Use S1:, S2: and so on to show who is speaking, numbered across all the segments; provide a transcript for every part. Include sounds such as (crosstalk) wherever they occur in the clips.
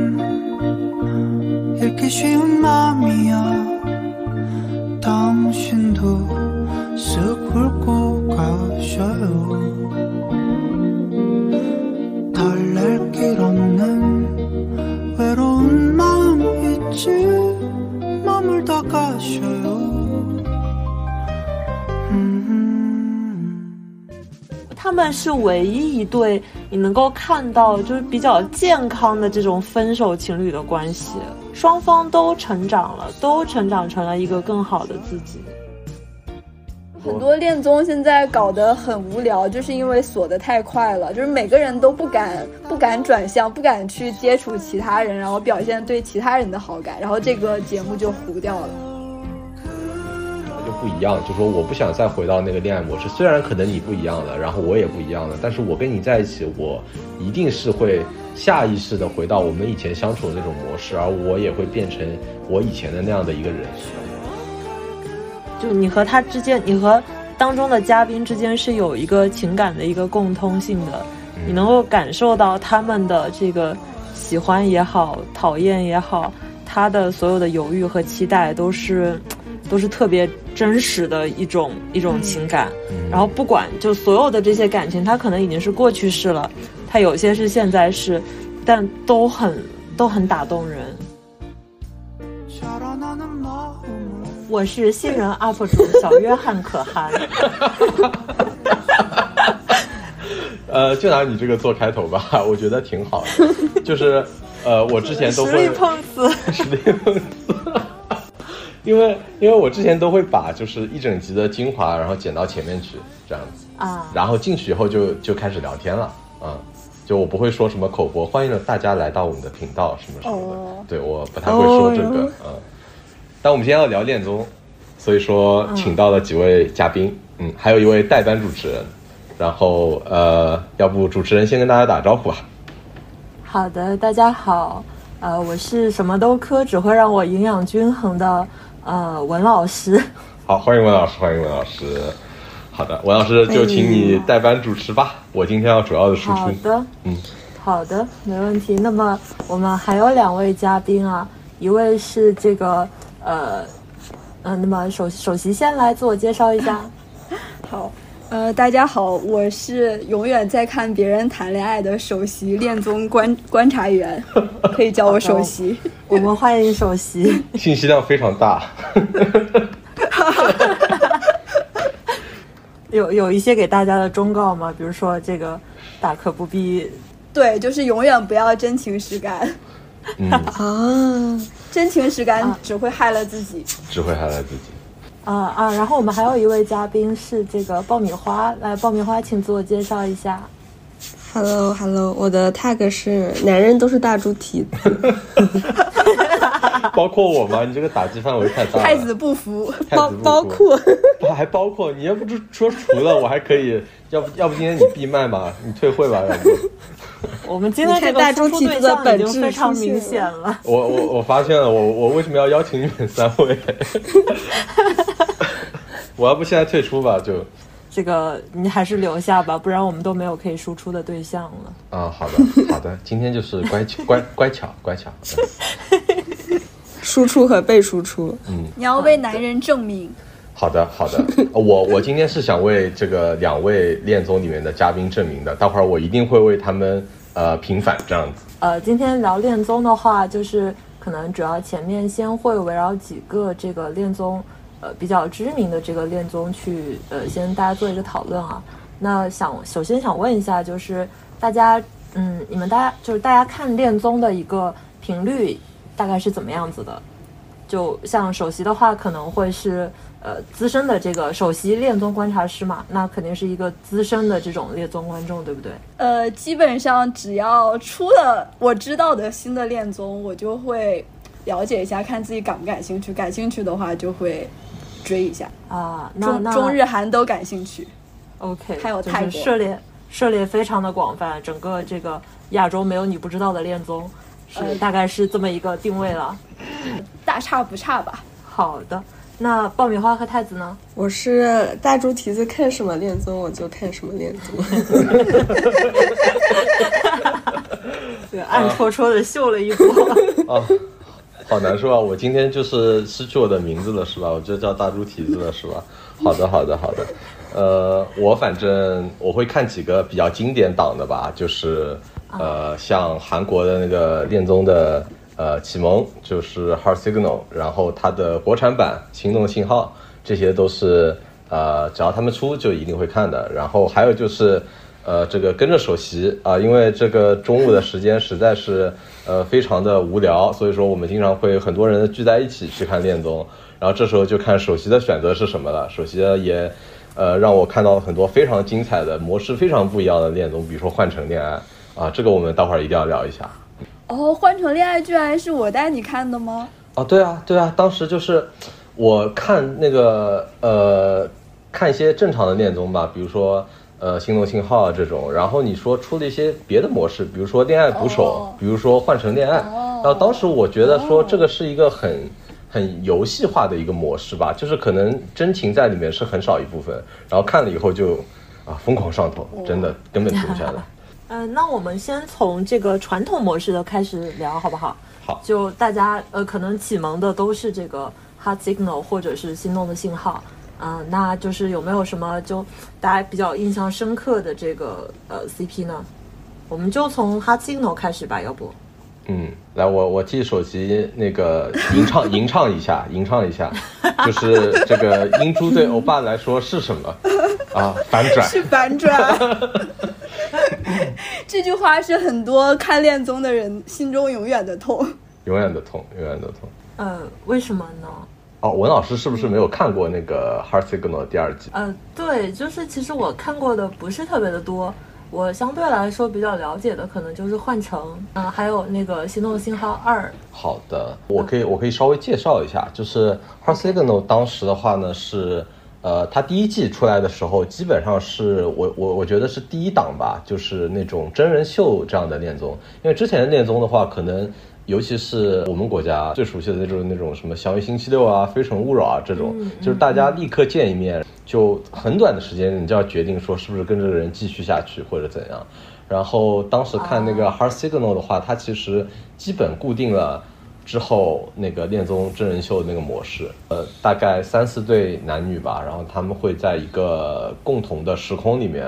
S1: 나는 읽기 쉬운 마음이야 당신도 쓱 훑고 가셔요 달랠 길 없는 외로운 마음 있지 머물다 가셔요 음.
S2: 他们是唯一一对你能够看到就是比较健康的这种分手情侣的关系，双方都成长了，都成长成了一个更好的自己。
S3: 很多恋综现在搞得很无聊，就是因为锁得太快了，就是每个人都不敢不敢转向，不敢去接触其他人，然后表现对其他人的好感，然后这个节目就糊掉了。
S4: 那就不一样，就说我不想再回到那个恋爱模式。虽然可能你不一样了，然后我也不一样了，但是我跟你在一起，我一定是会下意识的回到我们以前相处的那种模式，而我也会变成我以前的那样的一个人。
S2: 就你和他之间，你和当中的嘉宾之间是有一个情感的一个共通性的，
S4: 嗯
S2: 你能够感受到他们的这个喜欢也好，讨厌也好，他的所有的犹豫和期待都是都是特别真实的一种一种情感。
S4: 嗯
S2: 然后不管就所有的这些感情，它可能已经是过去式了，它有些是现在式，但都很都很打动人。
S1: 자라나는 마음을
S2: 我是新人 UP 主小约翰可汗。
S4: (laughs) 呃，就拿你这个做开头吧，我觉得挺好的。就是，呃，我之 (laughs) 前都
S2: 实
S4: 会 (laughs)
S2: 力碰瓷，
S4: 实力碰瓷，因为因为我之前都会把就是一整集的精华，然后剪到前面去这样子
S2: 啊
S4: 然后进去以后就就开始聊天了，嗯，就我不会说什么口播，欢迎大家来到我们的频道什么什么的，
S3: 哦
S4: 对我不太会说这个，
S2: 哦
S4: 嗯。但我们今天要聊恋综，所以说请到了几位嘉宾，嗯，还有一位代班主持人，然后呃，要不主持人先跟大家打招呼吧。
S2: 好的，大家好，呃，我是什么都科只会让我营养均衡的呃文老师。
S4: 好，欢迎文老师，欢迎文老师。好的，文老师就请你代班主持吧，我今天要主要的输
S2: 好
S4: 出。
S2: 的，
S4: 嗯，
S2: 好的，没问题。那么我们还有两位嘉宾啊，一位是这个呃。嗯，那么首首席先来自我介绍一下，
S3: 好，呃，大家好，我是永远在看别人谈恋爱的首席恋综观观察员，可以叫我首席。
S2: 我们欢迎首席。 (laughs)
S4: 信息量非常大。 (laughs)
S2: 有有一些给大家的忠告吗？比如说这个大可不必
S3: 对，就是永远不要真情实感， (laughs)
S4: 嗯，
S5: 啊，
S3: 真情实感只会害了自己。
S4: 只会害了自己。
S2: 啊啊！然后我们还有一位嘉宾是这个爆米花，来，爆米花，请自我介绍一下。
S5: Hello Hello，我的 tag 是男人都是大猪蹄子，
S4: (laughs) 包括我吗？你这个打击范围太大了。
S3: 太子不服，
S4: 太
S5: 包
S4: 子入
S5: 包
S4: 库，(laughs)
S5: 括
S4: 还包括你要不就说除了我还可以， (laughs) 要不要不今天你闭麦吧，你退会吧，要 (laughs) 不
S2: 我们今天这
S5: 你看
S2: 个
S5: 大
S2: 输
S5: 猪
S2: 出
S5: 蹄
S2: 对
S5: 子的
S2: 象已
S5: 本
S2: 经
S5: 质
S2: 非常
S5: 出现
S2: 明显了。
S4: 我我我发现了，我我为什么要邀请你们三位？ (laughs) 我要不现在退出吧，就
S2: 这个你还是留下吧，不然我们都没有可以输出的对象了。
S4: 啊，好的好 (laughs) 的，今天就是乖巧乖乖巧乖巧，
S5: 输出和被输出。
S3: 你要为男人证明。
S4: 好的好的，我我今天是想为这个两位恋综里面的嘉宾证明的，待会儿我一定会为他们呃平反这样子。
S2: 呃，今天聊恋综的话，就是可能主要前面先会围绕几个这个恋综，呃，比较知名的这个恋综去，呃，先大家做一个讨论啊。那想首先想问一下，就是大家，嗯，你们大家就是大家看恋综的一个频率大概是怎么样子的？就像首席的话，可能会是呃资深的这个首席恋综观察师嘛，那肯定是一个资深的这种恋综观众，对不对？
S3: 呃，基本上只要出了我知道的新的恋综，我就会了解一下，看自己感不感兴趣。感兴趣的话就会追一下，
S2: 啊，那
S3: 中
S2: 那
S3: 中日韩都感兴趣。
S2: OK，
S3: 还有
S2: 就
S3: 泰
S2: 是
S3: 国
S2: 涉猎涉猎非常的广泛，整个这个亚洲没有你不知道的恋综，是、
S3: 呃
S2: 大概是这么一个定位了。
S3: 大差不差吧。
S2: 好的，
S6: 那爆米花和太子呢？
S5: 我是大猪蹄子看什么恋综我就看什么恋综，
S6: 对，暗戳戳的秀了一
S3: (laughs)
S6: 波。
S4: (laughs) 啊，好难受啊！我今天就是失去我的名字了，是吧？我就叫大猪蹄子了，是吧？好的，好的，好的。呃，我反正我会看几个比较经典档的吧，就是呃，像韩国的那个恋综的呃启蒙，就是《Heart Signal》，然后它的国产版《心动信号》，这些都是呃，只要他们出就一定会看的。然后还有就是。呃，这个跟着首席啊、因为这个中午的时间实在是呃非常的无聊，所以说我们经常会很多人聚在一起去看恋综，然后这时候就看首席的选择是什么了。首席也呃让我看到很多非常精彩的模式非常不一样的恋综，比如说《换乘恋爱》啊，这个我们待会儿一定要聊一下。
S3: 哦，换成恋爱居然是我带你看的吗？
S4: 哦，对啊，对啊，当时就是我看那个呃，看一些正常的恋综吧，比如说呃心动信号啊这种，然后你说出了一些别的模式，比如说恋爱捕手，
S3: 哦
S4: 比如说换成恋爱，
S3: 哦
S4: 然后当时我觉得说这个是一个很。很游戏化的一个模式吧，就是可能真情在里面是很少一部分，然后看了以后就啊疯狂上头，真的根本停不下来。
S6: 嗯、那我们先从这个传统模式的开始聊，好不好？
S4: 好
S6: 就大家呃，可能启蒙的都是这个 Hot Signal 或者是心动的信号，嗯、那就是有没有什么就大家比较印象深刻的这个呃 CP 呢？我们就从 Hot Signal 开始吧，要不？
S4: 嗯，来，我我替首席那个 (laughs) 吟唱吟唱一下，吟唱一下，就是这个英珠对欧巴来说是什么啊？反转，
S3: 是反转。这句话是很多看恋综的人心中永远的痛。
S4: 永远的痛，永远的痛。
S6: 呃，为什么呢？
S4: 哦，文老师是不是没有看过那个《Heart Signal》第二季？
S6: 呃，对，就是其实我看过的不是特别的多，我相对来说比较了解的可能就是《幻城》，嗯、还有那个《心动信号二》，
S4: 好的，我可以我可以稍微介绍一下，就是《Heart Signal》当时的话呢是，呃，它第一季出来的时候，基本上是我我我觉得是第一档吧，就是那种真人秀这样的恋综，因为之前的恋综的话，可能尤其是我们国家最熟悉的那种那种什么《相约星期六》啊，《非诚勿扰》啊这种，就是大家立刻见一面，就很短的时间，你就要决定说是不是跟这个人继续下去或者怎样。然后当时看那个《Heart Signal》的话，它其实基本固定了之后那个恋综真人秀的那个模式，呃，大概三四对男女吧，然后他们会在一个共同的时空里面，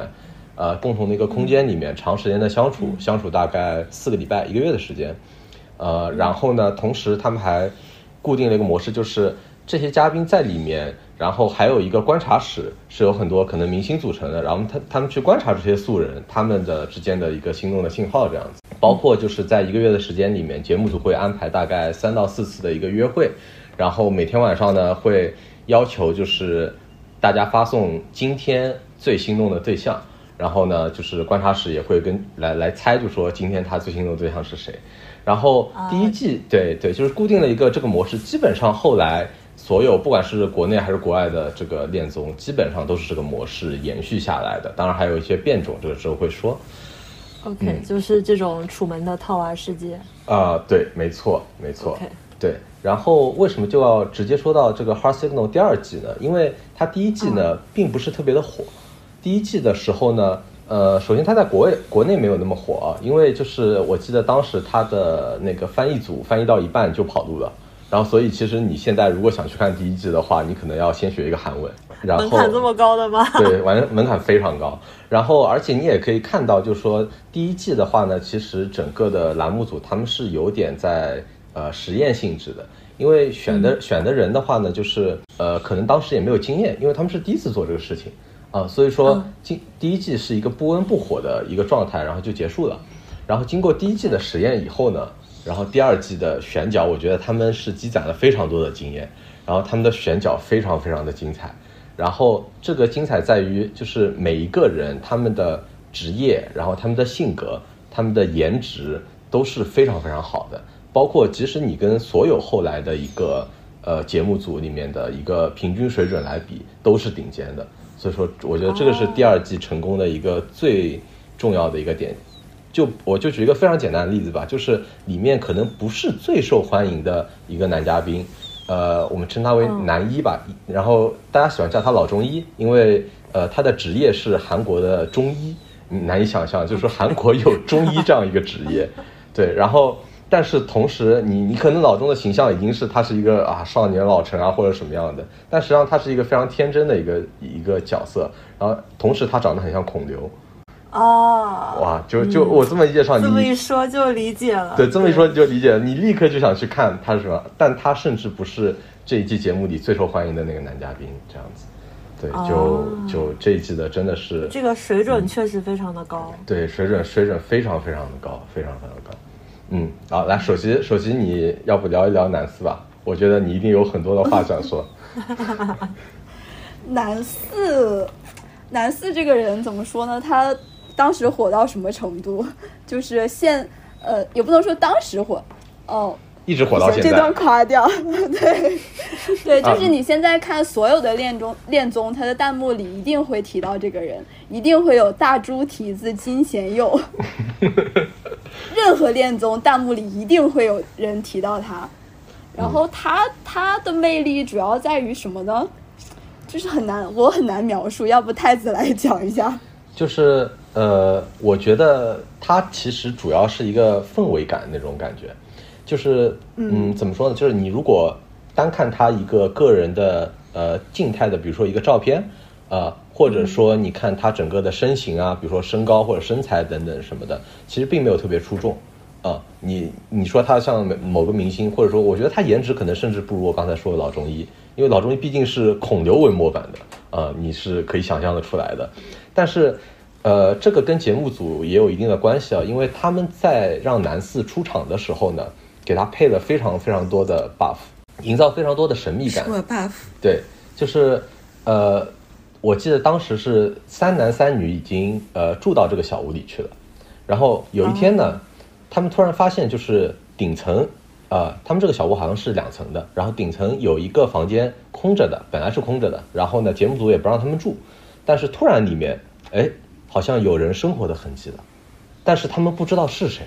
S4: 呃，共同的一个空间里面长时间的相处，相处大概四个礼拜、一个月的时间，呃，然后呢，同时他们还固定了一个模式，就是这些嘉宾在里面，然后还有一个观察室，是有很多可能明星组成的，然后他他们去观察这些素人，他们的之间的一个心动的信号这样子，包括就是在一个月的时间里面，节目组会安排大概三到四次的一个约会，然后每天晚上呢会要求就是大家发送今天最心动的对象，然后呢，就是观察室也会跟来来猜，就说今天他最心动的对象是谁。然后第一季，对对，就是固定了一个这个模式，基本上后来所有不管是国内还是国外的这个恋综，基本上都是这个模式延续下来的。当然还有一些变种，这个之后会说。
S6: OK，、就是
S4: 嗯
S6: 这种楚门的套娃世界。
S4: 啊、对，没错，没错
S6: OK
S4: 对。然后为什么就要直接说到这个《Heart Signal》第二季呢？因为它第一季
S6: 嗯
S4: 呢、并不是特别的火。第一季的时候呢，呃，首先它在国外国内没有那么火啊，因为就是我记得当时它的那个翻译组翻译到一半就跑路了。然后，所以其实你现在如果想去看第一季的话，你可能要先学一个韩文，然后
S6: 门槛这么高的吗？
S4: 对，完门槛非常高。然后，而且你也可以看到，就是说第一季的话呢，其实整个的栏目组他们是有点在呃实验性质的，因为选的、选的人的话呢，就是呃可能当时也没有经验，因为他们是第一次做这个事情啊、所以说今第一季是一个不温不火的一个状态，然后就结束了。然后经过第一季的实验以后呢，然后第二季的选角，我觉得他们是积攒了非常多的经验，然后他们的选角非常非常的精彩。然后这个精彩在于，就是每一个人他们的职业，然后他们的性格，他们的颜值都是非常非常好的。包括即使你跟所有后来的一个呃节目组里面的一个呃平均水准来比，都是顶尖的。所以说，我觉得这个是第二季成功的一个最重要的一个点。就我就举一个非常简单的例子吧，就是里面可能不是最受欢迎的一个男嘉宾，呃，我们称他为男一吧，然后大家喜欢叫他老中医，因为呃，他的职业是韩国的中医，嗯难以想象，就是韩国有中医这样一个职业，对，然后但是同时你你可能脑中的形象已经是他是一个啊少年老成啊或者什么样的，但实际上他是一个非常天真的一个一个角色，然后同时他长得很像孔刘，
S6: 哦，
S4: 哇，就就我这么介啊绍你
S6: 这么一说就理解了。
S2: 啊
S4: 对，这么一说你就理解了，你立刻就想去看他是什么，但他甚至不是这一季节目里最受欢迎的那个男嘉宾，这样子。对，就、
S6: 哦
S4: 就这一季的真的是
S6: 这个水准确实非常的高。
S4: 对水准水准非常非常的高，非常非常的高。嗯，好，来首席首席，你要不聊一聊男四吧？我觉得你一定有很多的话想说。
S3: 男四，男四这个人怎么说呢？他当时火到什么程度？就是现呃，也不能说当时火，哦，
S4: 一直火到现
S3: 这
S4: 在啊
S3: 段，垮掉， (laughs) 对，对，就是你现在看所有的恋中恋综，它的弹幕里一定会提到这个人，一定会有大猪蹄子金贤
S4: (laughs)
S3: 佑，任何恋综弹幕里一定会有人提到他。然后他他的魅力主要在于什么呢？就是很难，我很难描述，要不太子来讲一下。
S4: 就是呃，我觉得它其实主要是一个氛围感那种感觉，就是嗯，怎么说呢？就是你如果单看他一个个人的呃静态的，比如说一个照片，呃，或者说你看他整个的身形啊，比如说身高或者身材等等什么的，其实并没有特别出众。啊，你你说他像某某个明星，或者说我觉得他颜值可能甚至不如我刚才说的老中医，因为老中医毕竟是孔刘为模板的啊，你是可以想象的出来的。但是，呃，这个跟节目组也有一定的关系啊，因为他们在让男四出场的时候呢，给他配了非常非常多的 buff，营造非常多的神秘感
S5: 是。我 buff，
S4: 对，就是呃，我记得当时是三男三女已经呃住到这个小屋里去了，然后有一天呢，他们突然发现就是顶层。呃，他们这个小屋好像是两层的，然后顶层有一个房间空着的，本来是空着的，然后呢，节目组也不让他们住，但是突然里面，哎，好像有人生活的痕迹了，但是他们不知道是谁，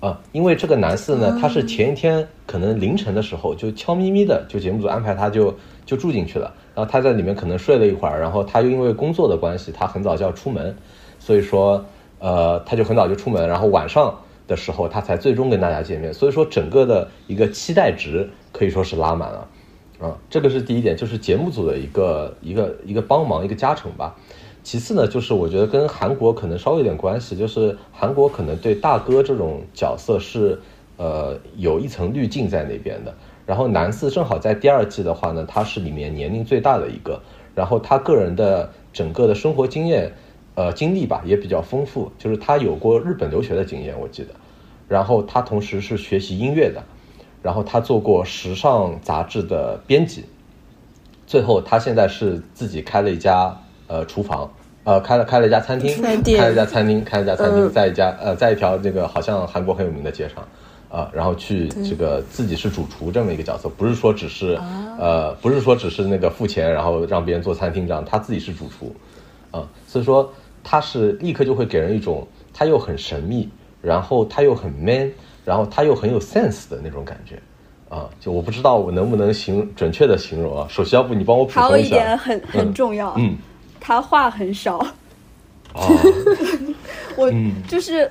S4: 啊，因为这个男四呢，他是前一天可能凌晨的时候就悄咪咪的，就节目组安排他就就住进去了，然后他在里面可能睡了一会儿，然后他又因为工作的关系，他很早就要出门，所以说呃他就很早就出门，然后晚上的时候他才最终跟大家见面，所以说整个的一个期待值可以说是拉满了。啊，这个是第一点，就是节目组的一个一个一个帮忙一个加成吧。其次呢，就是我觉得跟韩国可能稍微有点关系，就是韩国可能对大哥这种角色是呃有一层滤镜在那边的。然后男四正好在第二季的话呢，他是里面年龄最大的一个，然后他个人的整个的生活经验呃经历吧也比较丰富，就是他有过日本留学的经验，我记得。然后他同时是学习音乐的，然后他做过时尚杂志的编辑，最后他现在是自己开了一家呃厨房，呃开了开了一家餐厅，
S5: 饭店
S4: 开了一家餐厅，开了一家餐厅，
S5: 嗯
S4: 在一家呃在一条这个好像韩国很有名的街上。啊，然后去这个自己是主厨这么一个角色，不是说只是、呃，不是说只是那个付钱，然后让别人做餐厅这样，他自己是主厨，啊，所以说他是立刻就会给人一种他又很神秘，然后他又很 man，然后他又很有 sense 的那种感觉，啊，就我不知道我能不能形准确的形容啊，首先要不你帮我补
S3: 还有
S4: 充
S3: 一点 (laughs)
S4: 下，
S3: 很很重要，
S4: 嗯，
S3: 他话很少。
S4: 啊，
S3: 我
S4: 嗯
S3: 就是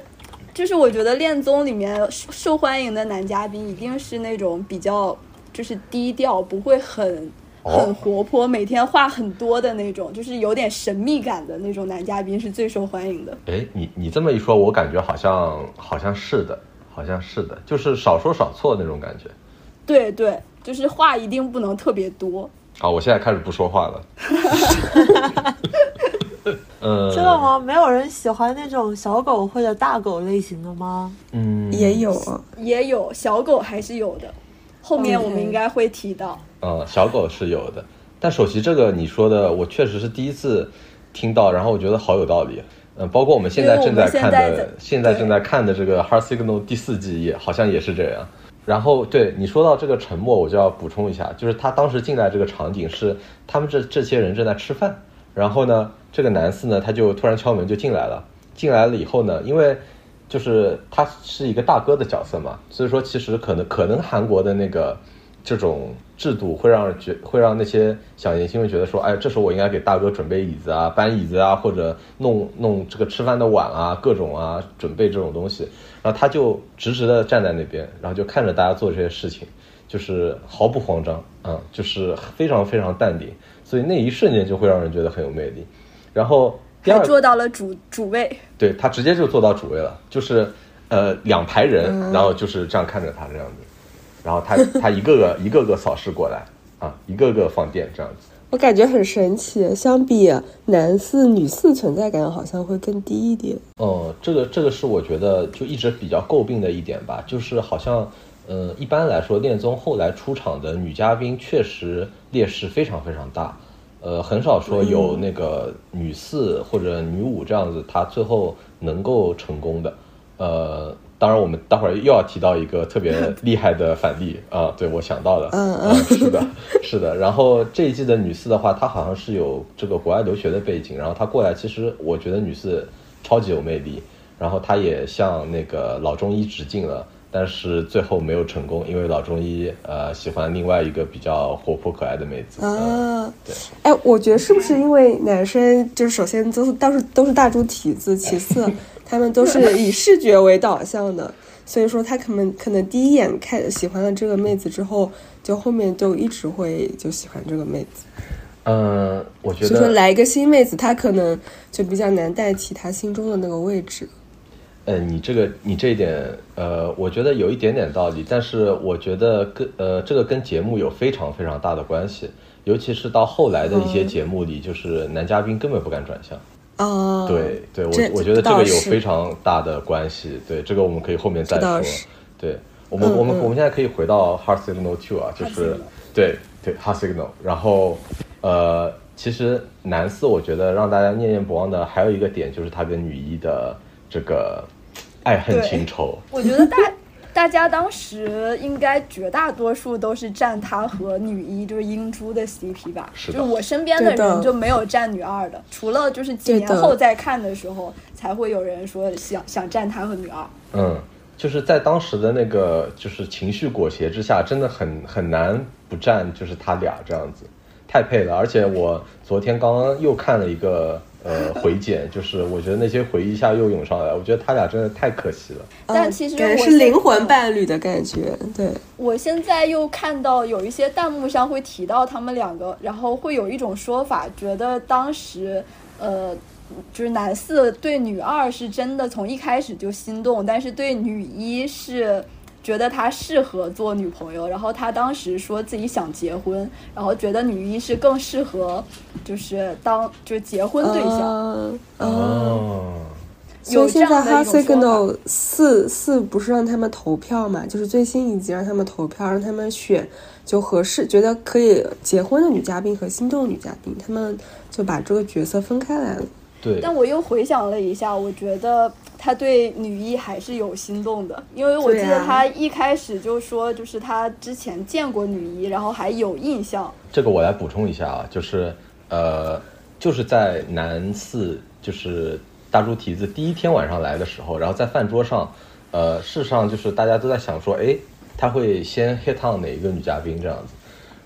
S3: 就是我觉得恋综里面受受欢迎的男嘉宾一定是那种比较就是低调，不会很
S4: 哦
S3: 很活泼，每天话很多的那种，就是有点神秘感的那种男嘉宾是最受欢迎的。
S4: 哎，你你这么一说，我感觉好像好像是的，好像是的，就是少说少错那种感觉。
S3: 对对，就是话一定不能特别多。
S4: 好，我现在开始不说话了。嗯，
S6: 真的吗？没有人喜欢那种小狗或者大狗类型的吗？
S4: 嗯，
S5: 也有啊，
S3: 也有小狗还是有的，后面我们
S6: OK
S3: 应该会提到。
S4: 嗯，小狗是有的，但首席这个你说的，我确实是第一次听到，然后我觉得好有道理。嗯，包括我们现在正看
S3: 因为我们
S4: 的，现
S3: 现
S4: 在
S3: 在在
S4: 正在看的这个《Heart Signal》第四季也好像也是这样。然后对你说到这个沉默，我就要补充一下，就是他当时进来这个场景是他们这这些人正在吃饭，然后呢，这个男四呢他就突然敲门就进来了，进来了以后呢，因为就是他是一个大哥的角色嘛，所以说其实可能可能韩国的那个这种制度会让人觉会让那些小年轻们觉得说，哎，这时候我应该给大哥准备椅子啊，搬椅子啊，或者弄弄这个吃饭的碗啊，各种啊，准备这种东西。然后他就直直的站在那边，然后就看着大家做这些事情，就是毫不慌张啊，就是非常非常淡定。所以那一瞬间就会让人觉得很有魅力。然后第二
S3: 还，做到了主主位，
S4: 对他直接就坐到主位了，就是呃两排人，然后就是这样看着他这样子，然后他他一个个一个个扫视过来啊，一个个放电这样子。
S5: 我感觉很神奇，相比男四女四存在感好像会更低一点。
S4: 哦、这个这个是我觉得就一直比较诟病的一点吧，就是好像，呃，一般来说，恋综后来出场的女嘉宾确实劣势非常非常大，呃，很少说有那个女四或者女五这样子，她最后能够成功的。呃，当然我们待会儿又要提到一个特别厉害的反例啊，对我想到的，
S5: 嗯
S4: 嗯，是的，是的。然后这一季的女四的话，她好像是有这个国外留学的背景，然后她过来，其实我觉得女四超级有魅力，然后她也向那个老中医致敬了，但是最后没有成功，因为老中医呃喜欢另外一个比较活泼可爱的妹子，嗯，
S5: 啊
S4: 对，
S5: 哎，我觉得是不是因为男生就是首先都是都是都是大猪蹄子，
S4: (laughs)
S5: 其次他们都是以视觉为导向的，所以说他可能可能第一眼看喜欢了这个妹子之后，就后面就一直会就喜欢这个妹子。
S4: 嗯我觉
S5: 所以说
S4: 得，
S5: 来一个新妹子，她可能就比较难代替她心中的那个位置。
S4: 呃，你这个你这一点，呃，我觉得有一点点道理，但是我觉得跟呃这个跟节目有非常非常大的关系，尤其是到后来的一些节目里，就是男嘉宾根本不敢转向。
S5: 啊，
S4: 对对，
S5: 这
S4: 我我觉得这个
S5: 倒
S4: 有
S5: 是
S4: 非常大的关系。对，这个我们可以后面再
S5: 这倒
S4: 说
S5: 是。
S4: 对，我们、
S5: 嗯
S4: 我们
S5: 嗯
S4: 我们现在可以回到 Hard Signal Two 啊，就是对对 Hard Signal，然后呃，其实男四我觉得让大家念念不忘的还有一个点就是他跟女一的这个爱恨
S3: 对
S4: 情仇。
S3: 我觉
S5: (laughs)
S3: 得大大家当时应该绝大多数都是站他和女一，就是英珠的 CP 吧。
S4: 是的
S3: 就是我身边的
S5: 对的
S3: 人就没有站女二的，除了就是几
S5: 对
S3: 年
S5: 的
S3: 后再看的时候，才会有人说想想站他和女二。
S4: 嗯，就是在当时的那个就是情绪裹挟之下，真的很很难不站，就是他俩这样子，太配了。而且我昨天刚刚又看了一个呃回剪，就是我觉得那些回忆一下又涌上来，我觉得他俩真的太可惜了。
S3: 但
S5: 嗯
S3: 其实
S5: 感
S3: 我
S5: 觉是
S3: 现
S5: 灵魂伴侣的感觉，对，
S3: 我现在又看到有一些弹幕上会提到他们两个，然后会有一种说法，觉得当时，呃，就是男四对女二是真的从一开始就心动，但是对女一是觉得她适合做女朋友，然后他当时说自己想结婚，然后觉得女一是更适合，就是当就是结婚对象。
S5: 嗯
S4: 哦，
S5: 所以现在
S3: 有这样
S5: Hard
S3: 的一种说
S5: Signal 四四不是让他们投票嘛，就是最新一集让他们投票，让他们选就合适觉得可以结婚的女嘉宾和心动女嘉宾，他们就把这个角色分开来了。
S4: 对，
S3: 但我又回想了一下，我觉得他对女一还是有心动的，因为我记
S5: 对
S3: 得
S5: 啊
S3: 他一开始就说，就是他之前见过女一，然后还有印象。
S4: 这个我来补充一下啊，就是呃，就是在南四就是大猪蹄子第一天晚上来的时候，然后在饭桌上，呃，事实上就是大家都在想说，哎，他会先 hit on 哪一个女嘉宾这样子，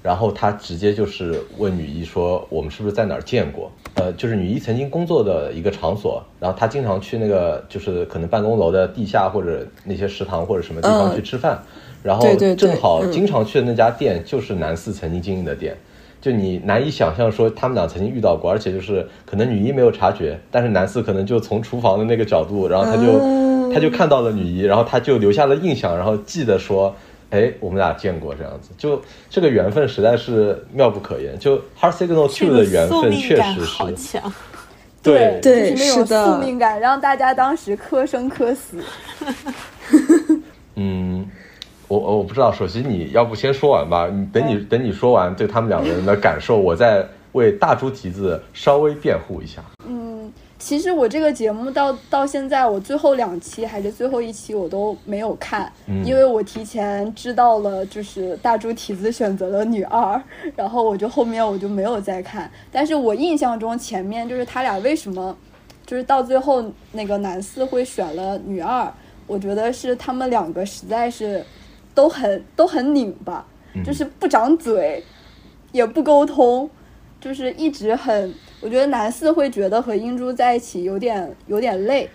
S4: 然后他直接就是问女一说，我们是不是在哪儿见过？呃，就是女一曾经工作的一个场所，然后她经常去那个就是可能办公楼的地下或者那些食堂或者什么地方
S5: 嗯
S4: 去吃饭，然后
S5: 对对对
S4: 正好
S5: 嗯
S4: 经常去的那家店就是南四曾经经营的店，就你难以想象说他们俩曾经遇到过，而且就是可能女一没有察觉，但是男四可能就从厨房的那个角度，然后他就、
S5: 嗯
S4: 他就看到了女一，然后他就留下了印象，然后记得说，哎，我们俩见过这样子，就这个缘分实在是妙不可言。就 Hard Signal
S6: 这
S4: Two
S6: 个
S4: 的缘
S6: 宿
S4: 分
S6: 命
S4: 确
S6: 感
S4: 实是
S6: 好强，
S4: 对
S5: 对
S3: 就是那
S5: 是的
S3: 种宿命感，让大家当时磕生磕死。
S4: 嗯，我我我不知道，首席你要不先说完吧？你等你、等你说完对他们两个人的感受，我再为大猪蹄子稍微辩护一下。
S3: 嗯，其实我这个节目到到现在，我最后两期还是最后一期我都没有看，
S4: 嗯
S3: 因为我提前知道了，就是大猪蹄子选择了女二， (laughs) 然后我就后面我就没有再看。但是我印象中前面就是他俩为什么，就是到最后那个男四会选了女二，我觉得是他们两个实在是都很都很拧巴。就是不长嘴，也不沟通，就是一直很。我觉得男四会觉得和英珠在一起有点有点累。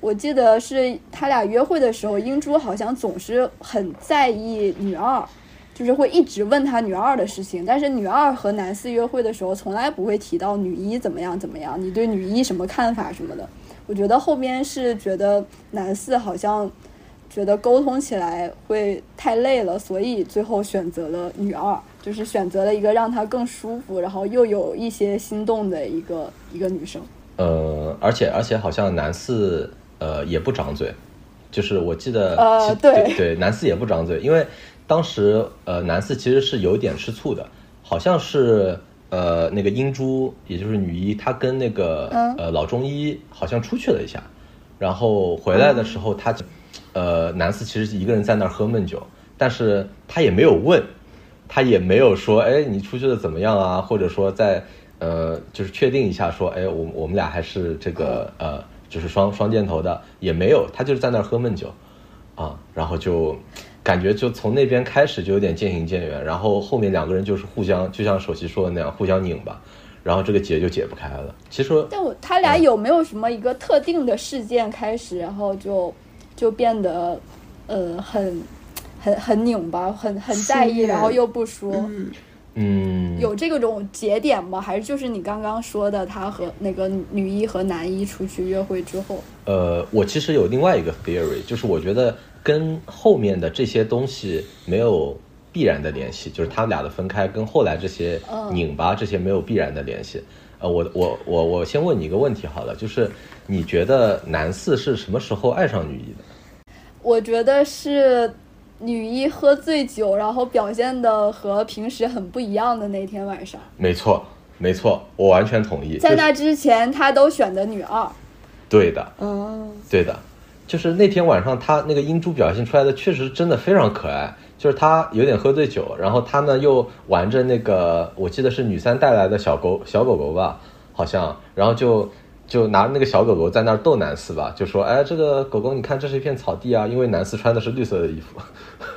S3: 我记得是他俩约会的时候，英珠好像总是很在意女二，就是会一直问他女二的事情。但是女二和男四约会的时候，从来不会提到女一怎么样怎么样，你对女一什么看法什么的。我觉得后边是觉得男四好像觉得沟通起来会太累了，所以最后选择了女二，就是选择了一个让他更舒服，然后又有一些心动的一个一个女生。
S4: 呃，而且而且好像男四呃也不长嘴，就是我记得
S3: 呃
S4: 其
S3: 对
S4: 对男四也不长嘴，因为当时呃男四其实是有点吃醋的，好像是呃那个英珠也就是女一，她跟那个、
S3: 嗯
S4: 呃老中医好像出去了一下，然后回
S3: 嗯
S4: 来的时候他就呃男四其实一个人在那儿喝闷酒，但是他也没有问，他也没有说，哎，你出去的怎么样啊？或者说在呃，就是确定一下说，哎，我我们俩还是这个呃，就是双双箭头的，也没有，他就是在那儿喝闷酒啊，然后就感觉就从那边开始就有点渐行渐远，然后后面两个人就是互相，就像首席说的那样，互相拧吧，然后这个结就解不开了。其实
S3: 但我他俩有没有什么一个特定的事件开始，然后就就变得呃很很很拧巴，很很在
S5: 疏
S3: 意，
S5: 远
S3: 然后又不说。
S4: 嗯，
S3: 有这个种节点吗？还是就是你刚刚说的，他和那个女一和男一出去约会之后，
S4: 呃，我其实有另外一个 theory，就是我觉得跟后面的这些东西没有必然的联系，就是他们俩的分开跟后来这些
S3: 嗯
S4: 拧巴这些没有必然的联系。呃，我我我我先问你一个问题好了，就是你觉得男四是什么时候爱上女一的？
S3: 我觉得是女一喝醉酒，然后表现的和平时很不一样的那天晚上，
S4: 没错，没错，我完全同意。
S3: 在
S4: 就是
S3: 那之前他都选的女
S4: (laughs)
S3: 二，
S4: 对的，
S5: 哦，
S4: 对的，就是那天晚上他那个英珠表现出来的确实真的非常可爱，就是他有点喝醉酒，然后他呢又玩着那个我记得是女三带来的小狗小狗狗吧，好像，然后就。就拿那个小狗狗在那儿逗男四吧，就说：“哎，这个狗狗，你看这是一片草地啊，因为男四穿的是绿色的衣服。”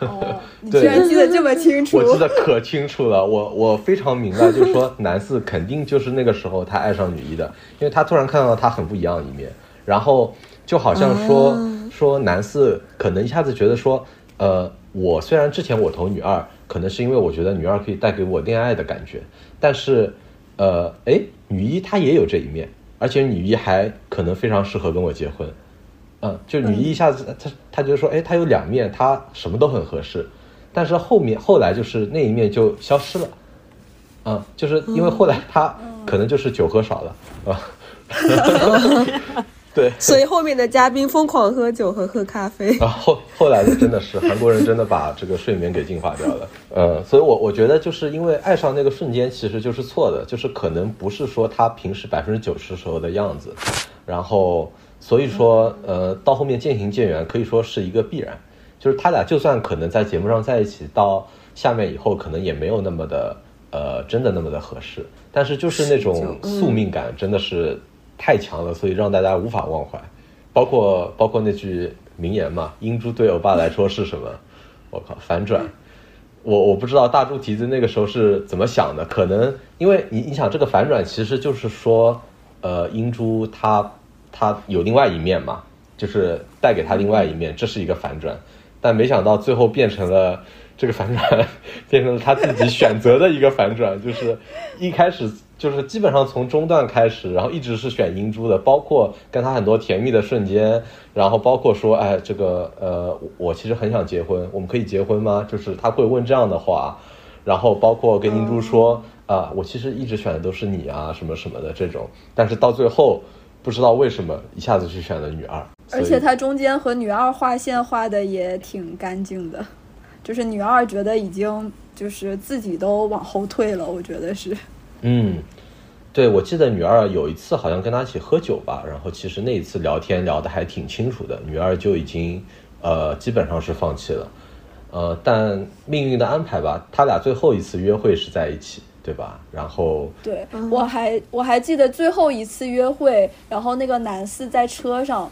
S3: 哦，你
S4: 对
S3: 居然记得这么清楚
S4: 我，记得可清楚了，我我非常明白，就是说男四肯定就是那个时候他爱上女一的，因为他突然看到他很不一样的一面，然后就好像说、
S3: 啊
S4: 说男四可能一下子觉得说，呃，我虽然之前我投女二，可能是因为我觉得女二可以带给我恋爱的感觉，但是呃，哎，女一她也有这一面，而且女一还可能非常适合跟我结婚，嗯，就女一一下子，她她觉得说，哎，她有两面，她什么都很合适，但是后面后来就是那一面就消失了，嗯，就是因为后来她可能就是酒喝少了啊， (laughs) 对，
S5: 所以后面的嘉宾疯狂喝酒和喝咖啡。
S4: 啊，后后来的真的是韩国人真的把这个睡眠给净化掉了。呃，所以我我觉得就是因为爱上那个瞬间其实就是错的，就是可能不是说他平时百分之九十时候的样子，然后所以说呃到后面渐行渐远，可以说是一个必然。就是他俩就算可能在节目上在一起，到下面以后可能也没有那么的呃真的那么的合适，但是就是嗯那种宿命感真的是太强了，所以让大家无法忘怀。包括包括那句名言嘛，“英珠对欧巴来说是什么？”我靠，反转！我我不知道大猪蹄子那个时候是怎么想的，可能因为你你想这个反转其实就是说，呃，英珠她她有另外一面嘛，就是带给她另外一面，这是一个反转，但没想到最后变成了。这个反转 (laughs) 变成了他自己选择的一个反转，就是一开始就是基本上从中段开始，然后一直是选英珠的，包括跟他很多甜蜜的瞬间，然后包括说，哎，这个呃，我我其实很想结婚，我们可以结婚吗？就是他会问这样的话，然后包括跟英珠
S3: 嗯
S4: 说，啊，我其实一直选的都是你啊，什么什么的这种，但是到最后不知道为什么一下子去选了女二，
S3: (laughs) 而
S4: 所
S3: 且
S4: 以
S3: 他中间和女二画线画的也挺干净的，就是女二觉得已经就是自己都往后退了，我觉得是。
S4: 嗯，对，我记得女二有一次好像跟他一起喝酒吧，然后其实那一次聊天聊得还挺清楚的，女二就已经呃基本上是放弃了，呃，但命运的安排吧，他俩最后一次约会是在一起，对吧？然后
S3: 对，
S2: 嗯
S3: 我还我还记得最后一次约会，然后那个男四在车上，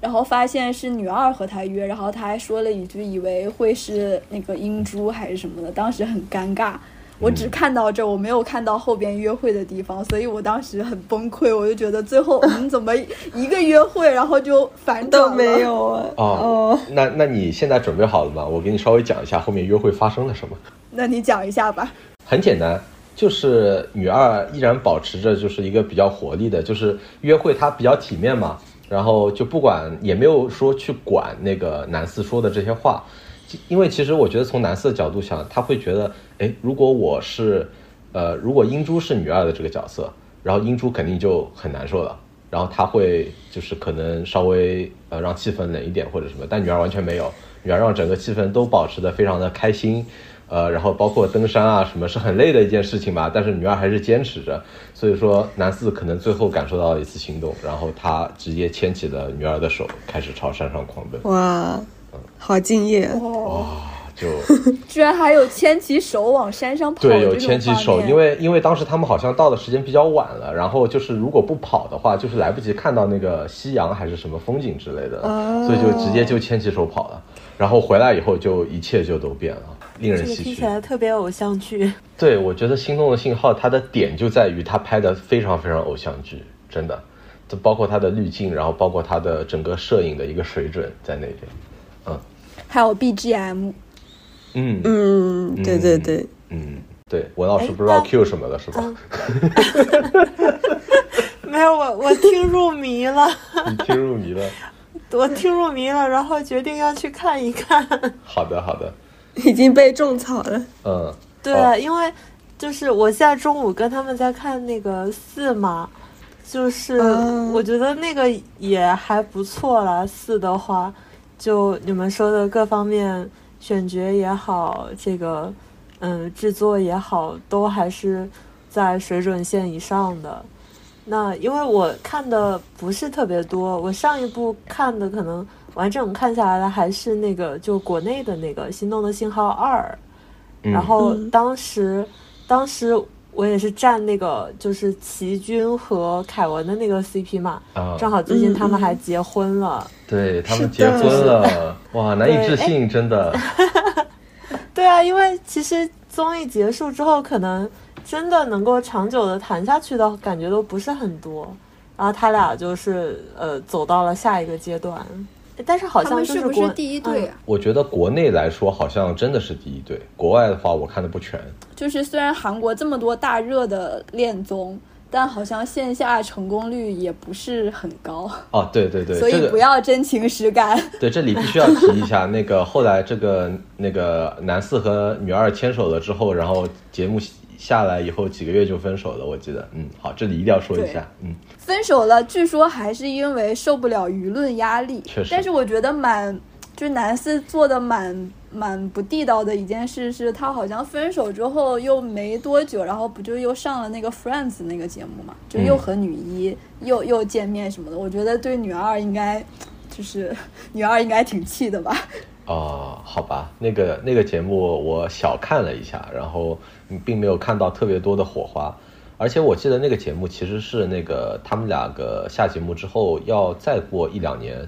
S3: 然后发现是女二和他约，然后他还说了一句，以为会是那个英珠还是什么的，当时很尴尬。我
S4: 嗯
S3: 只看到这，我没有看到后边约会的地方，所以我当时很崩溃，我就觉得最后嗯，怎么一个约会，然后就反转
S5: (laughs) 都
S3: 了
S5: 没有啊。
S4: 哦，那那你现在准备好了吗？我给你稍微讲一下后面约会发生了什么。
S3: 那你讲一下吧。
S4: 很简单，就是女二依然保持着就是一个比较活力的，就是约会她比较体面嘛，然后就不管也没有说去管那个男四说的这些话，其因为其实我觉得从男四的角度想，他会觉得，哎，如果我是，呃，如果英珠是女二的这个角色，然后英珠肯定就很难受了。然后他会就是可能稍微呃让气氛冷一点或者什么，但女儿完全没有，女儿让整个气氛都保持的非常的开心，呃，然后包括登山啊什么是很累的一件事情吧，但是女儿还是坚持着，所以说男四可能最后感受到了一次心动，然后他直接牵起了女儿的手，开始朝山上狂奔， (laughs)
S5: 哇，好敬业！啊嗯
S3: 哦，
S4: 就
S3: 居然还有牵起手往山上跑
S4: 对
S3: 这
S4: 有
S3: 种
S4: 牵起手，
S3: 画面
S4: 因为因为当时他们好像到的时间比较晚了，然后就是如果不跑的话，就是来不及看到那个夕阳还是什么风景之类的，
S2: 啊
S5: 哦
S4: 所以就直接就牵起手跑了，然后回来以后就一切就都变了，令人
S2: 这个
S4: 唏
S2: 听
S4: 嘘
S2: 起。来特别偶
S6: (laughs)
S2: 像剧。
S4: 对，我觉得《心动的信号》它的点就在于它拍的非常非常偶像剧，真的，就包括它的滤镜，然后包括它的整个摄影的一个水准在那边。
S3: 还有 BGM，
S4: 嗯
S5: 嗯，对对
S4: 嗯
S5: 对，
S4: 嗯，对，文老师
S2: 哎
S4: 不知道
S2: 那
S4: Q 什么了是吧？
S2: 嗯，没有我我听入
S6: (laughs)
S2: 迷了，
S4: 你听入迷了。
S2: 我听入迷了，然后决定要去看一看。
S4: 好的，好的，
S5: 已经被种草了。
S4: 嗯。
S2: 对，
S4: 哦
S2: 因为就是我现在中午跟他们在看那个四嘛，就是
S5: 嗯
S2: 我觉得那个也还不错啦。四的话，就你们说的各方面选角也好，这个嗯制作也好，都还是在水准线以上的。那因为我看的不是特别多，我上一部看的可能完整看下来的还是那个就国内的那个《心动的信号二》，
S4: 嗯
S2: 然后
S5: 嗯
S2: 当时，当时我也是站那个就是齐军和凯文的那个 CP 嘛，
S4: 啊，
S2: 正好最近他们
S5: 嗯嗯
S2: 还结婚了。
S4: 对他们
S5: 是
S4: 结
S5: 的
S4: 婚了， (laughs) 哇，难以置信，真的。
S2: 对啊，因为其实综艺结束之后，可能真的能够长久的谈下去的感觉都不是很多。然后他俩就是呃走到了下一个阶段，但是好
S3: 他
S2: 像
S3: 们
S2: 就是
S3: 不
S2: 国
S3: 是第一对、
S2: 嗯
S3: 啊？
S4: 我觉得国内来说好像真的是第一对，国外的话我看的不全。
S3: 就是虽然韩国这么多大热的恋综，但好像线下成功率也不是很高，
S4: 哦，对对对，
S3: 所
S4: 这
S3: 以
S4: 个
S3: 不要真情实感。 (laughs)
S4: 对，这里必须要提一下，那个 (laughs) 后来这个那个男四和女二牵手了之后，然后节目下来以后几个月就分手了，我记得。嗯，好，这里一定要说一下。嗯，
S3: 分手了，据说还是因为受不了舆论压力。
S4: 确实
S3: 但是我觉得蛮，就是男四做的蛮蛮不地道的一件事是，他好像分手之后又没多久，然后不就又上了那个 Friends 那个节目嘛，就
S4: 嗯
S3: 又和女一、又又见面什么的。我觉得对女二应该，就是 (laughs) 女二应该挺气的吧。
S4: 哦，好吧，那个那个节目我小看了一下，然后嗯并没有看到特别多的火花。而且我记得那个节目其实是那个他们两个下节目之后要再过一两年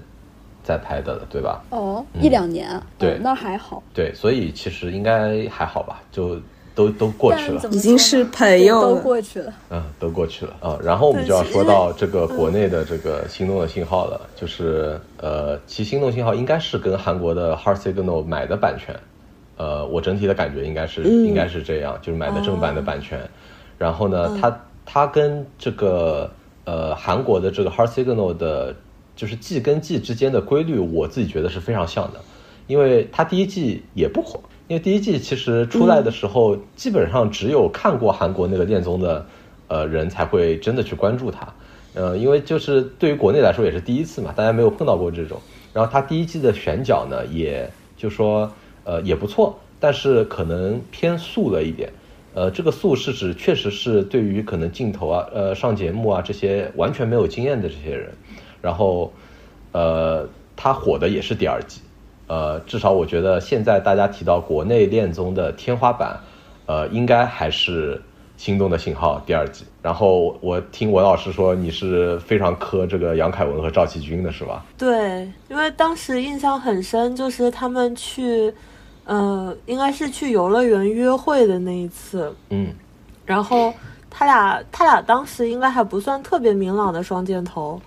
S4: 再拍的了，对吧？
S3: 哦，
S4: 嗯
S3: 一两年，
S4: 对
S3: 哦那还好。
S4: 对，所以其实应该还好吧，就都都过去
S3: 但
S4: 了
S3: 怎。么
S5: 已经
S3: 说
S5: 是
S3: 呢
S5: 朋
S3: 对
S5: 友
S3: 都
S5: 了
S3: 过去了。
S4: 嗯，都过去了啊、然后我们就要说到这个国内的这个心动的信号了，就是呃，其实心动信号应该是跟韩国的 Heart Signal 买的版权，呃，我整体的感觉应该是、
S5: 嗯
S4: 应该是这样，就是买的正版的版权。然后呢，它它跟这个呃韩国的这个 Heart Signal 的，就是季跟季之间的规律，我自己觉得是非常像的，因为它第一季也不火。因为第一季其实出来的时候，基本上只有看过韩国那个恋综的呃人才会真的去关注它。呃，因为就是对于国内来说也是第一次嘛，大家没有碰到过这种。然后它第一季的选角呢，也就说呃也不错，但是可能偏素了一点。呃，这个素是指确实是对于可能镜头啊、呃上节目啊这些完全没有经验的这些人，然后呃，它火的也是第二季。呃，至少我觉得现在大家提到国内恋综的天花板，呃，应该还是心动的信号》第二季。然后我听文老师说你是非常磕这个杨凯文和赵启军的是吧？
S2: 对，因为当时印象很深，就是他们去，呃，应该是去游乐园约会的那一次，
S4: 嗯，
S2: 然后他俩他俩当时应该还不算特别明朗的双箭头，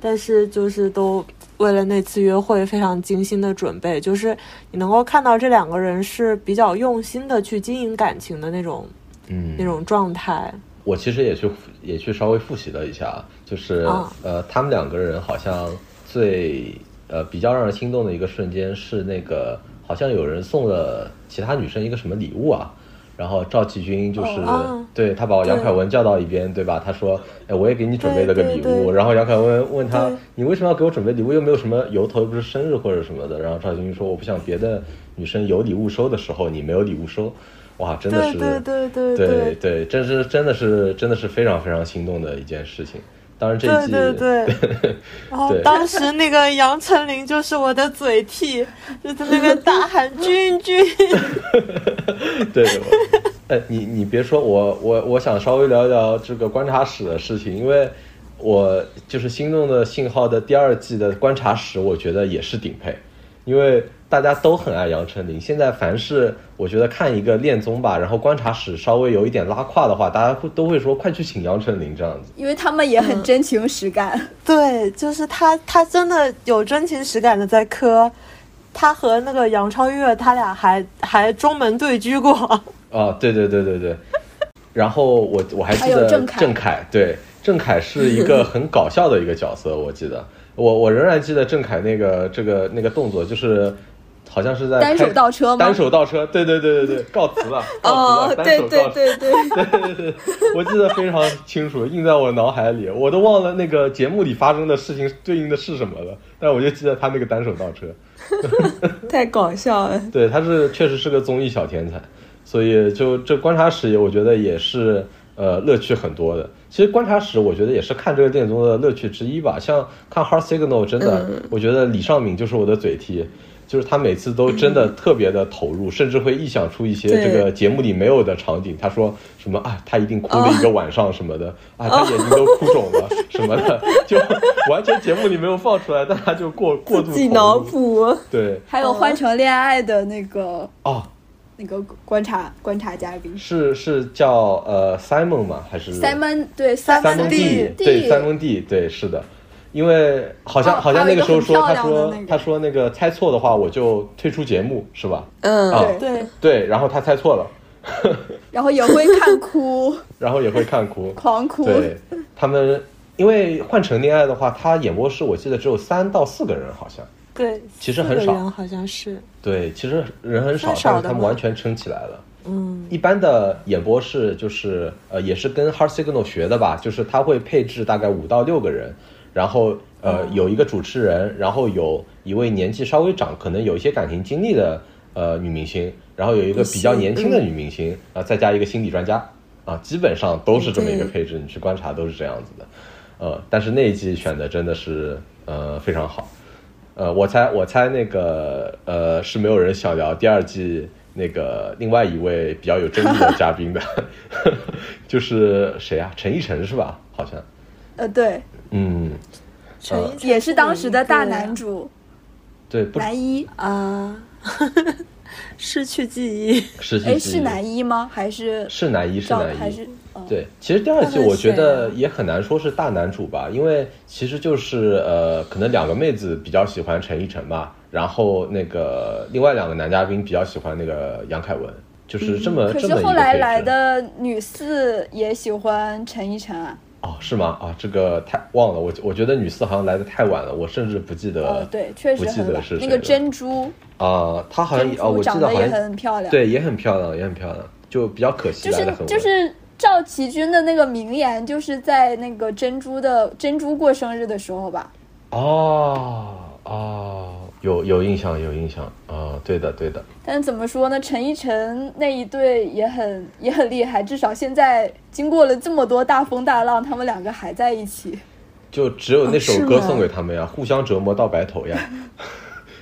S2: 但是就是都为了那次约会非常精心的准备，就是你能够看到这两个人是比较用心的去经营感情的那种
S4: 嗯
S2: 那种状态。
S4: 我其实也去也去稍微复习了一下，就是、
S2: 啊
S4: 呃，他们两个人好像最呃比较让人心动的一个瞬间是那个，好像有人送了其他女生一个什么礼物啊。然后赵启军就是、
S2: 哦啊
S4: 对他把杨凯文叫到一边，对吧？他说：“哎，我也给你准备了个礼物。
S2: 对对对
S4: 然后杨凯文问他
S2: 对：“
S4: 你为什么要给我准备礼物？又没有什么由头，又不是生日或者什么的。”然后赵启军说：“我不想别的女生有礼物收的时候，你没有礼物收。”哇，真的
S2: 对
S4: 是
S2: 对对对
S4: 对对，真是真的是真的是非常非常心动的一件事情。当然这一
S2: 对
S4: 季，
S2: 对
S4: (laughs)
S2: 对，然后
S4: 对
S2: 当时那个杨丞琳就是我的嘴替，就在那边大
S4: (laughs)
S2: 喊君君，
S4: 对，我哎，你你别说，我我我想稍微聊一聊这个观察室的事情，因为我就是《心动的信号》的第二季的观察室，我觉得也是顶配，因为大家都很爱杨丞琳。现在凡是我觉得看一个恋综吧，然后观察室稍微有一点拉胯的话，大家会都会说快去请杨丞琳这样子。
S3: 因为他们也很真情实感。
S5: 嗯
S2: 对，就是他，他真的有真情实感的在磕。他和那个杨超越，他俩还还中门对狙过。 (laughs)
S4: 啊，对对对对对。 (laughs) 然后我我还记
S3: 还有
S4: 得
S3: 郑恺
S4: 对，郑恺是一个很搞笑的一个角色，我记得，我我仍然记得郑恺那个这个那个动作，就是好像是在
S3: 单手
S4: 开
S3: 倒车吗
S4: 单手倒车，对对对对对，告辞
S3: (laughs)
S4: 了，告
S5: 哦
S4: 辞了，，单
S5: 对
S4: 手
S5: 对
S4: 倒车。
S5: 对对，
S4: 我记得非常清楚，印在我脑海里，我都忘了那个节目里发生的事情对应的是什么了，但我就记得他那个单手倒车。
S5: 太搞笑了。
S4: 对，他是确实是个综艺小天才，所以就这观察室，我觉得也是呃乐趣很多的。其实观察室，我觉得也是看这个电综的乐趣之一吧。像看《Heart Signal》，真的，
S5: 嗯
S4: 我觉得李尚敏就是我的嘴替，就是他每次都真的特别的投入，甚至会臆想出一些这个
S5: 对
S4: 节目里没有的场景。他说什么啊，他一定哭了一个
S5: 哦
S4: 晚上什么的，啊，他眼睛都哭肿了什么的，就完全节目里没有放出来，但他就过过度
S5: 自己
S4: 投
S5: 脑
S4: 入。
S5: 补，啊
S4: 对，
S3: (laughs) 还有换成恋爱的那个
S4: 哦，
S3: 那个观察观察嘉宾
S4: 是是叫呃 Simon 吗？还是
S3: Simon 对
S4: 三分
S3: Simon
S4: 地？
S3: D
S4: 对三分地，对是的。因为好像、
S3: 哦
S4: 好像
S3: 还有一
S4: 那
S3: 个
S4: 时候
S3: 很
S4: 说，
S3: 漂
S4: 他
S3: 亮的
S4: 说
S3: 那个
S4: 他说那个猜错的话，我就退出节目，是吧？
S5: 嗯，
S4: 啊，
S3: 对
S2: 对，
S4: 对，然后他猜错了，
S3: 然后也会看哭
S4: 然后也会看哭。
S3: 狂 (laughs) 哭，
S4: 对他们，因为换成恋爱的话，他演播室我记得只有三到四个人，好像。
S2: 对，
S4: 其实
S2: 四
S4: 很
S2: 个
S4: 少
S2: 人好像是，
S4: 对，其实人很少
S2: 很，少
S4: 但是
S2: 的
S4: 他们
S2: 嘛
S4: 完全撑起来了。
S2: 嗯，
S4: 一般的演播室就是呃，也是跟 Hard Signal 学的吧，就是他会配置大概五到六个人，然后
S2: 哦
S4: 呃有一个主持人，然后有一位年纪稍微长，可能有一些感情经历的呃女明星，然后有一个比较年轻的女明星，啊，再加一个心理专家，啊，基本上都是这么一个配置，
S3: 嗯
S4: 你去观察都是这样子的，呃，但是那一季选的真的是呃非常好。呃，我猜我猜那个呃是没有人想聊第二季那个另外一位比较有争议的嘉宾的，
S3: (laughs)
S4: 就是谁啊？陈奕晨是吧？好像，
S3: 呃对，
S4: 嗯，
S2: 陈奕迅
S3: 也是当时的大男
S2: 主
S3: 主
S4: 对，不
S3: 男一，
S2: 啊， (laughs) 失去记忆。
S4: 是
S3: 哎是男一吗？还是
S4: 是男一是
S3: 赵
S4: 男一
S3: 还是哦
S4: 对，其实第二季
S2: 他们
S4: 我觉得
S2: 谁啊
S4: 也很难说是大男主吧，因为其实就是呃，可能两个妹子比较喜欢陈奕晨吧，然后那个另外两个男嘉宾比较喜欢那个杨凯文，就是这么、
S3: 嗯可
S4: 这
S3: 是
S4: 么一个
S3: 后来
S4: 配置
S3: 来的女四也喜欢陈奕晨啊，
S4: 哦，是吗？啊，这个太忘了，我我觉得女四好像来的太晚了，我甚至不记得。
S3: 哦对，确实
S4: 不记
S3: 很
S4: 得
S3: 晚
S4: 是。
S3: 那
S4: 谁
S3: 个
S4: 了
S3: 珍珠，
S4: 啊，她好像
S3: 珍
S4: 啊，我
S3: 珠
S4: 记
S3: 长
S4: 得
S3: 得
S4: 好
S3: 也
S4: 像
S3: 很漂亮，，
S4: 对，也很漂亮，也很漂亮，就比较可惜
S3: 就
S4: 来
S3: 是
S4: 的很晚。
S3: 就是赵启军的那个名言，就是在那个珍珠的珍珠过生日的时候吧，
S4: 哦哦，有有印象，有印象啊、对的对的，
S3: 但怎么说呢？陈奕晨那一对也很也很厉害，至少现在经过了这么多大风大浪，他们两个还在一起。
S4: 就只有那首
S5: 哦是
S4: 歌
S5: 吗 (laughs)
S4: 送给他们呀，互相折磨到白头呀。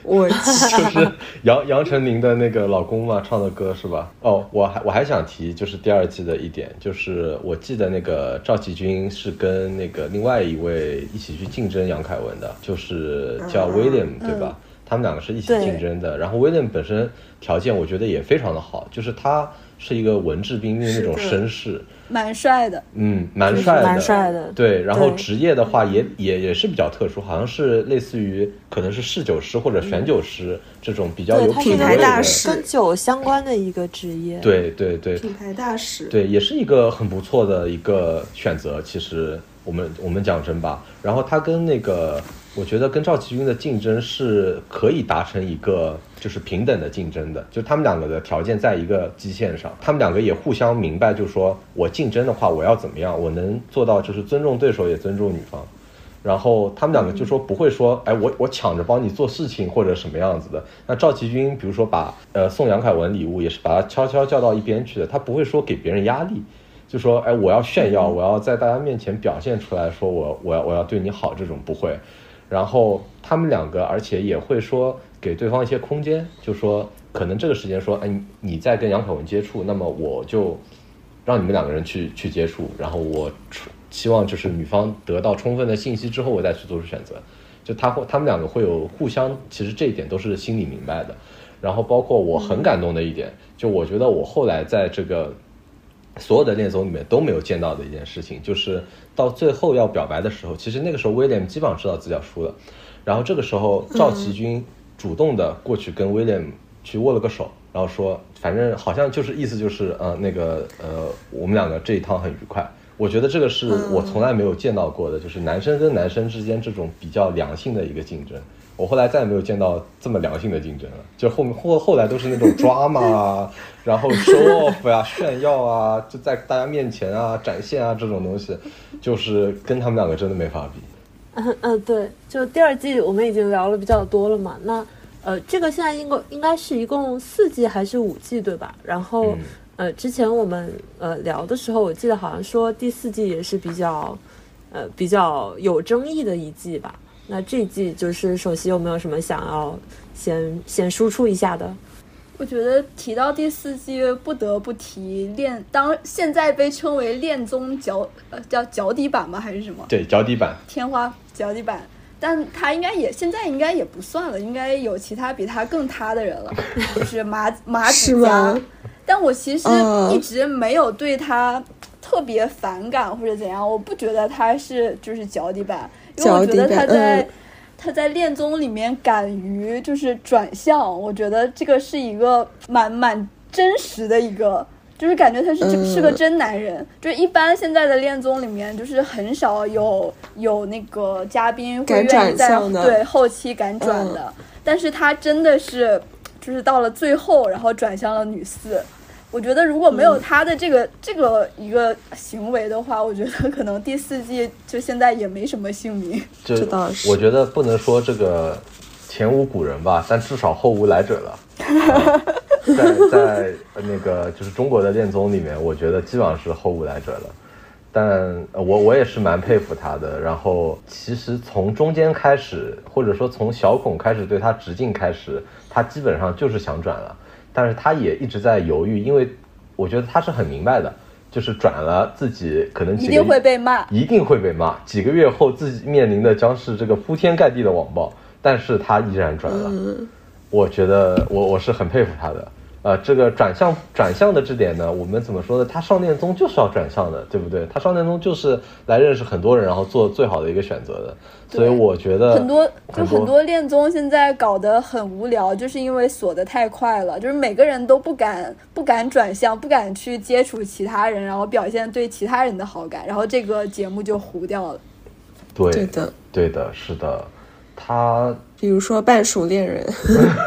S5: 我
S4: 就是杨杨丞琳的那个老公嘛唱的歌是吧？哦，我还我还想提就是第二季的一点，就是我记得那个赵启军是跟那个另外一位一起去竞争杨凯文的，就是叫
S5: 嗯
S4: William、对吧？他们两个是一起竞争的。然后 William 本身条件我觉得也非常的好，就是他是一个文质彬彬那种绅士，
S3: 蛮帅的。
S4: 嗯，蛮帅的，
S2: 蛮帅的
S4: 对，然后
S2: 对
S4: 职业的话也也也是比较特殊，好像是类似于可能是侍酒师或者选酒师、这种比较
S2: 嗯对，
S4: 有
S2: 他是
S4: 品
S2: 一
S5: 牌
S4: 位
S5: 大
S4: 的。
S5: 使
S2: 个跟酒相关的一个职业。，
S4: 对对对
S5: 品牌大使，
S4: 对，也是一个很不错的一个选择。其实我们我们讲真吧，然后他跟那个，我觉得跟赵奇军的竞争是可以达成一个就是平等的竞争的，就他们两个的条件在一个基线上，他们两个也互相明白，就是说我竞争的话，我要怎么样，我能做到就是尊重对手，也尊重女方。然后他们两个就说不会说，哎，我我抢着帮你做事情或者什么样子的。那赵奇军，比如说把呃送杨凯文礼物，也是把他悄悄叫到一边去的，他不会说给别人压力，就说哎我要炫耀，我要在大家面前表现出来，说我我要我要对你好这种不会。然后他们两个，而且也会说给对方一些空间，就说可能这个时间说，哎，你你在跟杨凯文接触，那么我就让你们两个人去去接触，然后我出希望就是女方得到充分的信息之后，我再去做出选择。就他会，他们两个会有互相，其实这一点都是心里明白的。然后包括我很感动的一点，就我觉得我后来在这个所有的恋综里面都没有见到的一件事情，就是到最后要表白的时候，其实那个时候威廉基本上知道自己要输了，然后这个时候赵奇军主动的过去跟威廉去握了个手，然后说，反正好像就是意思就是，呃，那个呃，我们两个这一趟很愉快。我觉得这个是我从来没有见到过的，就是男生跟男生之间这种比较良性的一个竞争。我后来再也没有见到这么良性的竞争了，就后面后后来都是那种 (laughs) drama 啊，然后 show off 啊、炫耀啊，就在大家面前啊展现啊这种东西，就是跟他们两个真的没法比。
S2: 嗯嗯，对，就第二季我们已经聊了比较多了嘛，那呃，这个现在应该应该是一共四季还是五季对吧？然后、
S4: 嗯
S2: 呃，之前我们呃聊的时候，我记得好像说第四季也是比较呃比较有争议的一季吧。那这季就是首席有没有什么想要先先输出一下的？
S3: 我觉得提到第四季，不得不提恋当现在被称为恋综脚呃叫脚底板吗？还是什么
S4: 对，脚底板，
S3: 天花脚底板？但他应该也现在应该也不算了，应该有其他比他更塌的人
S5: (laughs)
S3: 了，就是马马
S5: 是
S3: 子
S5: 吗
S3: 佳。但我其实
S5: 嗯
S3: 一直没有对他特别反感或者怎样，我不觉得他是就是脚底板，因为我觉得他
S5: 脚底板
S3: 在、
S5: 嗯
S3: 他在恋综里面敢于就是转向，我觉得这个是一个蛮蛮真实的一个。就是感觉他是、
S5: 嗯
S3: 是个真男人，就是一般现在的恋综里面，就是很少有有那个嘉宾会
S5: 敢
S3: 愿意
S5: 转
S3: 在
S5: 向的嗯
S3: 对后期敢转的，但是他真的是就是到了最后，然后转向了女四。我觉得如果没
S5: 嗯
S3: 有他的这个、这个一个行为的话，我觉得可能第四季就现在也没什么姓名。
S4: 就
S5: 这倒是
S4: 我觉得不能说这个前无古人吧，但至少后无来者
S3: (laughs)
S4: 了。啊在在呃那个就是中国的恋综里面，我觉得基本上是后无来者了。但呃我我也是蛮佩服他的。然后其实从中间开始，或者说从小孔开始对他直径开始，他基本上就是想转了，但是他也一直在犹豫，因为我觉得他是很明白的，就是转了自己可能几
S3: 一
S4: 个
S3: 定会被骂
S4: 一定会被骂。几个月后，自己面临的将是这个铺天盖地的网暴，但是他依然转了。
S3: 嗯
S4: 我觉得我我是很佩服他的。呃，这个转向转向的这点呢，我们怎么说呢？他上恋综就是要转向的，对不对？他上恋综就是来认识很多人，然后做最好的一个选择的。所以
S3: 对
S4: 我觉得
S3: 很多就
S4: 呃很
S3: 很多恋综现在搞得很无聊，就是因为锁得太快了，就是每个人都不敢不敢转向，不敢去接触其他人，然后表现对其他人的好感，然后这个节目就糊掉了。
S4: 对
S5: 对的，
S4: 对的，是的。他
S5: 比如说半熟恋人，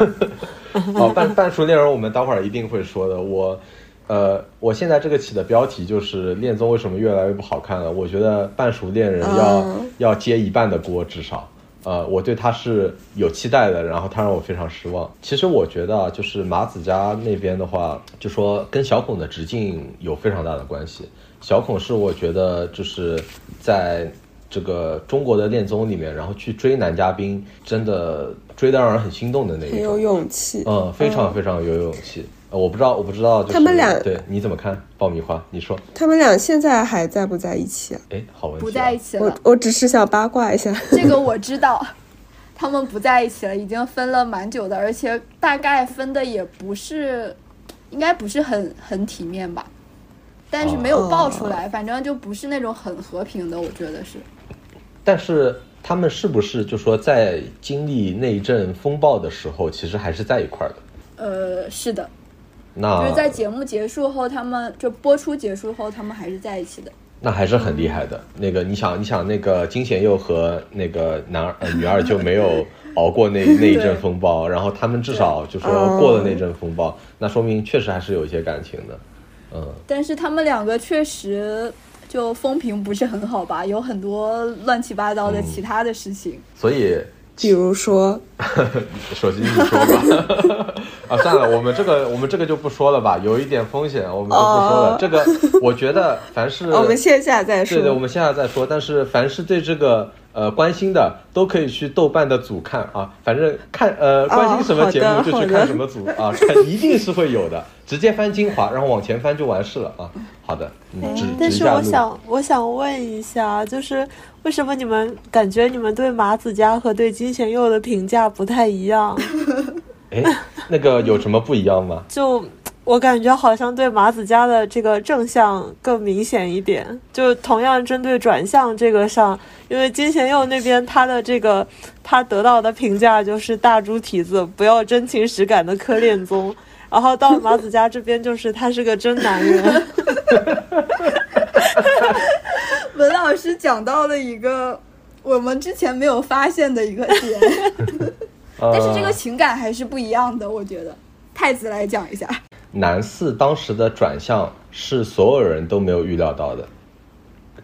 S4: (laughs) 哦，半半熟恋人，我们待会儿一定会说的。我，呃，我现在这个起的标题就是“恋综为什么越来越不好看了”。我觉得半熟恋人要、
S5: 嗯
S4: 要接一半的锅，至少。呃，我对他是有期待的，然后他让我非常失望。其实我觉得啊，就是马子佳那边的话，就说跟小孔的直径有非常大的关系。小孔是我觉得就是在这个中国的恋综里面，然后去追男嘉宾，真的追得让人很心动的那
S5: 很
S4: 一
S5: 有
S4: 种。
S5: 勇气。
S4: 嗯，非常非常有勇气。呃，我不知道，我不知道，就是
S5: 他们俩
S4: 对你怎么看爆米花？你说，
S5: 他们俩现在还在不在一起啊？
S4: 哎，好问题、啊。
S3: 不在一起
S5: 我
S3: 了。
S5: 我只是想八卦一下，
S3: 这个我知道， (laughs) 他们不在一起了，已经分了蛮久的，而且大概分的也不是，应该不是很很体面吧，但是没有爆出来，反正就不是那种很和平的，我觉得是。
S4: 但是他们是不是就说在经历那一阵风暴的时候，其实还是在一块儿的？
S3: 呃，是的，
S4: 那
S3: 就是在节目结束后，他们就播出结束后，他们还是在一起的。
S4: 那还是很厉害的。那个你想，你想那个金贤佑和那个男二、呃、女二就没
S3: (laughs)
S4: 有熬过那那一阵风暴，然后他们至少就说过了
S3: 嗯
S4: 那阵风暴，那说明确实还是有一些感情的。嗯，
S3: 但是他们两个确实就风评不是很好吧，有很多乱七八糟的
S4: 嗯
S3: 其他的事情。
S4: 所以
S5: 比如说，
S4: 手机你说
S5: (laughs)
S4: 吧，啊，算了，我们这个我们这个就不说了吧，有一点风险，我们就不说了。
S5: 哦
S4: 这个我觉得凡
S5: (laughs)
S4: 是
S5: 我们线下再说。
S4: 对对，我们现在再说。但是凡是对这个呃关心的，都可以去豆瓣的组看啊。反正看呃关心什么节目
S5: 好的
S4: 就去
S5: 好
S4: 看
S5: 的
S4: 什么组啊， (laughs) 看一定是会有的。直接翻精华，然后往前翻就完事了啊。好的，
S2: 哎
S4: 嗯，指
S2: 但
S4: 指一
S2: 是
S4: 下
S2: 我
S4: 路。
S2: 想，我想问一下，就是为什么你们感觉你们对马子佳和对金贤佑的评价不太一样？
S4: 哎，那个有什么不一样吗？
S2: 就我感觉好像对马子佳的这个正向更明显一点。就同样针对转向这个上，因为金贤佑那边他的这个他得到的评价就是大猪蹄子，不要真情实感的磕恋综。然后到马子佳这边就是他是个真男人，
S3: 文老师讲到了一个我们之前没有发现的一个点，
S4: 嗯
S3: 但
S4: 但
S3: 是这个情感还是不一样的，我觉得。太子来讲一下，
S4: 男四当时的转向是所有人都没有预料到的，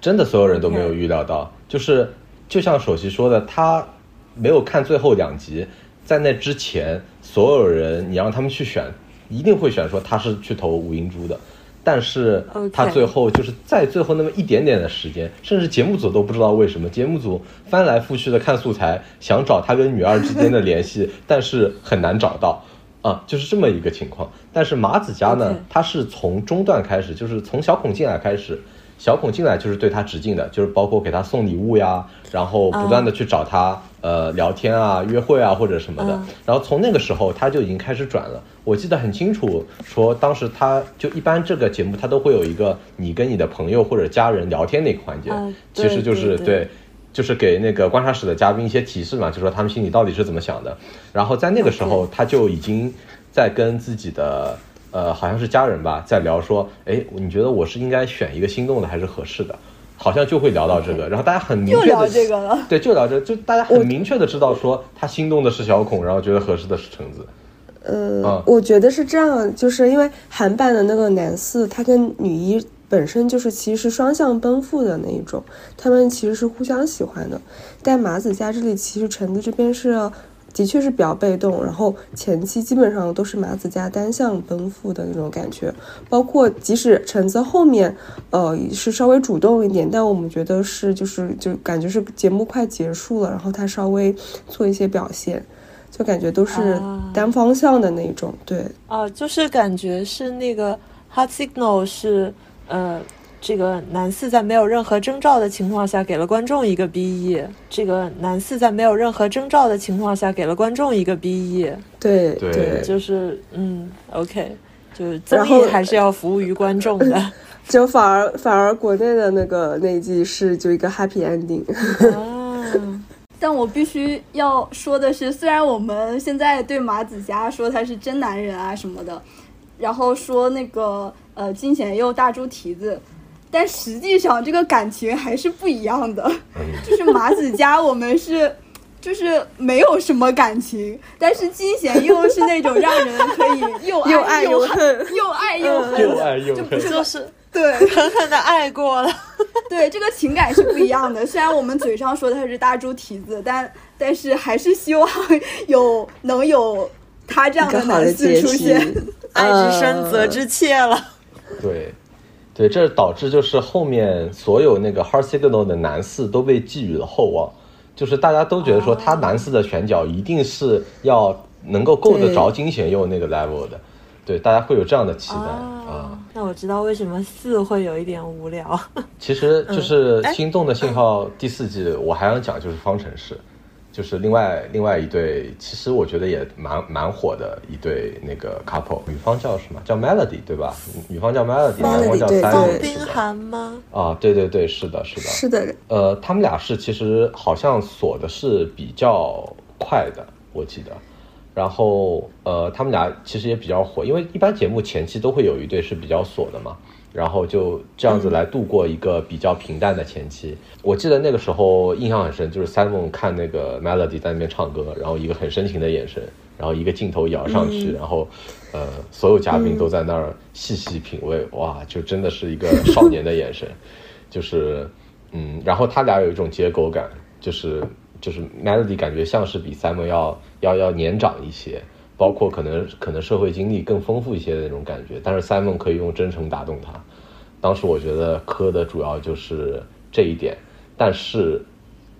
S4: 真的所有人都没有预料到。就是就像首席说的，他没有看最后两集，在那之前，所有人你让他们去选，一定会选说他是去投五银珠的。但是
S2: OK
S4: 他最后就是在最后那么一点点的时间，甚至节目组都不知道为什么，节目组翻来覆去的看素材，想找他跟女二之间的联系， (laughs) 但是很难找到。啊，就是这么一个情况。但是马子佳呢
S2: OK，
S4: 他是从中段开始，就是从小孔进来开始，小孔进来就是对他致敬的，就是包括给他送礼物呀，然后
S2: 啊
S4: 不断的去找他、呃聊天啊、约会啊或者什么
S2: 嗯
S4: 的。然后从那个时候他就已经开始转了。我记得很清楚，说当时他就一般这个节目他都会有一个你跟你的朋友或者家人聊天的一个环节，
S2: 嗯
S4: 其实就
S2: 对
S4: 是
S2: 对
S4: 对就是给那个观察室的嘉宾一些提示嘛，就说他们心里到底是怎么想的。然后在那个时候，他就已经在跟自己的呃，好像是家人吧，在聊说，哎，你觉得我是应该选一个心动的还是合适的？好像就会聊到这个，然后大家很明
S3: 又
S4: 确
S3: 聊
S4: 的
S3: 这个了。
S4: 对，就聊这，就大家很明确的知道说他心动的是小孔，然后觉得合适的是橙子。啊
S5: 呃，我觉得是这样，就是因为韩版的那个男四，他跟女一本身就是其实是双向奔赴的那一种，他们其实是互相喜欢的。但马子佳这里其实橙子这边是的确是比较被动，然后前期基本上都是马子佳单向奔赴的那种感觉，包括即使橙子后面呃是稍微主动一点，但我们觉得是就是就感觉是节目快结束了，然后他稍微做一些表现。就感觉都是
S2: 啊
S5: 单方向的那种，对，
S2: 啊，就是感觉是那个 hot signal 是呃，这个男四在没有任何征兆的情况下给了观众一个 BE，这个男四在没有任何征兆的情况下给了观众一个 BE，
S5: 对
S4: 对
S2: 就是嗯，OK，就是综
S5: 然后
S2: 艺还是要服务于观众
S5: (laughs)
S2: 的。
S5: 就反而反而国内的那个那一季是就一个 happy ending，
S2: 啊，
S3: 但我必须要说的是，虽然我们现在对马子佳说他是真男人啊什么的，然后说那个呃金贤佑大猪蹄子，但实际上这个感情还是不一样
S5: (laughs)
S3: 的。就是马子佳，我们是就是没有什么感情，但是金贤佑是那种让人可以又
S5: (laughs) 又爱
S3: 又
S5: 又恨，嗯
S3: 又爱又恨，
S4: 又爱又
S3: 哎就不
S4: 恨
S3: 是
S2: 就是
S3: 对。
S2: 狠狠的爱过了。
S3: (laughs) 对，这个情感是不一样的。虽然我们嘴上说他是大猪蹄子，但但是还是希望有能有他这
S5: (laughs) 一
S3: 样
S5: 个好
S3: 男
S5: 的
S3: 子
S5: 结嗯
S3: 出
S5: 局
S3: 现。。
S2: 爱之深，
S5: 呃
S2: 责之切了。
S4: 对，对，这导致就是后面所有那个 hard signal 的男四都被寄予了厚望，就是大家都觉得说
S5: 哦
S4: 他男四的选角一定是要能够够得着金贤佑那个 level 的，对，大家会有这样的期待
S5: 哦
S4: 啊。
S2: (laughs) 那我知道为什么四会有一点无聊。
S4: 其实
S5: 嗯
S4: 就是
S5: 哎
S4: 《心动的信号》第四季，我还想讲就是方程式，就是另外另外一对，其实我觉得也蛮蛮火的一对那个 couple，女方叫什么？叫 Melody 对吧？女方叫 Melody，男方
S5: Melody，
S4: 叫
S5: 对
S4: 三
S5: 方
S4: 位
S2: 冰
S4: 是吧？
S2: 寒吗？
S4: 啊，对对对，是的，是的，
S5: 是的，
S4: 呃，他们俩是其实好像锁的是比较快的，我记得。然后呃，他们俩其实也比较火，因为一般节目前期都会有一对是比较锁的嘛，然后就这样子来度过一个比较平淡的前期。我记得那个时候印象很深，就是 Simon 看那个 Melody 在那边唱歌，然后一个很深情的眼神，然后一个镜头摇上去，然后呃，所有嘉宾都在那儿细细品味，哇，就真的是一个少年的眼神。就是嗯，然后他俩有一种结构感，就是就是 Melody 感觉像是比 Simon 要要要年长一些，包括可能可能社会经历更丰富一些的那种感觉，但是 Simon 可以用真诚打动他。当时我觉得磕的主要就是这一点，但是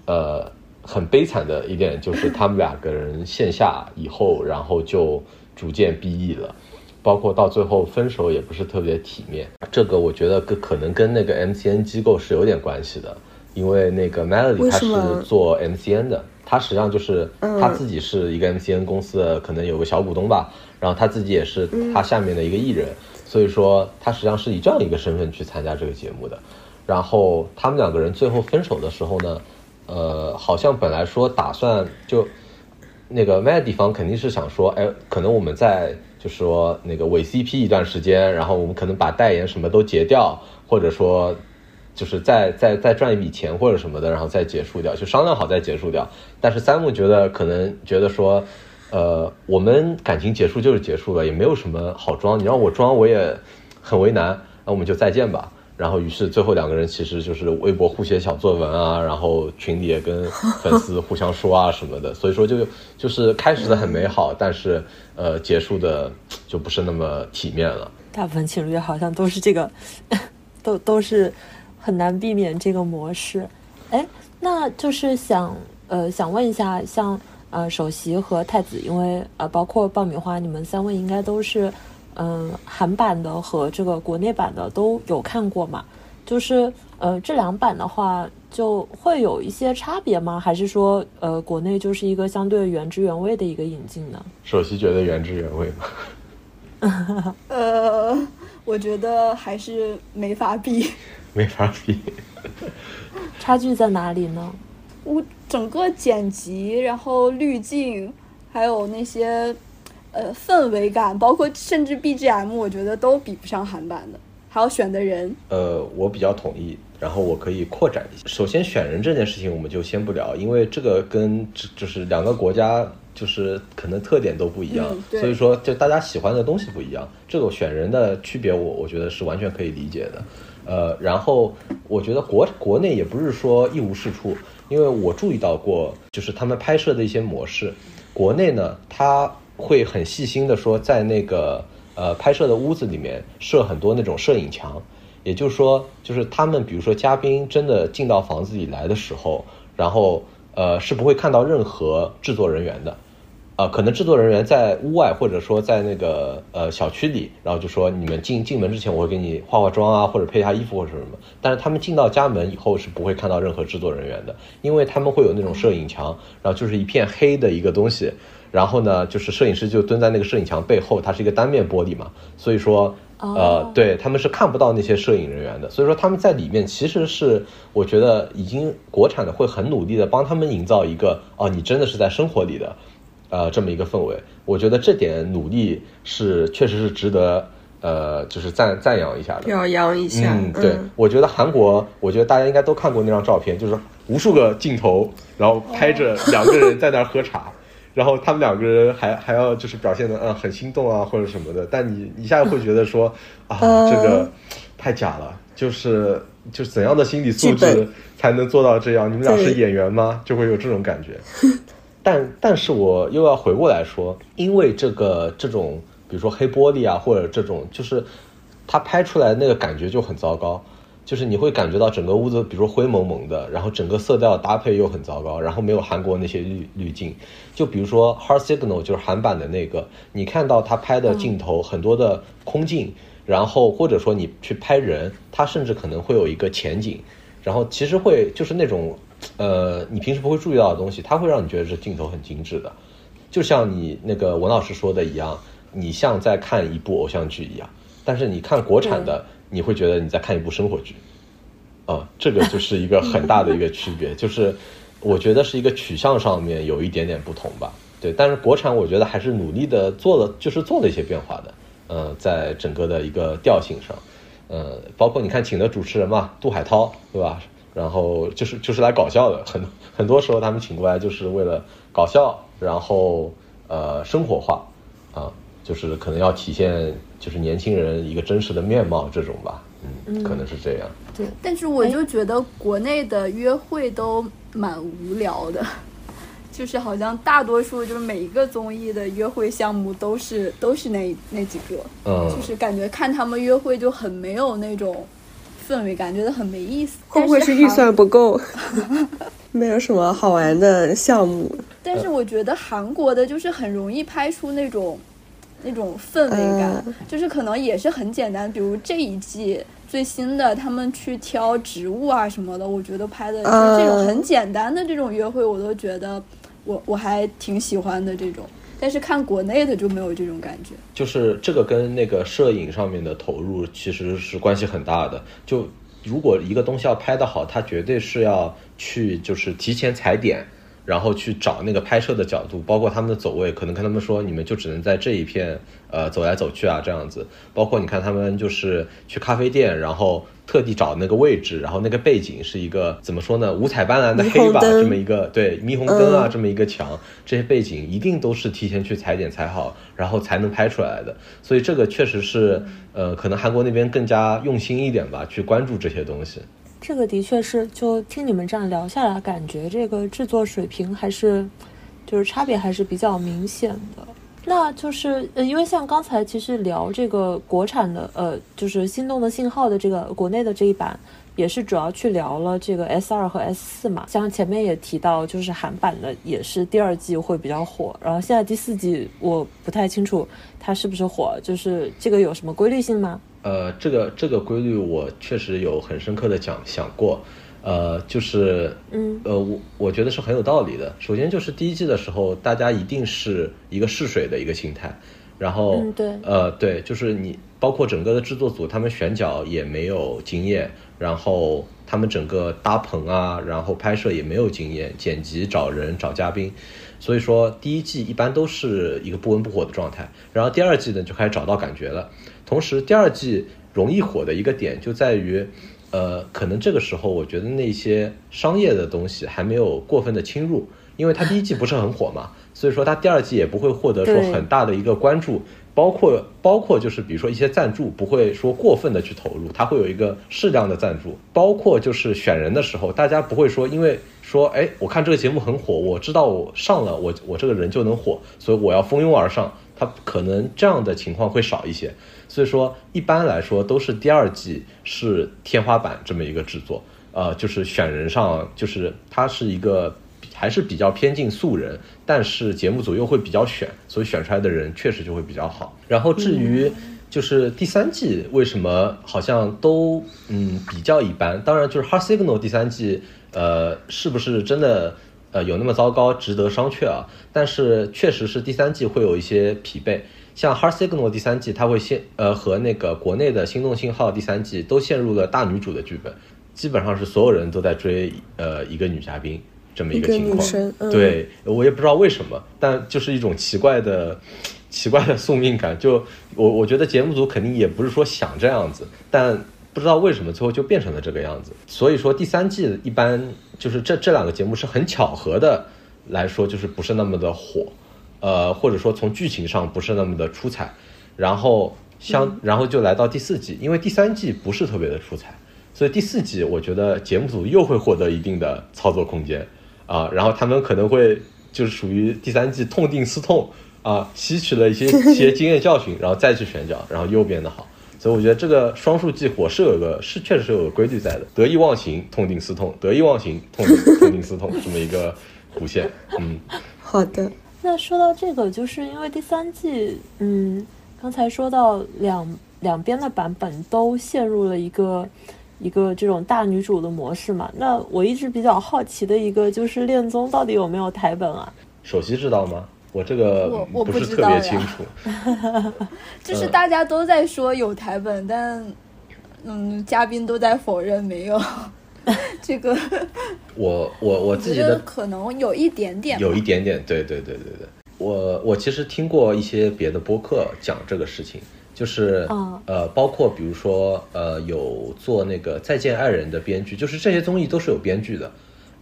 S4: 呃，很悲惨的一点就是他们两个人线下以后，然后就逐渐逼异了。包括到最后分手也不是特别体面，这个我觉得跟可能跟那个 MCN 机构是有点关系的，因为那个 Melody
S5: 为
S4: 他
S5: 什
S4: 是
S5: 么
S4: 做 MCN 的，他实际上就是
S5: 嗯
S4: 他自己是一个 MCN 公司的，可能有个小股东吧，然后他自己也是他下面的一个艺人，所以说他实际上是以这样一个身份去参加这个节目的。然后他们两个人最后分手的时候呢，呃，好像本来说打算就那个 Melody 方肯定是想说，哎，可能我们在就说那个伪 CP 一段时间，然后我们可能把代言什么都截掉，或者说就是再再再赚一笔钱或者什么的，然后再结束掉，就商量好再结束掉。但是三木觉得可能觉得说，呃，我们感情结束就是结束了，也没有什么好装，你让我装我也很为难，那我们就再见吧。然后，于是最后两个人其实就是微博互写小作文啊，然后群里也跟粉丝互相说啊什么的，所以说就就是开始的很美好，但是呃结束的就不是那么体面了。
S2: 大部分情侣好像都是这个， (laughs) 都都是很难避免这个模式。哎，那就是想呃想问一下，像呃首席和太子，因为呃包括爆米花，你们三位应该都是嗯、韩版的和这个国内版的都有看过嘛？就是呃这两版的话，就会有一些差别吗？还是说呃国内就是一个相对原汁原味的一个引进呢？
S4: 首席觉得原汁原味吗？ (laughs)
S3: 呃，我觉得还是没法比。
S4: 没法比。
S2: 差距在哪里呢？
S3: 我整个剪辑，然后滤镜，还有那些呃氛围感，包括甚至 BGM，我觉得都比不上韩版的。还有选的人，
S4: 呃，我比较同意，然后我可以扩展一下。首先，选人这件事情我们就先不聊，因为这个跟就就是两个国家就是可能特点都不一样，
S3: 嗯对
S4: 所以说就大家喜欢的东西不一样，这个选人的区别我我觉得是完全可以理解的。呃，然后我觉得国国内也不是说一无是处，因为我注意到过，就是他们拍摄的一些模式，国内呢，他会很细心的说，在那个呃拍摄的屋子里面设很多那种摄影墙，也就是说，就是他们比如说嘉宾真的进到房子里来的时候，然后呃是不会看到任何制作人员的，啊，可能制作人员在屋外或者说在那个呃小区里，然后就说你们进进门之前我会给你化化妆啊，或者配一下衣服或者什么。但是他们进到家门以后是不会看到任何制作人员的，因为他们会有那种摄影墙，然后就是一片黑的一个东西。然后呢，就是摄影师就蹲在那个摄影墙背后，它是一个单面玻璃嘛，所以说呃
S2: 哦
S4: 对他们是看不到那些摄影人员的。所以说他们在里面其实是我觉得已经国产的会很努力的帮他们营造一个哦、你真的是在生活里的。呃这么一个氛围。我觉得这点努力是确实是值得呃就是赞赞扬一下的。
S5: 表扬一下，
S4: 嗯，对，我觉得韩国，我觉得大家应该都看过那张照片，就是无数个镜头，然后拍
S5: 哦
S4: 着两个人在那儿喝茶。然后他们两个人还还要就是表现的嗯很心动啊或者什么的，但你一下会觉得说啊
S5: 嗯
S4: 这个太假了，就是就是怎样的心理素
S5: 剧
S4: 质
S5: 本
S4: 才能做到这样？你们俩是
S5: 对
S4: 演员吗？就会有这种感觉。 (laughs) 但但是我又要回过来说，因为这个这种，比如说黑玻璃啊，或者这种，就是他拍出来的那个感觉就很糟糕，就是你会感觉到整个屋子，比如灰蒙蒙的，然后整个色调搭配又很糟糕，然后没有韩国那些滤滤镜。就比如说《Heart Signal》，就是韩版的那个，你看到他拍的镜头很多的空镜，然后或者说你去拍人，他甚至可能会有一个前景，然后其实会就是那种，呃，你平时不会注意到的东西，它会让你觉得这镜头很精致的。就像你那个文老师说的一样，你像在看一部偶像剧一样，但是你看国产的，你会觉得你在看一部生活剧，啊，这个就是一个很大的一个区别，就是我觉得是一个取向上面有一点点不同吧，对，但是国产我觉得还是努力的做了，就是做了一些变化的，呃，在整个的一个调性上，呃，包括你看请的主持人嘛，杜海涛，对吧？然后就是就是来搞笑的，很很多时候他们请过来就是为了搞笑，然后呃生活化，啊，就是可能要体现就是年轻人一个真实的面貌这种吧，嗯，可能是这样。
S3: 但是
S5: 哎
S3: 我就觉得国内的约会都蛮无聊的， (laughs) 就是好像大多数就是每一个综艺的约会项目都是都是那那几个，
S4: 嗯，
S3: 就是感觉看他们约会就很没有那种氛围感，觉得很没意思。
S5: 会不会
S3: 但
S5: 是
S3: 是
S5: 预
S3: 韩
S5: 算不够， (laughs) 没有什么好玩的项目？
S3: 但
S4: 呃
S3: 是我觉得韩国的就是很容易拍出那种那种氛围感，
S4: 呃
S3: 就是可能也是很简单，比如这一季最新的他们去挑植物啊什么的，我觉得拍的就是这种
S5: 嗯
S3: 很简单的这种约会，我都觉得我我还挺喜欢的这种。但是看国内的就没有这种感觉，
S4: 就是这个跟那个摄影上面的投入其实是关系很大的。就如果一个东西要拍得好，它绝对是要去就是提前踩点，然后去找那个拍摄的角度，包括他们的走位，可能跟他们说你们就只能在这一片呃走来走去啊这样子。包括你看他们就是去咖啡店，然后特地找那个位置，然后那个背景是一个怎么说呢，五彩斑斓的
S5: 霓
S4: 黑
S5: 虹
S4: 吧，
S5: 灯
S4: 这么一个对霓虹灯啊这么一个墙，这些背景一定都是提前去踩点踩好，然后才能拍出来的。所以这个确实是，呃，可能韩国那边更加用心一点吧，去关注这些东西。
S2: 这个的确是，就听你们这样聊下来，感觉这个制作水平还是，就是差别还是比较明显的。那就是呃，因为像刚才其实聊这个国产的，呃，就是《心动的信号》的这个国内的这一版，也是主要去聊了这个 S 二和 S 四嘛。像前面也提到，就是韩版的也是第二季会比较火，然后现在第四季我不太清楚它是不是火，就是这个有什么规律性吗？
S4: 呃，这个这个规律我确实有很深刻的讲想过，呃，就是，
S2: 嗯，
S4: 呃，我我觉得是很有道理的。首先就是第一季的时候，大家一定是一个试水的一个心态，然后，
S2: 嗯对
S4: 呃，对，就是你包括整个的制作组，他们选角也没有经验，然后他们整个搭棚啊，然后拍摄也没有经验，剪辑找人找嘉宾，所以说第一季一般都是一个不温不火的状态，然后第二季呢就开始找到感觉了。同时，第二季容易火的一个点就在于，呃，可能这个时候我觉得那些商业的东西还没有过分的侵入，因为它第一季不是很火嘛，所以说它第二季也不会获得说
S2: 对
S4: 很大的一个关注，包括包括就是比如说一些赞助不会说过分的去投入，它会有一个适量的赞助，包括就是选人的时候，大家不会说因为说哎我看这个节目很火，我知道我上了我我这个人就能火，所以我要蜂拥而上，它可能这样的情况会少一些，所以说一般来说都是第二季是天花板这么一个制作，呃，就是选人上就是它是一个还是比较偏近素人，但是节目组又会比较选，所以选出来的人确实就会比较好。然后至于就是第三季为什么好像都嗯比较一般，当然就是《Hard Signal》第三季，呃，是不是真的呃有那么糟糕，值得商榷啊？但是确实是第三季会有一些疲惫。像《Hard Signal》第三季，它会先呃和那个国内的《心动信号》第三季都陷入了大女主的剧本，基本上是所有人都在追呃一个女嘉宾这么一个
S5: 一个
S4: 情
S5: 女
S4: 况。
S5: 生嗯
S4: 对我也不知道为什么，但就是一种奇怪的、奇怪的宿命感。就我我觉得节目组肯定也不是说想这样子，但不知道为什么最后就变成了这个样子。所以说第三季一般就是这这两个节目是很巧合的来说，就是不是那么的火。呃，或者说从剧情上不是那么的出彩，然后
S5: 嗯
S4: 相然后就来到第四季，因为第三季不是特别的出彩，所以第四季我觉得节目组又会获得一定的操作空间啊、然后他们可能会就是属于第三季
S3: (laughs)
S4: 痛定思痛啊、吸取了一些一些经验教训，然后再去选角，然后又变得好。所以我觉得这个双数忌火是有一个是确实是有个规律在的，得意忘形，痛定思痛，得意忘形，
S3: (laughs)
S4: 痛定痛定思痛，这么一个弧线。嗯，
S5: 好的，
S2: 那说到这个，就是因为第三季，嗯，刚才说到两两边的版本都陷入了一个一个这种大女主的模式嘛。那我一直比较好奇的一个就是恋综到底有没有台本啊？
S4: 首席知道吗？我这个
S3: 我我不
S4: 是
S3: 知
S4: 特
S3: 道
S4: 别
S3: 呀
S4: 清楚。呃
S3: 就是大家都在说有台本，但嗯，嘉宾都在否认没有。 (laughs) 这个
S4: 我我我
S3: 我
S4: 自
S3: 觉
S4: 己
S3: 得
S4: 的
S3: 可能有一点点吧，
S4: 有一点点，对对对对对。我我其实听过一些别的播客讲这个事情，就是、
S2: 嗯
S4: 呃，包括比如说呃，有做那个《再见爱人》的编剧，就是这些综艺都是有编剧的。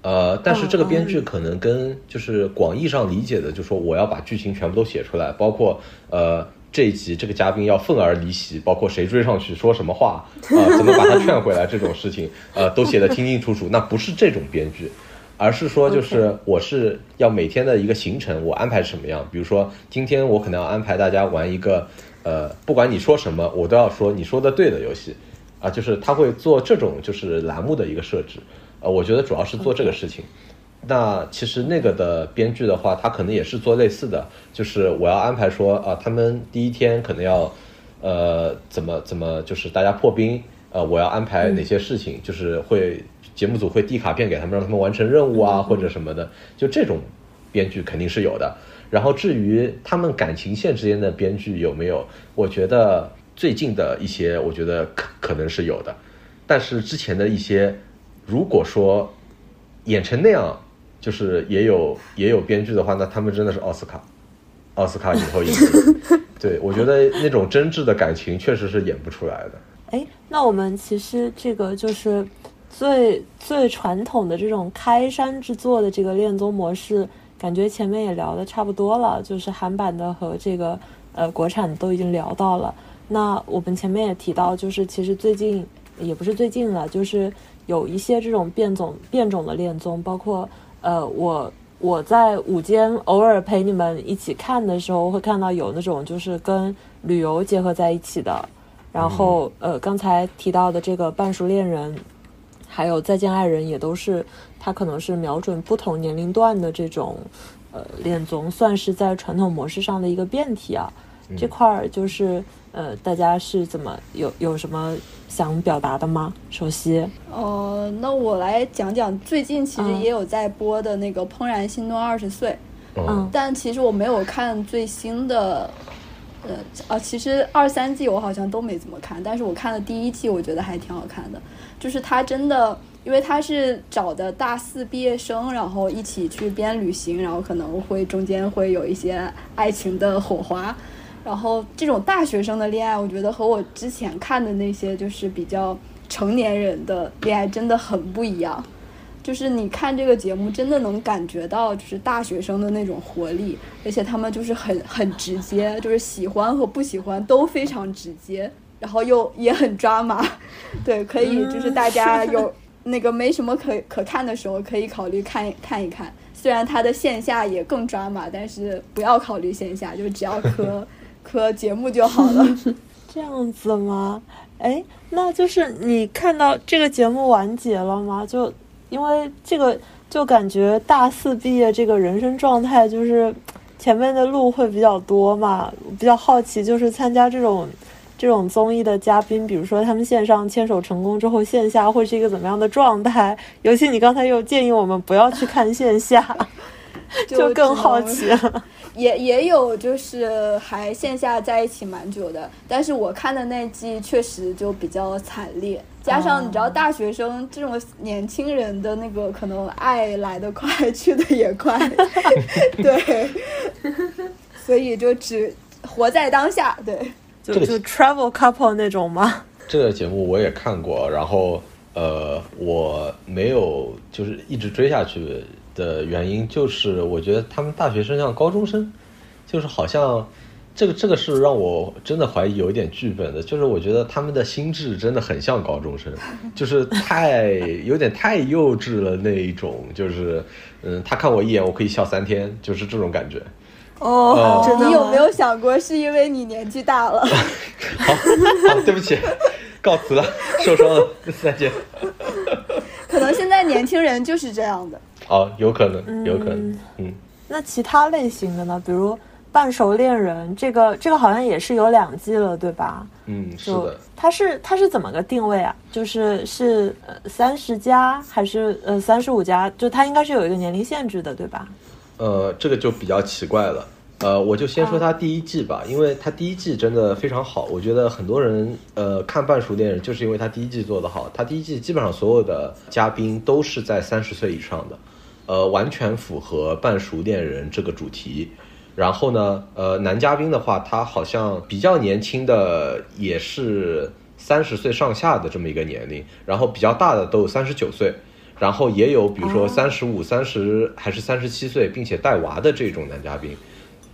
S4: 呃，但是这个编剧可能跟就是广义上理解的，就说我要把剧情全部都写出来，包括呃这一集这个嘉宾要愤而离席，包括谁追上去说什么话，呃怎么把他劝回来这种事情，呃都写的清清楚楚。那不是这种编剧，而是说就是我是要每天的一个行程，我安排什么样？比如说今天我可能要安排大家玩一个，呃，不管你说什么，我都要说你说的对的游戏，啊，就是他会做这种就是栏目的一个设置，呃，我觉得主要是做这个事情。那其实那个的编剧的话，他可能也是做类似的，就是我要安排说啊、他们第一天可能要，呃，怎么怎么就是大家破冰，呃，我要安排哪些事情，就是会节目组会递卡片给他们，让他们完成任务啊、或者什么的，就这种编剧肯定是有的。然后至于他们感情线之间的编剧有没有，我觉得最近的一些，我觉得可可能是有的，但是之前的一些，如果说演成那样，就是也有也有编剧的话，那他们真的是奥斯卡，奥斯卡影后影帝。对，我觉得那种真挚的感情确实是演不出来的。
S2: 哎，那我们其实这个就是最最传统的这种开山之作的这个恋综模式，感觉前面也聊的差不多了，就是韩版的和这个呃国产的都已经聊到了。那我们前面也提到，就是其实最近也不是最近了，就是有一些这种变种变种的恋综，包括呃我我在午间偶尔陪你们一起看的时候，会看到有那种就是跟旅游结合在一起的，然后呃刚才提到的这个《半熟恋人》，还有《再见爱人》，也都是它可能是瞄准不同年龄段的这种呃恋综，算是在传统模式上的一个变体啊。这块儿就是呃，大家是怎么有有什么想表达的吗？首先，
S3: 呃，那我来讲讲最近其实
S2: 嗯
S3: 也有在播的那个《怦然心动二十岁》，
S2: 嗯
S3: 但其实我没有看最新的，呃啊，其实二三季我好像都没怎么看，但是我看了第一季，我觉得还挺好看的。就是他真的，因为他是找的大四毕业生，然后一起去边旅行，然后可能会中间会有一些爱情的火花。然后这种大学生的恋爱，我觉得和我之前看的那些就是比较成年人的恋爱真的很不一样。就是你看这个节目，真的能感觉到就是大学生的那种活力，而且他们就是很很直接，就是喜欢和不喜欢都非常直接，然后又也很抓马，对，可以就是大家
S2: 嗯 (laughs)
S3: 有那个没什么可可看的时候，可以考虑看一看一看。虽然它的线下也更抓马，但是不要考虑线下，就只要磕 (laughs) 磕节目就好了。 (laughs)
S2: 这样子吗？哎，那就是你看到这个节目完结了吗？就因为这个，就感觉大四毕业这个人生状态，就是前面的路会比较多嘛。我比较好奇，就是参加这种这种综艺的嘉宾，比如说他们线上牵手成功之后，线下会是一个怎么样的状态？尤其你刚才又建议我们不要去看线下， (laughs) 就更好
S3: 只能
S2: 奇了。
S3: 也也有就是还线下在一起蛮久的，但是我看的那季确实就比较惨烈，加上你知
S5: 哦
S3: 道大学生这种年轻人的那个可能爱来得快， (laughs) 去的也
S5: (laughs)
S3: 快，对，所以就只活在当下，对。
S2: 就
S4: 这个
S2: 就 travel couple 那种吗？
S4: 这个节目我也看过，然后呃，我没有就是一直追下去的原因，就是我觉得他们大学生像高中生，就是好像这个这个是让我真的怀疑有一点剧本的，就是我觉得他们的心智真的很像高中生，就是太有点太幼稚了那一种，就是嗯，他看我一眼，我可以笑三天，就是这种感觉。
S5: 哦
S4: 哦，
S5: 真的
S3: 你
S5: 吗
S3: 有没有想过是因为你年纪大了？ (laughs)
S4: 好，好，对不起，告辞了，受伤了，再见。
S3: 可能现在年轻人就是这样的。
S4: 好，有可能，有可能，嗯，
S2: 那其他类型的呢？比如《半熟恋人》，这个这个好像也是有两季了，对吧？
S4: 嗯，是
S2: 就
S4: 的，
S2: 它是它是怎么个定位啊？就是是呃三十加还是呃三十五加？就它应该是有一个年龄限制的，对吧？
S4: 呃，这个就比较奇怪了。呃，我就先说它第一季吧，因为它第一季真的非常好，我觉得很多人呃看《半熟恋人》就是因为它第一季做得好，它第一季基本上所有的嘉宾都是在三十岁以上的，呃，完全符合《半熟恋人》这个主题。然后呢，呃，男嘉宾的话，他好像比较年轻的也是三十岁上下的这么一个年龄，然后比较大的都有三十九岁，然后也有比如说三十五、三十还是三十七岁，并且带娃的这种男嘉宾。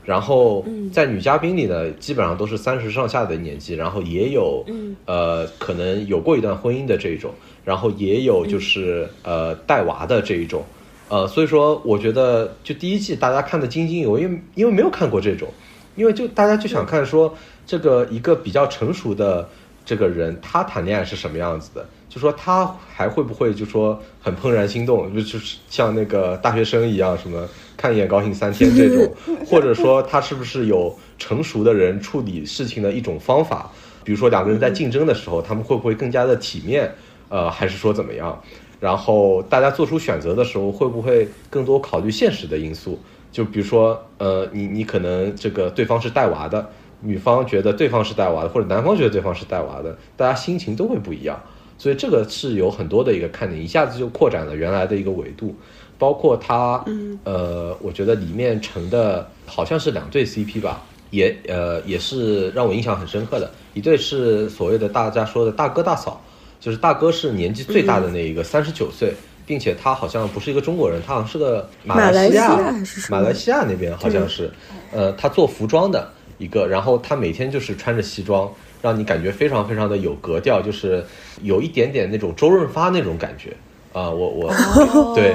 S4: 然后在女嘉宾里呢，基本上都是三十上下的年纪，然后也有，呃，可能有过一段婚姻的这一种，然后也有就是呃带娃的这一种，呃，所以说我觉得就第一季大家看得津津有味，因为因为没有看过这种，因为就大家就想看说这个一个比较成熟的这个人，他谈恋爱是什么样子的，就说他还会不会就说很怦然心动，就就是像那个大学生一样，什么看一眼高兴三天这种，或者说他是不是有成熟的人处理事情的一种方法，比如说两个人在竞争的时候，他们会不会更加的体面，呃，还是说怎么样？然后大家做出选择的时候，会不会更多考虑现实的因素？就比如说，呃，你你可能这个对方是带娃的，女方觉得对方是带娃的，或者男方觉得对方是带娃的，大家心情都会不一样。所以这个是有很多的一个看点，一下子就扩展了原来的一个维度，包括它，
S5: 嗯
S4: 呃，我觉得里面成的好像是两对 CP 吧，也呃也是让我印象很深刻的，一对是所谓的大家说的大哥大嫂，就是大哥是年纪最大
S5: 嗯
S4: 的那一个，三十九岁，并且他好像不是一个中国人，他好像是个
S5: 马来
S4: 西
S5: 西
S4: 亚
S5: 亚还是什么
S4: 马来西亚那边好像是，呃，他做服装的一个，然后他每天就是穿着西装，让你感觉非常非常的有格调，就是有一点点那种周润发那种感觉啊、我我对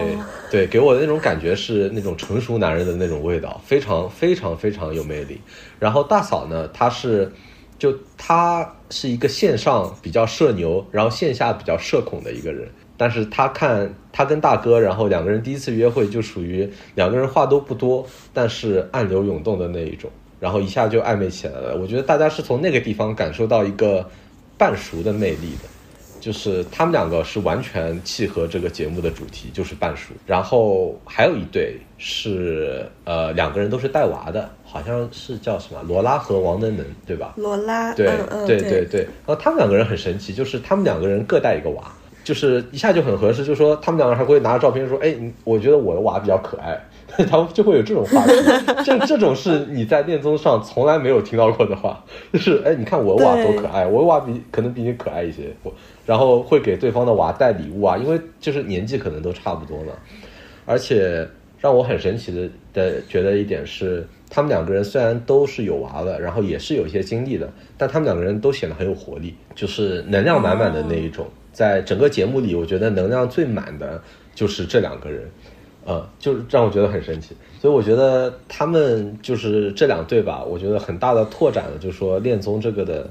S4: 对，给我的那种感觉是那种成熟男人的那种味道，非常非常非常有魅力。然后大嫂呢，她是。就他是一个线上比较社牛，然后线下比较社恐的一个人。但是他看他跟大哥，然后两个人第一次约会就属于两个人话都不多，但是暗流涌动的那一种，然后一下就暧昧起来了。我觉得大家是从那个地方感受到一个半熟的魅力的。就是他们两个是完全契合这个节目的主题，就是半熟。然后还有一对是呃两个人都是带娃的，好像是叫什么罗拉和王能能，对吧？
S5: 罗拉，
S4: 对
S5: 嗯嗯，
S4: 对
S5: 对，
S4: 对。然后他们两个人很神奇，就是他们两个人各带一个娃，就是一下就很合适。就说他们两个人还会拿着照片说：“哎，你我觉得我的娃比较可爱。” (laughs) 他们就会有这种话题，这这种是你在恋综上从来没有听到过的话，就是哎，你看我的娃多可爱，我的娃比可能比你可爱一些，我然后会给对方的娃带礼物啊，因为就是年纪可能都差不多了，而且让我很神奇的的觉得一点是，他们两个人虽然都是有娃了，然后也是有一些经历的，但他们两个人都显得很有活力，就是能量满满的那一种。在整个节目里，我觉得能量最满的就是这两个人，呃，就是让我觉得很神奇。所以我觉得他们就是这两对吧，我觉得很大的拓展了，就是说恋综这个的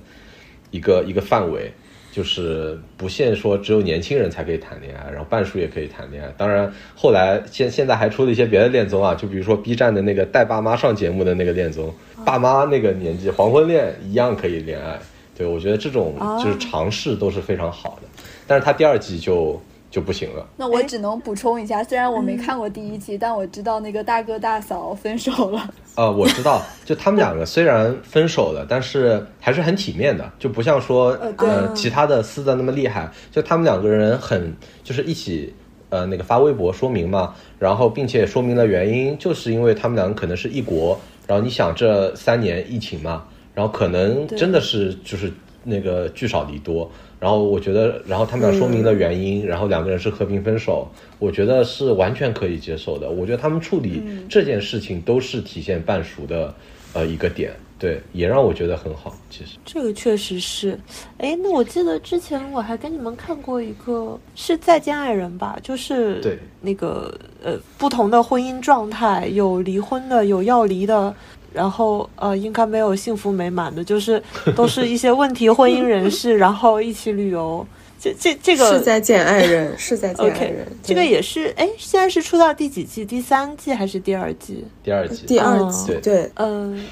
S4: 一个一个范围，就是不限说只有年轻人才可以谈恋爱，然后半数也可以谈恋爱。当然，后来现现在还出了一些别的恋综啊，就比如说 B 站的那个带爸妈上节目的那个恋综，爸妈那个年纪黄昏恋一样可以恋爱。对，我觉得这种就是尝试都是非常好的，但是他第二季就就不行了。
S3: 那
S5: 哎
S3: 我只能补充一下，虽然我
S5: 嗯
S3: 没看过第一季，但我知道那个大哥大嫂分手了。
S4: 呃，我知道，就他们两个虽然分手了，但是还是很体面的，就不像说呃
S3: 对
S4: 其他的撕的那么厉害。就他们两个人很就是一起呃那个发微博说明嘛，然后并且说明了原因，就是因为他们两个可能是一国，然后你想这三年疫情嘛，然后可能真的是就是那个聚少离多。然后我觉得，然后他们俩说明了原
S5: 嗯
S4: 因，然后两个人是和平分手，我觉得
S5: 嗯
S4: 是完全可以接受的。我觉得他们处理这件事情都是体现半熟的呃一个点，对，也让我觉得很好。其实
S2: 这个确实是，哎，那我记得之前我还跟你们看过一个是《再见爱人》吧，就是
S4: 对
S2: 那个呃不同的婚姻状态，有离婚的，有要离的，然后呃应该没有幸福美满的，就是都是一些问题婚姻人士，然后一起旅游，这这这个
S5: 是在见爱
S2: (laughs)
S5: 人，是在见爱
S2: OK，
S5: 人。
S2: 这个
S5: 对
S2: 也是哎，现在是出到第几季？第三季还是第二季？
S4: 第二季，
S5: 第二
S2: 嗯
S5: 季，
S4: 对
S5: 对，
S2: 嗯，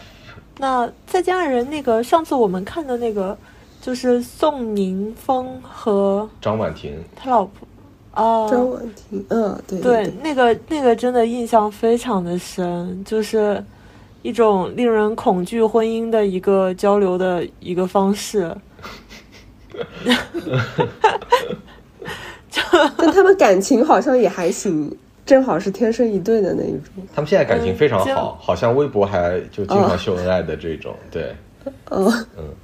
S2: 那再见爱人那个上次我们看的那个，就是宋宁峰和
S4: 张婉婷，
S2: 他老婆啊，
S5: 张婉婷，嗯，对 (laughs)
S2: 对，那个那个真的印象非常的深，就是一种令人恐惧婚姻的一个交流的一个方式。
S5: 但他们感情好像也还行，正好是天生一对的那一种。
S4: 他们现在感情非常
S2: 嗯
S4: 好，好像微博还就经常秀恩爱的这种，对，
S5: 嗯，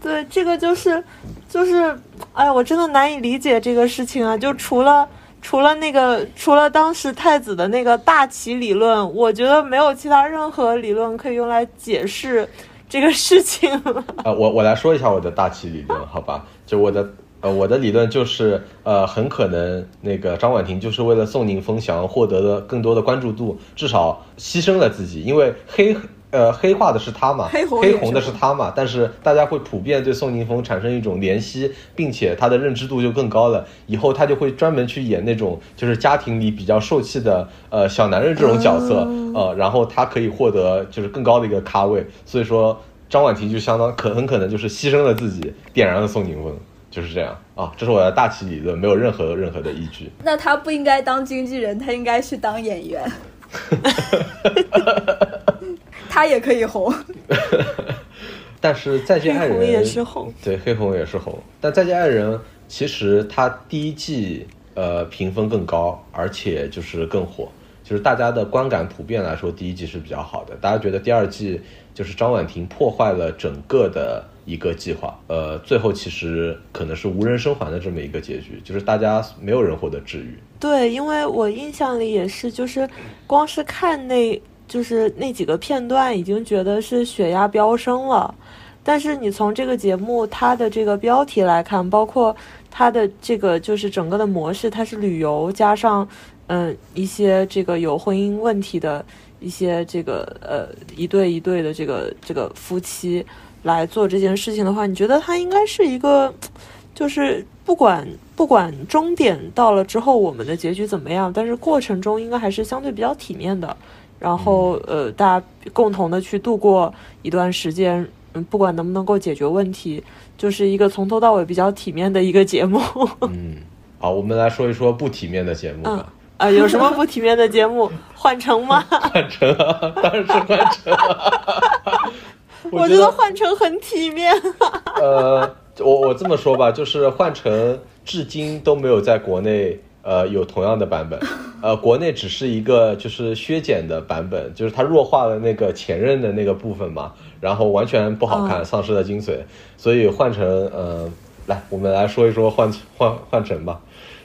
S2: 对，这个就是，就是，哎，我真的难以理解这个事情啊！就除了除了那个，除了当时太子的那个大齐理论，我觉得没有其他任何理论可以用来解释这个事情了。
S4: 呃，我我来说一下我的大旗理论，好吧？就我的呃，我的理论就是呃，很可能那个张婉婷就是为了宋宁峰想要获得的更多的关注度，至少牺牲了自己，因为黑呃黑化的是他嘛，
S3: 黑红也
S4: 黑
S3: 是
S4: 红的是他嘛，但是大家会普遍对宋宁峰产生一种怜惜，并且他的认知度就更高了，以后他就会专门去演那种就是家庭里比较受气的呃小男人这种角色，
S2: 啊
S4: 呃，然后他可以获得就是更高的一个咖位，所以说。张婉婷就相当可很可能就是牺牲了自己，点燃了宋宁峰，就是这样啊。这是我的大旗理论，没有任何任何的依据。
S3: 那他不应该当经纪人，他应该去当演员。他也可以红，
S4: 但是《再见
S2: (laughs)
S4: 爱人
S2: 黑》红也是红，
S4: 对，黑红也是红。但《再见爱人》其实它第一季呃评分更高，而且就是更火，就是大家的观感普遍来说，第一季是比较好的。大家觉得第二季就是张婉婷破坏了整个的一个计划，呃，最后其实可能是无人生还的这么一个结局，就是大家没有人获得治愈。
S2: 对，因为我印象里也是，就是光是看那，就是那几个片段，已经觉得是血压飙升了。但是你从这个节目它的这个标题来看，包括它的这个就是整个的模式，它是旅游加上嗯一些这个有婚姻问题的一些这个呃一对一对的这个这个夫妻来做这件事情的话，你觉得它应该是一个就是不管不管终点到了之后我们的结局怎么样，但是过程中应该还是相对比较体面的。然后
S4: 嗯
S2: 呃，大家共同的去度过一段时间，嗯，不管能不能够解决问题，就是一个从头到尾比较体面的一个节目。
S4: 嗯，好，我们来说一说不体面的节目
S2: 嗯
S4: 吧。
S2: 啊，有什么不体面的节目？换乘
S4: (laughs)
S2: 吗？
S4: 换成啊，当然是换成啊。
S2: 我
S4: 觉
S2: 觉得换乘很体面。
S4: 呃，我我这么说吧，就是换成至今都没有在国内呃有同样的版本，呃，国内只是一个就是削减的版本，就是它弱化了那个前任的那个部分嘛，然后完全不好
S2: 哦
S4: 看，丧失了精髓，所以换成呃，来我们来说一说换换换成吧。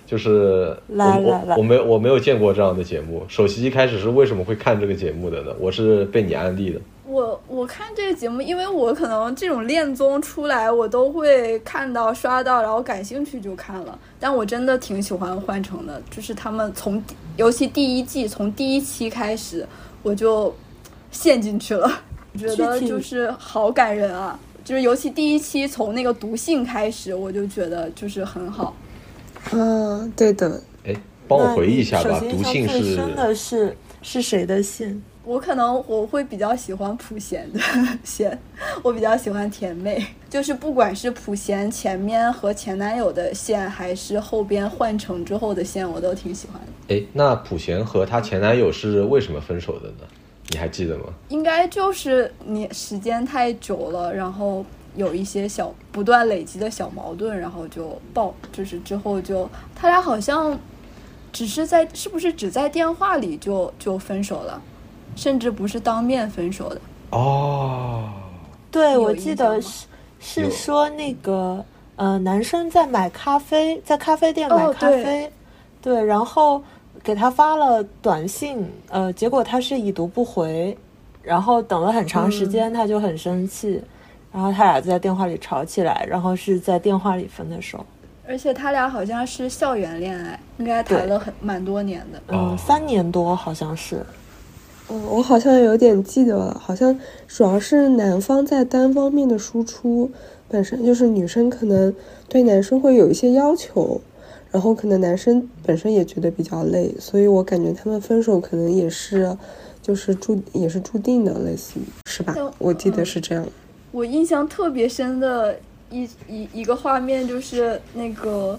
S4: 就是我
S2: 来
S4: 我
S2: 来来
S4: 我没有我没有见过这样的节目。首席一开始是为什么会看这个节目的呢？我是被你安利的。
S3: 我我看这个节目，因为我可能这种恋综出来，我都会看到刷到，然后感兴趣就看了。但我真的挺喜欢换乘的，就是他们从第尤其第一季从第一期开始，我就陷进去了，我觉得
S2: 具体
S3: 就是好感人啊！就是尤其第一期从那个毒性开始，我就觉得就是很好。
S5: 啊，对的，
S4: 哎，帮我回忆一下吧
S2: 那，你
S4: 毒
S2: 嗯首先
S4: 性
S2: 印象最
S4: 是
S2: 深的是是谁的信？
S3: 我可能我会比较喜欢普贤的 (laughs) 贤，我比较喜欢甜妹，就是不管是普贤前面和前男友的线，还是后边换乘之后的线，我都挺喜欢的。
S4: 哎，那普贤和她前男友是为什么分手的呢？你还记得吗？
S3: 应该就是你时间太久了，然后有一些小不断累积的小矛盾，然后就爆，就是之后就他俩好像只是在是不是只在电话里就就分手了，甚至不是当面分手的。
S4: 哦，
S2: 对，
S3: 有
S2: 我
S3: 印
S2: 记
S3: 象
S2: 得
S3: 吗
S2: 是
S4: 有
S2: 是说那个呃，男生在买咖啡，在咖啡店买
S3: 哦
S2: 咖
S3: 对
S2: 啡，对，然后给他发了短信，呃，结果他是已读不回，然后等了很长
S3: 嗯
S2: 时间，他就很生气，然后他俩就在电话里吵起来，然后是在电话里分的手，
S3: 而且他俩好像是校园恋爱，应该谈了很蛮多年的。
S2: 嗯，
S4: 哦
S2: 三年多好像是，
S5: 哦，我好像有点记得了，好像主要是男方在单方面的输出，本身就是女生可能对男生会有一些要求，然后可能男生本身也觉得比较累，所以我感觉他们分手可能也是，就是注也是注定的，类似于是吧
S3: 但？
S5: 我记得是这样。
S3: 我印象特别深的一一一个画面就是那个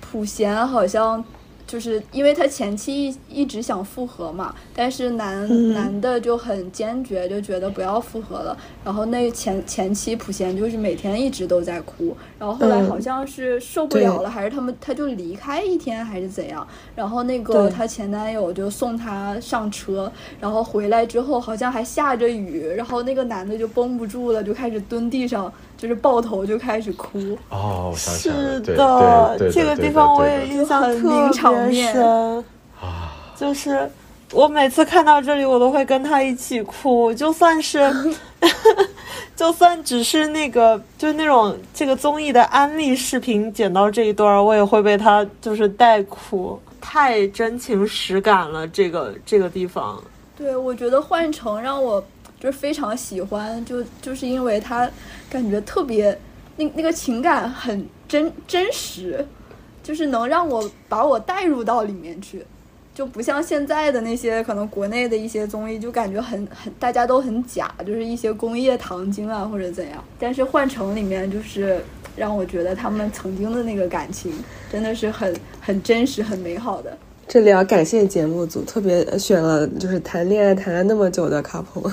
S3: 普贤好像就是因为他前妻一一直想复合嘛，但是男、
S5: 嗯
S3: 男的就很坚决，就觉得不要复合了。然后那前前妻普贤就是每天一直都在哭，然后后来
S5: 嗯
S3: 好像是受不
S5: 对
S3: 了了，还是他们他就离开一天还是怎样，然后那个
S2: 对
S3: 她前男友就送她上车，然后回来之后好像还下着雨，然后那个男的就绷不住了，就开始蹲地上，就是抱头就开始哭。
S4: 哦，我想起来了，
S2: 是
S4: 对
S2: 的
S4: 对，对，
S2: 这
S4: 对
S2: 个
S4: 对
S2: 地方我
S4: 对
S2: 也
S4: 对
S2: 印象
S3: 就很临场
S2: 特别
S3: 面
S2: 深，
S4: 啊，
S2: 就是我每次看到这里，我都会跟他一起哭，就算 (laughs) 是，就算只是那个，就那种这个综艺的安利视频剪到这一段儿，我也会被他就是带哭，太真情实感了，这个这个地方，
S3: 对，我觉得换成让我就是非常喜欢，就就是因为他感觉特别那那个情感很真真实，就是能让我把我带入到里面去，就不像现在的那些可能国内的一些综艺，就感觉很很大家都很假，就是一些工业糖精啊或者怎样。但是换成里面就是让我觉得他们曾经的那个感情真的是很很真实、很美好的。
S5: 这里要感谢节目组，特别选了就是谈恋爱谈了那么久的 couple，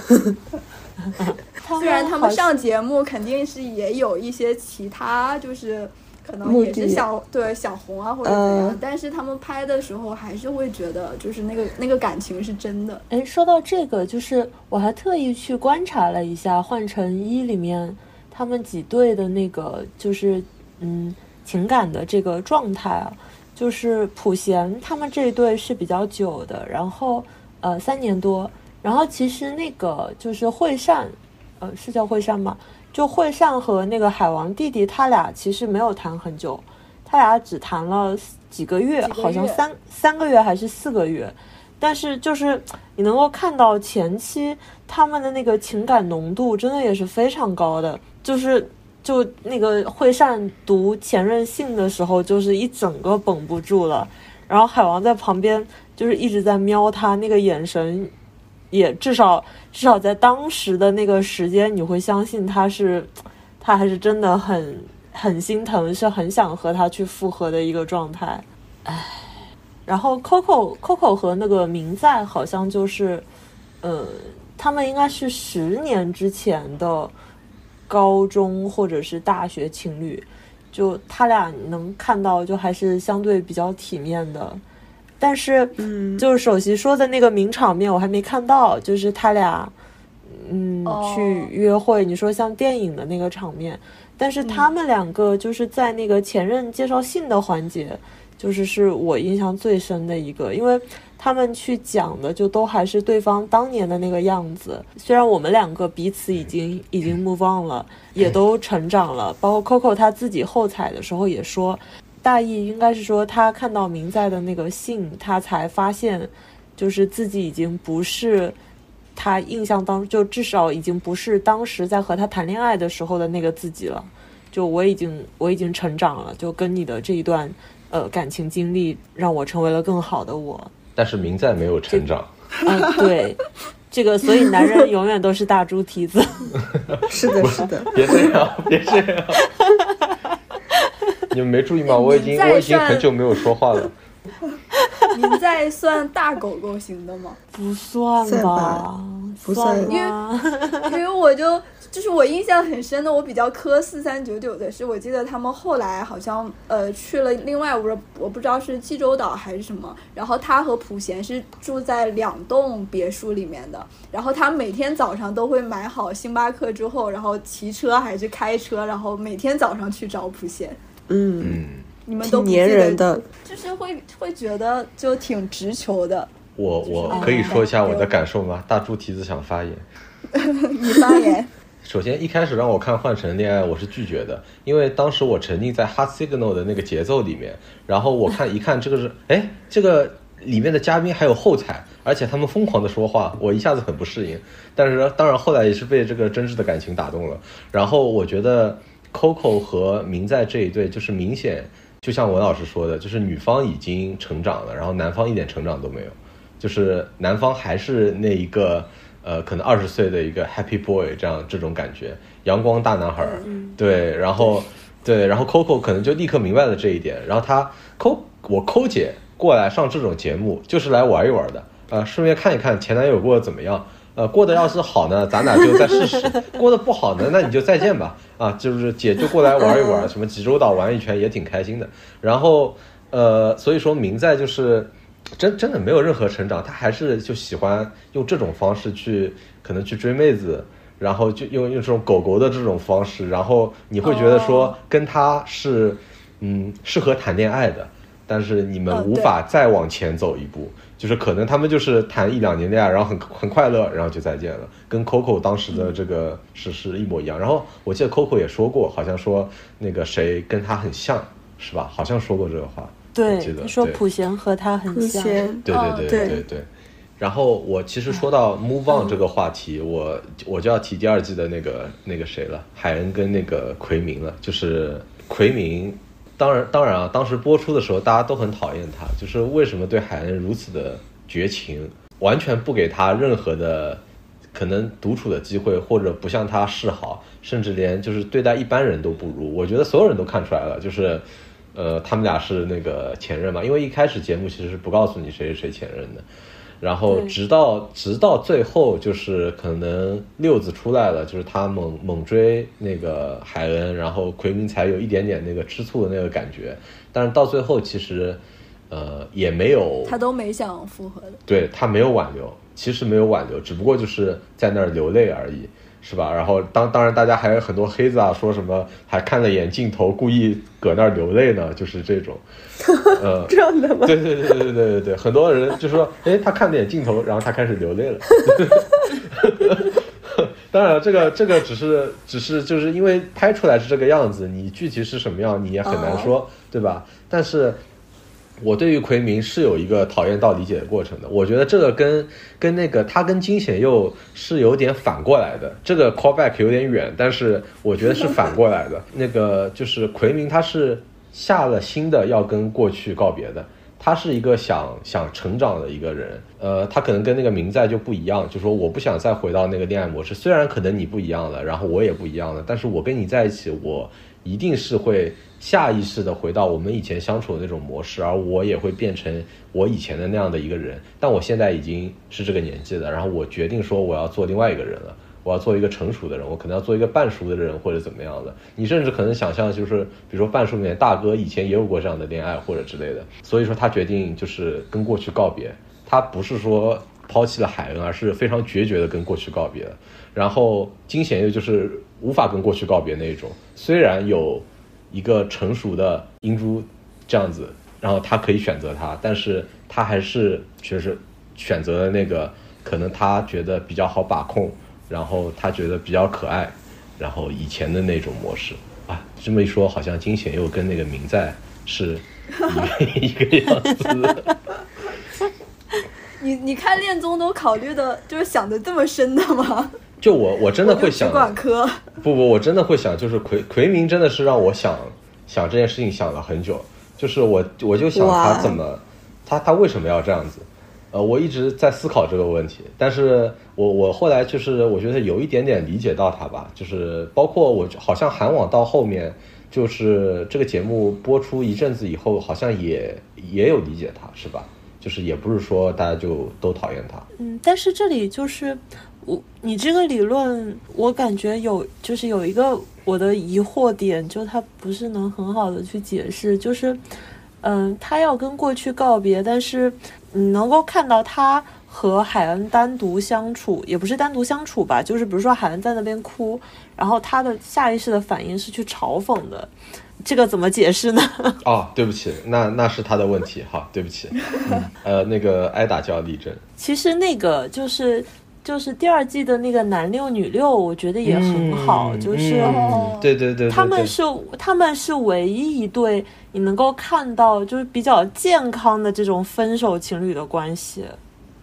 S5: (laughs)
S3: 虽然他们
S2: 好
S3: 上节目肯定是也有一些其他，就是可能
S5: 目
S3: 也是
S5: 的
S3: 想对想红啊或者怎样，
S5: 嗯
S3: 但是他们拍的时候还是会觉得就是那个那个感情是真的。
S2: 哎，说到这个，就是我还特意去观察了一下《换乘一》里面他们几对的那个，就是嗯情感的这个状态啊，就是普贤他们这一对是比较久的，然后呃三年多，然后其实那个就是惠善，呃是叫惠善吗？就惠善和那个海王弟弟他俩其实没有谈很久，他俩只谈了几个月，
S3: 几个
S2: 好像
S3: 月
S2: 三三个月还是四个月。但是就是你能够看到前期他们的那个情感浓度真的也是非常高的，就是就那个惠善读前任信的时候，就是一整个绷不住了，然后海王在旁边就是一直在瞄他那个眼神，也至少至少在当时的那个时间，你会相信他是他还是真的很很心疼，是很想和他去复合的一个状态，唉。然后 Coco Coco 和那个明在好像就是，呃，他们应该是十年之前的高中或者是大学情侣，就他俩能看到，就还是相对比较体面的。但是，
S5: 嗯
S2: 就是首席说的那个名场面，我还没看到，就是他俩，嗯，
S3: 哦
S2: 去约会。你说像电影的那个场面，但是他们两个就是在那个前任介绍信的环节，就是是我印象最深的一个，因为他们去讲的就都还是对方当年的那个样子。虽然我们两个彼此已经已经 move on 了，也都成长了，包括 Coco 他自己后采的时候也说，大意应该是说他看到明在的那个信，他才发现，就是自己已经不是。他印象当就至少已经不是当时在和他谈恋爱的时候的那个自己了，就我已经我已经成长了，就跟你的这一段呃感情经历让我成为了更好的我。
S4: 但是明在没有成长，
S2: 嗯、对，这个所以男人永远都是大猪蹄子。
S5: 是的，是的，
S4: 别这样，别这样。 (laughs) 你们没注意吗？我已经
S3: 明在
S4: 我已经
S3: 算
S4: 很久没有说话了。
S3: 您在算大狗狗型的吗？
S2: (laughs) 不算
S5: 算
S2: 吧
S5: 吧，不算
S2: 吗？
S3: 因为我就就是我印象很深的，我比较磕四三九九的是，我记得他们后来好像呃去了另外我我不知道是济州岛还是什么，然后他和普贤是住在两栋别墅里面的，然后他每天早上都会买好星巴克之后，然后骑车还是开车，然后每天早上去找普贤，
S5: 嗯，
S4: 嗯，
S3: 你们都
S5: 挺
S3: 不记得
S5: 粘人的，
S3: 就是会会觉得就挺直球的，
S4: 我
S2: (laughs)
S4: 我可以说一下
S2: 哎
S4: 我的感受吗？大猪蹄子想发言。
S3: 你发
S5: (laughs)
S3: 言。
S4: 首先一开始让我看《换乘恋爱》，我是拒绝的，因为当时我沉浸在《Hot Signal》的那个节奏里面，然后我看一看这个是，哎，这个里面的嘉宾还有后采，而且他们疯狂的说话，我一下子很不适应。但是当然后来也是被这个真挚的感情打动了。然后我觉得 Coco 和明在这一对就是明显，就像文老师说的，就是女方已经成长了，然后男方一点成长都没有，就是男方还是那一个。呃，可能二十岁的一个 happy boy 这样这种感觉，阳光大男孩儿，对，然后对，然后 Coco 可能就立刻明白了这一点，然后他 Co 我 Co 姐过来上这种节目就是来玩一玩的，呃，顺便看一看前男友过得怎么样，呃，过得要是好呢，咱俩就再试试；过得不好呢，那你就再见吧，啊，就是姐就过来玩一玩，什么济州岛玩一圈也挺开心的，然后呃，所以说明在就是。真真的没有任何成长，他还是就喜欢用这种方式去，可能去追妹子，然后就用用这种狗狗的这种方式，然后你会觉得
S2: 哦
S4: 说跟他是，嗯，适合谈恋爱的，但是你
S2: 哦
S4: 们无法再往前走一步，就是可能他们就是谈一两年恋爱，然后很很快乐，然后就再见了，跟 Coco 当时
S2: 嗯
S4: 的这个是是一模一样。然后我记得 Coco 也说过，好像说那个谁跟他很像，是吧？好像说过这个话。
S2: 对，
S4: 记得
S2: 说
S4: 对
S2: 普贤和他很像，
S4: 对
S3: 嗯
S4: 对对对对。然后我其实说到 move on 这个话题，我我就要提第二季的那个那个谁了，海恩跟那个奎明了。就是奎明，当然当然啊，当时播出的时候大家都很讨厌他，就是为什么对海恩如此的绝情，完全不给他任何的可能独处的机会，或者不向他示好，甚至连就是对待一般人都不如。我觉得所有人都看出来了，就是呃，他们俩是那个前任嘛，因为一开始节目其实是不告诉你谁是谁前任的，然后直到直到最后就是可能六子出来了，就是他猛猛追那个海恩，然后奎明才有一点点那个吃醋的那个感觉，但是到最后其实呃也没有
S3: 他都没想复合的。
S4: 对他没有挽留，其实没有挽留，只不过就是在那儿流泪而已，是吧？然后当当然，大家还有很多黑子啊，说什么还看了眼镜头，故意搁那儿流泪呢，就是这
S5: (laughs)
S4: 种。呃，
S5: 这样的吗？
S4: 对对对对对对对，很多人就说，哎，他看了眼镜头，然后他开始流
S5: (laughs)
S4: 泪了。当然，这个这个只是只是就是因为拍出来是这个样子，你具体是什么样，你也很
S5: 哦
S4: 难说，对吧？但是我对于奎明是有一个讨厌到理解的过程的。我觉得这个跟跟那个他跟金贤佑是有点反过来的，这个 callback 有点远，但是我觉得是反过来的。那个就是奎明他是下了心的要跟过去告别的，他是一个想想成长的一个人。呃，他可能跟那个明在就不一样，就说我不想再回到那个恋爱模式，虽然可能你不一样了，然后我也不一样了，但是我跟你在一起，我一定是会下意识的回到我们以前相处的那种模式，而我也会变成我以前的那样的一个人。但我现在已经是这个年纪了，然后我决定说我要做另外一个人了，我要做一个成熟的人，我可能要做一个半熟的人或者怎么样的。你甚至可能想象，就是比如说半熟里面大哥以前也有过这样的恋爱或者之类的，所以说他决定就是跟过去告别。他不是说抛弃了海恩，而是非常决绝的跟过去告别了。然后金贤佑就是无法跟过去告别那一种，虽然有一个成熟的英珠这样子，然后他可以选择他，但是他还是就是选择了那个可能他觉得比较好把控，然后他觉得比较可爱，然后以前的那种模式啊。这么一说，好像金贤佑跟那个明在是一个 (laughs) 一个样子。
S3: 你你看恋综都考虑的，就是想的这么深的吗？
S4: 就我我真的 (laughs) 会想
S3: 只，管科，
S4: (laughs) 不不，我真的会想，就是奎奎明真的是让我想想这件事情想了很久，就是我我就想
S5: 哇
S4: 他怎么，他他为什么要这样子？呃，我一直在思考这个问题，但是我我后来就是我觉得有一点点理解到他吧，就是包括我好像韩网到后面，就是这个节目播出一阵子以后，好像也也有理解他，是吧？就是也不是说大家就都讨厌他，
S2: 嗯，但是这里就是我你这个理论，我感觉有就是有一个我的疑惑点，就它不是能很好的去解释，就是嗯，他要跟过去告别，但是你能够看到他和海恩单独相处，也不是单独相处吧，就是比如说海恩在那边哭，然后他的下意识的反应是去嘲讽的，这个怎么解释呢？
S4: 哦，对不起，那那是他的问题，好，对不起，嗯、呃，那个挨打就要立正，
S2: 其实那个就是就是第二季的那个男六女六，我觉得也很好，
S4: 嗯
S2: 就是。哦
S4: 嗯对对对对对，
S2: 他们是他们是唯一一对你能够看到就是比较健康的这种分手情侣的关系，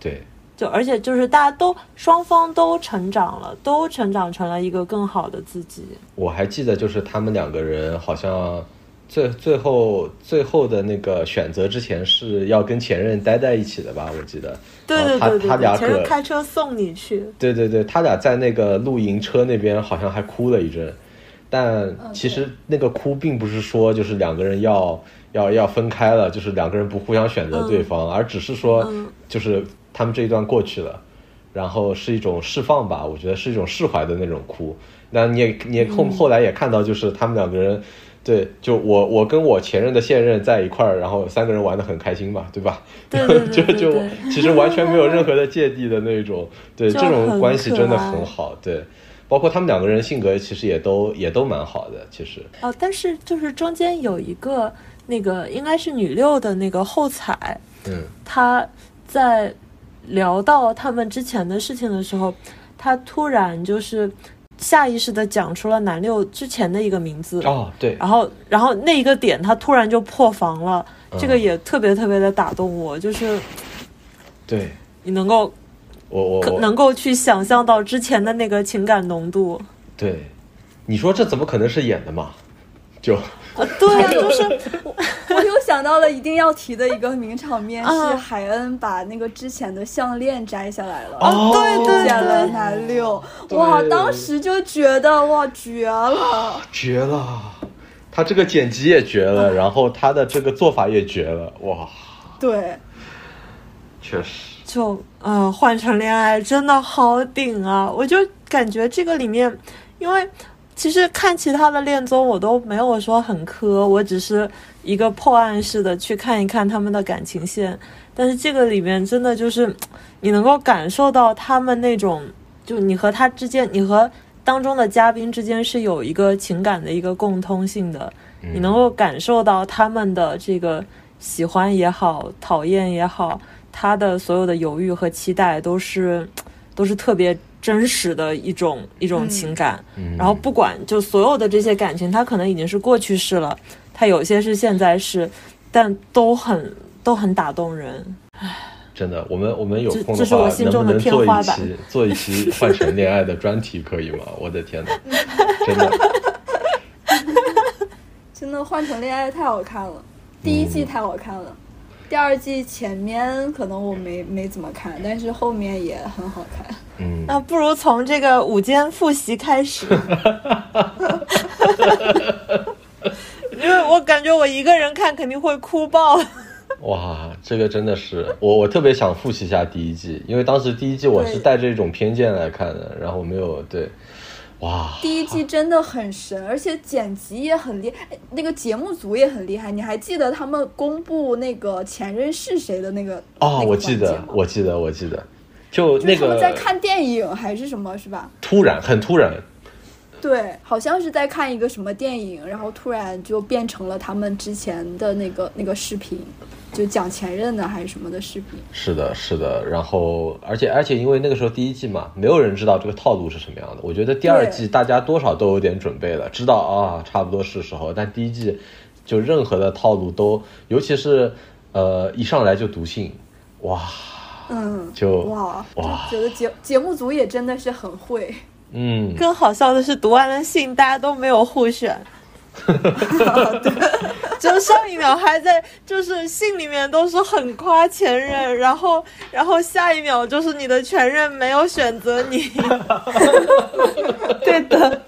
S4: 对，
S2: 就而且就是大家都双方都成长了，都成长成了一个更好的自己。
S4: 我还记得就是他们两个人好像最最后最后的那个选择之前是要跟前任待在一起的吧？我记得，
S2: 对
S4: 然后
S2: 对对对
S4: 哦他他俩
S2: 对，前任
S4: 可
S2: 开车送你去，
S4: 对对对，他俩在那个露营车那边好像还哭了一阵，但
S2: 嗯
S4: 其实那个哭并不是说就是两个人要要要分开了，就是两个人不互相选择对
S2: 嗯
S4: 方，而只是说就是他们这一段过去了，然后是一种释放吧，我觉得是一种释怀的那种哭。那你也
S2: 嗯
S4: 你也后后来也看到，就是他们两个人。对，就我我跟我前任的现任在一块儿，然后三个人玩的很开心嘛，对吧？
S2: 对对
S4: 就
S2: 对对
S4: 就
S2: 对。
S4: 其实完全没有任何的芥蒂的那种，对
S2: 就
S4: 这种
S2: 很
S4: 关系
S2: 可
S4: 真的
S2: 爱
S4: 很好，对，包括他们两个人性格其实也都也都蛮好的，其实
S2: 哦，但是就是中间有一个那个应该是女六的那个后采，
S4: 嗯，
S2: 她在聊到他们之前的事情的时候，她突然就是下意识的讲出了男六之前的一个名字，
S4: 哦对，
S2: 然后然后那一个点她突然就破防了，这个
S4: 嗯
S2: 也特别特别的打动我，就是
S4: 对
S2: 你能够
S4: 我我
S2: 可
S4: 我
S2: 能够去想象到之前的那个情感浓度。
S4: 对，你说这怎么可能是演的嘛？就
S2: 啊，对啊， (laughs) 就是
S3: 我又想到了一定要提的一个名场面，是
S2: 啊
S3: 海恩把那个之前的项链摘下来了，
S4: 哦
S2: 对对
S3: 见了
S2: 对，
S3: 男六，哇，
S4: 对
S3: 当时就觉得哇绝了，
S4: 绝了，他这个剪辑也绝
S2: 啊
S4: 了，然后他的这个做法也绝了，哇，
S3: 对，
S4: 确实，
S2: 就呃，换成恋爱真的好顶啊！我就感觉这个里面，因为其实看其他的恋综我都没有说很磕，我只是一个破案式的去看一看他们的感情线。但是这个里面真的就是，你能够感受到他们那种，就你和他之间，你和当中的嘉宾之间是有一个情感的一个共通性的，你能够感受到他们的这个喜欢也好，讨厌也好，他的所有的犹豫和期待都是都是特别真实的一种一种情感。然后不管就所有的这些感情，它可能已经是过去式了，它有些是现在式，但都很都很打动人。
S4: 真的，我们我们有
S2: 这
S4: 空
S2: 这
S4: 的
S2: 是
S4: 话
S2: 我，心
S4: 能不
S2: 中的
S4: 能
S2: 天
S4: 做一
S2: 花板
S4: 期做一期换成恋爱的专题可以吗？我的
S2: (laughs)
S4: 天呐，真的。
S3: 真的换成恋爱太好看了，第一
S4: 嗯
S3: 季太好看了，第二季前面可能我没没怎么看，但是后面也很好看，
S4: 嗯，
S2: 那不如从这个午间复习开始。 (laughs) 因为我感觉我一个人看肯定会哭爆，
S4: 哇，这个真的是我，我特别想复习一下第一季，因为当时第一季我是带着一种偏见来看的，然后没有对，哇，啊
S3: 第一季真的很神，而且剪辑也很厉害，哎那个节目组也很厉害，你还记得他们公布那个前任是谁的那个那
S4: 哦，
S3: 个
S4: 我记
S3: 环
S4: 得
S3: 节，吗
S4: 我记得，我记得，就
S3: 就是
S4: 那
S3: 他们
S4: 个
S3: 在看电影还是什么，是吧？
S4: 突然，很突然，
S3: 对，好像是在看一个什么电影，然后突然就变成了他们之前的那个那个视频，就讲前任的还是什么的视频。
S4: 是的，是的，然后而且而且因为那个时候第一季嘛，没有人知道这个套路是什么样的，我觉得第二
S3: 对
S4: 季大家多少都有点准备了，知道啊，差不多是时候，但第一季就任何的套路都，尤其是呃一上来就读信，哇，
S3: 嗯，
S4: 就
S3: 哇，
S4: 哇
S3: 就觉得节节目组也真的是很会。
S4: 嗯，
S2: 更好笑的是，读完了信，大家都没有互选。就上一秒还在，就是信里面都是很夸前任，然后，然后下一秒就是你的前任没有选择你。
S5: 对的，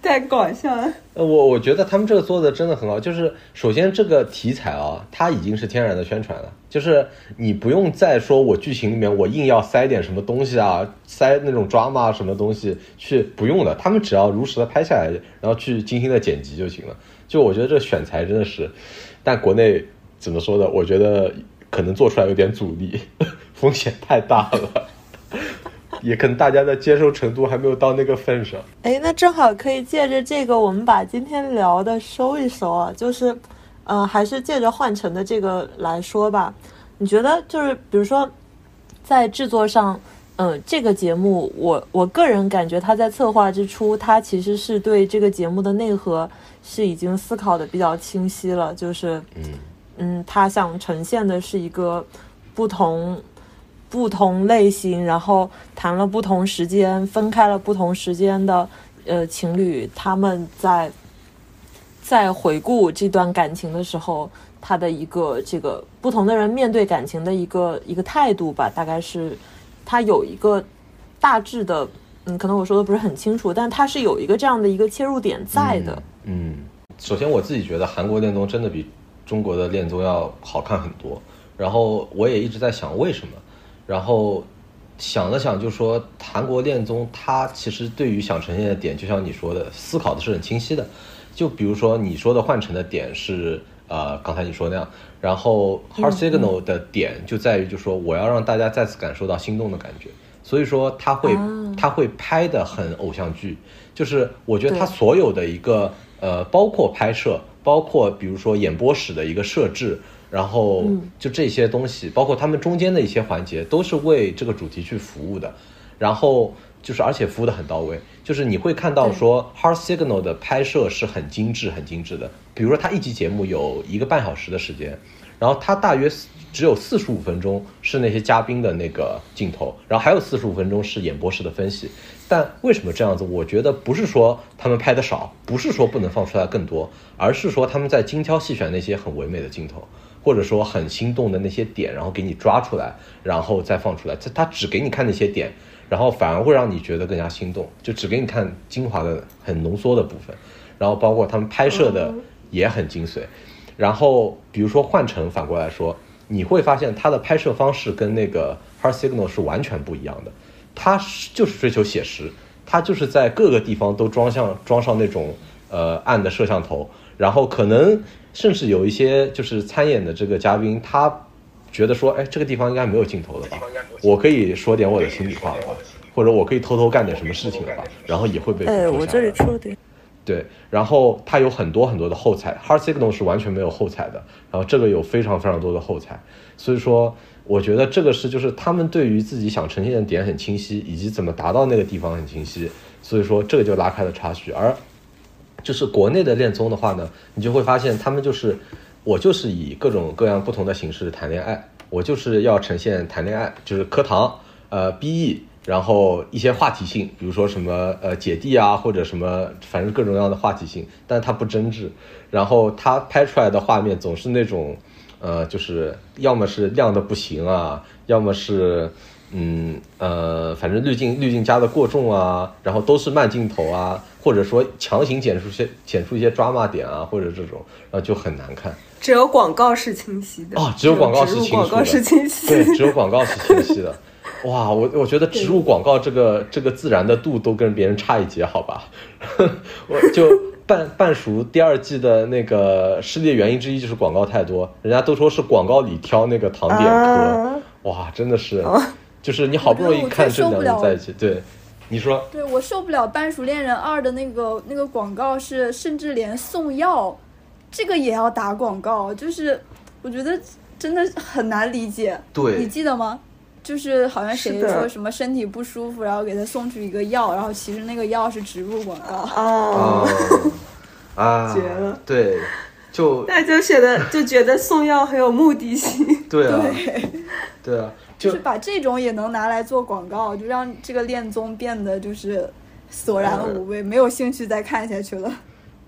S5: 太搞笑了。
S4: 呃，我我觉得他们这个做的真的很好，就是首先这个题材啊，它已经是天然的宣传了，就是你不用再说我剧情里面我硬要塞点什么东西啊，塞那种 drama 什么东西去，不用的，他们只要如实的拍下来，然后去精心的剪辑就行了。就我觉得这选材真的是，但国内怎么说呢？我 (laughs) 觉得可能做出来有点阻力，风险太大了。 (laughs) 也可能大家的接受程度还没有到那个份上。
S2: 哎，那正好可以借着这个，我们把今天聊的收一收啊，就是，嗯、还是借着换乘的这个来说吧。你觉得就是，比如说，在制作上，嗯、这个节目，我我个人感觉他在策划之初，他其实是对这个节目的内核是已经思考的比较清晰了，就是，
S4: 嗯
S2: 嗯，他想呈现的是一个不同不同类型，然后谈了不同时间，分开了不同时间的呃情侣，他们在在回顾这段感情的时候，他的一个这个不同的人面对感情的一个一个态度吧，大概是他有一个大致的，嗯，可能我说的不是很清楚，但他是有一个这样的一个切入点在的。
S4: 嗯，首先我自己觉得韩国恋综真的比中国的恋综要好看很多，然后我也一直在想为什么，然后想了想就说韩国恋综它其实对于想呈现的点，就像你说的，思考的是很清晰的，就比如说你说的换乘的点是。呃，刚才你说那样，然后 hard
S2: 嗯
S4: signal 的点就在于，就说我要让大家再次感受到心动的感觉，所以说他会、
S2: 啊
S4: 他会拍的很偶像剧，就是我觉得他
S2: 对
S4: 所有的一个呃，包括拍摄，包括比如说演播室的一个设置，然后就这些东西，包括他们中间的一些环节，都是为这个主题去服务的。然后就是，而且服务的很到位，就是你会看到说 Hard Signal 的拍摄是很精致、很精致的。比如说，它一集节目有一个半小时的时间，然后它大约四只有四十五分钟是那些嘉宾的那个镜头，然后还有四十五分钟是演播室的分析。但为什么这样子？我觉得不是说他们拍的少，不是说不能放出来更多，而是说他们在精挑细选那些很唯美的镜头，或者说很心动的那些点，然后给你抓出来，然后再放出来。他他只给你看那些点，然后反而会让你觉得更加心动，就只给你看精华的很浓缩的部分，然后包括他们拍摄的也很精髓。然后比如说换乘，反过来说，你会发现它的拍摄方式跟那个 Hard Signal 是完全不一样的，它是就是追求写实，它就是在各个地方都装上装上那种呃暗的摄像头，然后可能甚至有一些就是参演的这个嘉宾，他觉得说，哎，这个地方应该没有镜头了吧，我可以说点我的心里话了吧，或者我可以偷偷干点什么事情了吧，然后也会被捕捉
S2: 哎，
S4: 下来
S2: 我这里出了点。
S4: 对，然后它有很多很多的后采，Hard Signal 是完全没有后采的，然后这个有非常非常多的后采，所以说我觉得这个是就是他们对于自己想呈现的点很清晰，以及怎么达到那个地方很清晰，所以说这个就拉开了差距，而就是国内的恋综的话呢，你就会发现他们就是我就是以各种各样不同的形式谈恋爱，我就是要呈现谈恋爱，就是课堂呃 BE，然后一些话题性，比如说什么呃姐弟啊，或者什么，反正各种各样的话题性，但它不真挚，然后它拍出来的画面总是那种呃，就是要么是亮的不行啊，要么是。嗯呃，反正滤镜滤镜加的过重啊，然后都是慢镜头啊，或者说强行剪出些剪出一些抓骂点啊，或者这种，然后就很难看。
S5: 只有广告是清晰的
S4: 哦只有广告是
S5: 植入
S4: 清楚的
S5: 广告是清 (laughs) 晰
S4: 对，只有广告是清晰的。哇，我我觉得植入广告这个这个自然的度都跟别人差一截，好吧？ (laughs) 我就半半熟第二季的那个失利的原因之一就是广告太多，人家都说是广告里挑那个糖点磕，
S5: 啊
S4: 哇，真的是，就是你好不容易看这两个人在一起，对，你说
S3: 对我受不了《半熟恋人二》的那个那个广告是，甚至连送药，这个也要打广告，就是我觉得真的很难理解。
S4: 对
S3: 你记得吗？就是好像
S5: 是
S3: 谁
S5: 的
S3: 说什么身体不舒服，然后给他送去一个药，然后其实那个药是植入广告。
S5: 啊！
S4: 啊，
S5: 绝了，
S4: 对，就
S5: 那就觉得就觉得送药很有目的性，
S4: 对啊，对啊，就
S3: 就是把这种也能拿来做广告，就让这个恋综变得就是索然
S4: 呃
S3: 无味，没有兴趣再看下去了。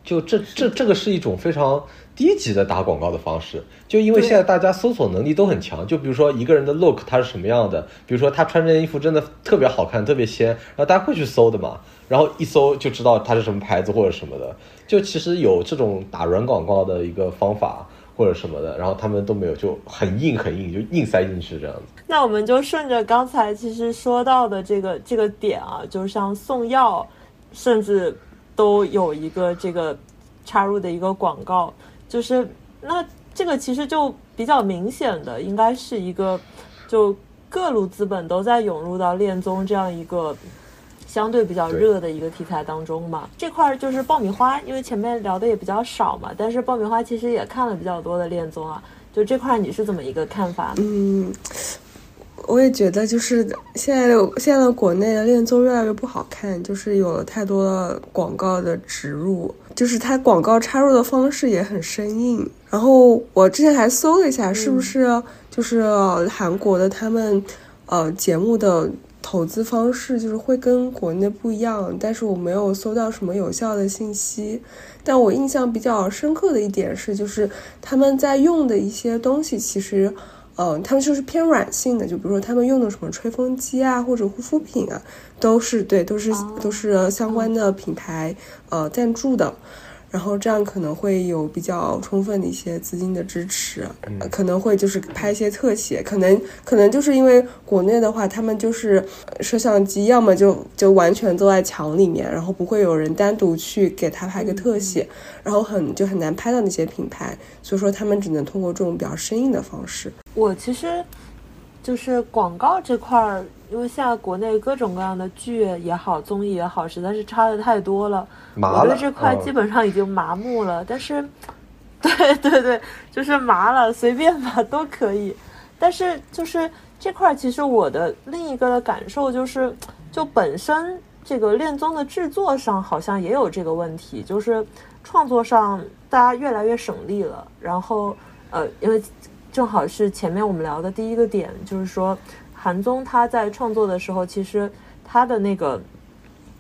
S4: 就这这这个是一种非常低级的打广告的方式，就因为现在大家搜索能力都很强，就比如说一个人的 look 他是什么样的，比如说他穿这件衣服真的特别好看，特别仙，然后大家会去搜的嘛，然后一搜就知道他是什么牌子或者什么的，就其实有这种打软广告的一个方法或者什么的，然后他们都没有，就很硬很硬，就硬塞进去这样子。
S2: 那我们就顺着刚才其实说到的这个这个点啊，就是像送药，甚至都有一个这个插入的一个广告，就是那这个其实就比较明显的，应该是一个就各路资本都在涌入到恋综这样一个相对比较热的一个题材当中嘛。这块儿就是爆米花，因为前面聊的也比较少嘛，但是爆米花其实也看了比较多的恋综啊。就这块儿你是怎么一个看法呢？
S5: 嗯，我也觉得就是现在的现在的国内的恋综越来越不好看，就是有了太多的广告的植入，就是它广告插入的方式也很生硬。然后我之前还搜了一下，是不是就是韩国的他们呃节目的投资方式就是会跟国内不一样，但是我没有搜到什么有效的信息。但我印象比较深刻的一点是，就是他们在用的一些东西，其实，嗯、他们就是偏软性的，就比如说他们用的什么吹风机啊，或者护肤品啊，都是对，都是、都是相关的品牌呃赞助的。然后这样可能会有比较充分的一些资金的支持，呃可能会就是拍一些特写，可能可能就是因为国内的话，他们就是呃摄像机要么就就完全坐在墙里面，然后不会有人单独去给他拍个特写，然后很就很难拍到那些品牌，所以说他们只能通过这种比较生硬的方式。
S2: 我其实就是广告这块儿，因为现在国内各种各样的剧也好，综艺也好，实在是插的太多了，
S4: 麻
S2: 我
S4: 了
S2: 对这块
S4: 嗯
S2: 基本上已经麻木了。但是，对对对，就是麻了，随便吧都可以。但是就是这块，其实我的另一个的感受就是，就本身这个恋综的制作上好像也有这个问题，就是创作上大家越来越省力了。然后呃，因为正好是前面我们聊的第一个点，就是说韩综他在创作的时候，其实他的那个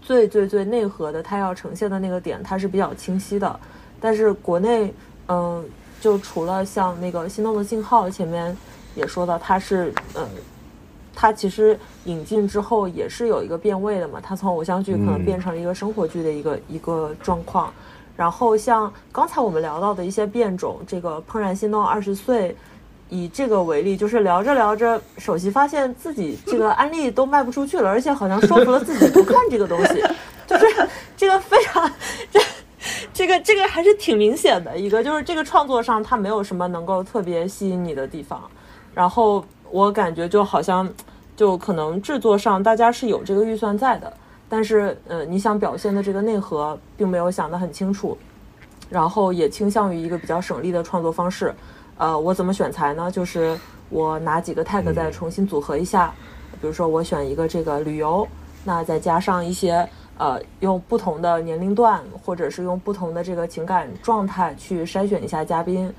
S2: 最最最内核的，他要呈现的那个点，它是比较清晰的。但是国内，嗯、就除了像那个《心动的信号》，前面也说到，它是，嗯、它其实引进之后也是有一个变味的嘛，它从偶像剧可能
S4: 嗯
S2: 变成了一个生活剧的一个、一个状况。然后像刚才我们聊到的一些变种，这个《怦然心动二十岁》，以这个为例，就是聊着聊着，首席发现自己这个安利都卖不出去了，而且好像说服了自己不看这个东西， (laughs) 就是这个非常这。这个这个还是挺明显的一个，就是这个创作上它没有什么能够特别吸引你的地方，然后我感觉就好像就可能制作上大家是有这个预算在的，但是呃你想表现的这个内核并没有想得很清楚，然后也倾向于一个比较省力的创作方式。呃，我怎么选材呢？就是我拿几个 tag 再重新组合一下，比如说我选一个这个旅游，那再加上一些呃用不同的年龄段或者是用不同的这个情感状态去筛选一下嘉宾，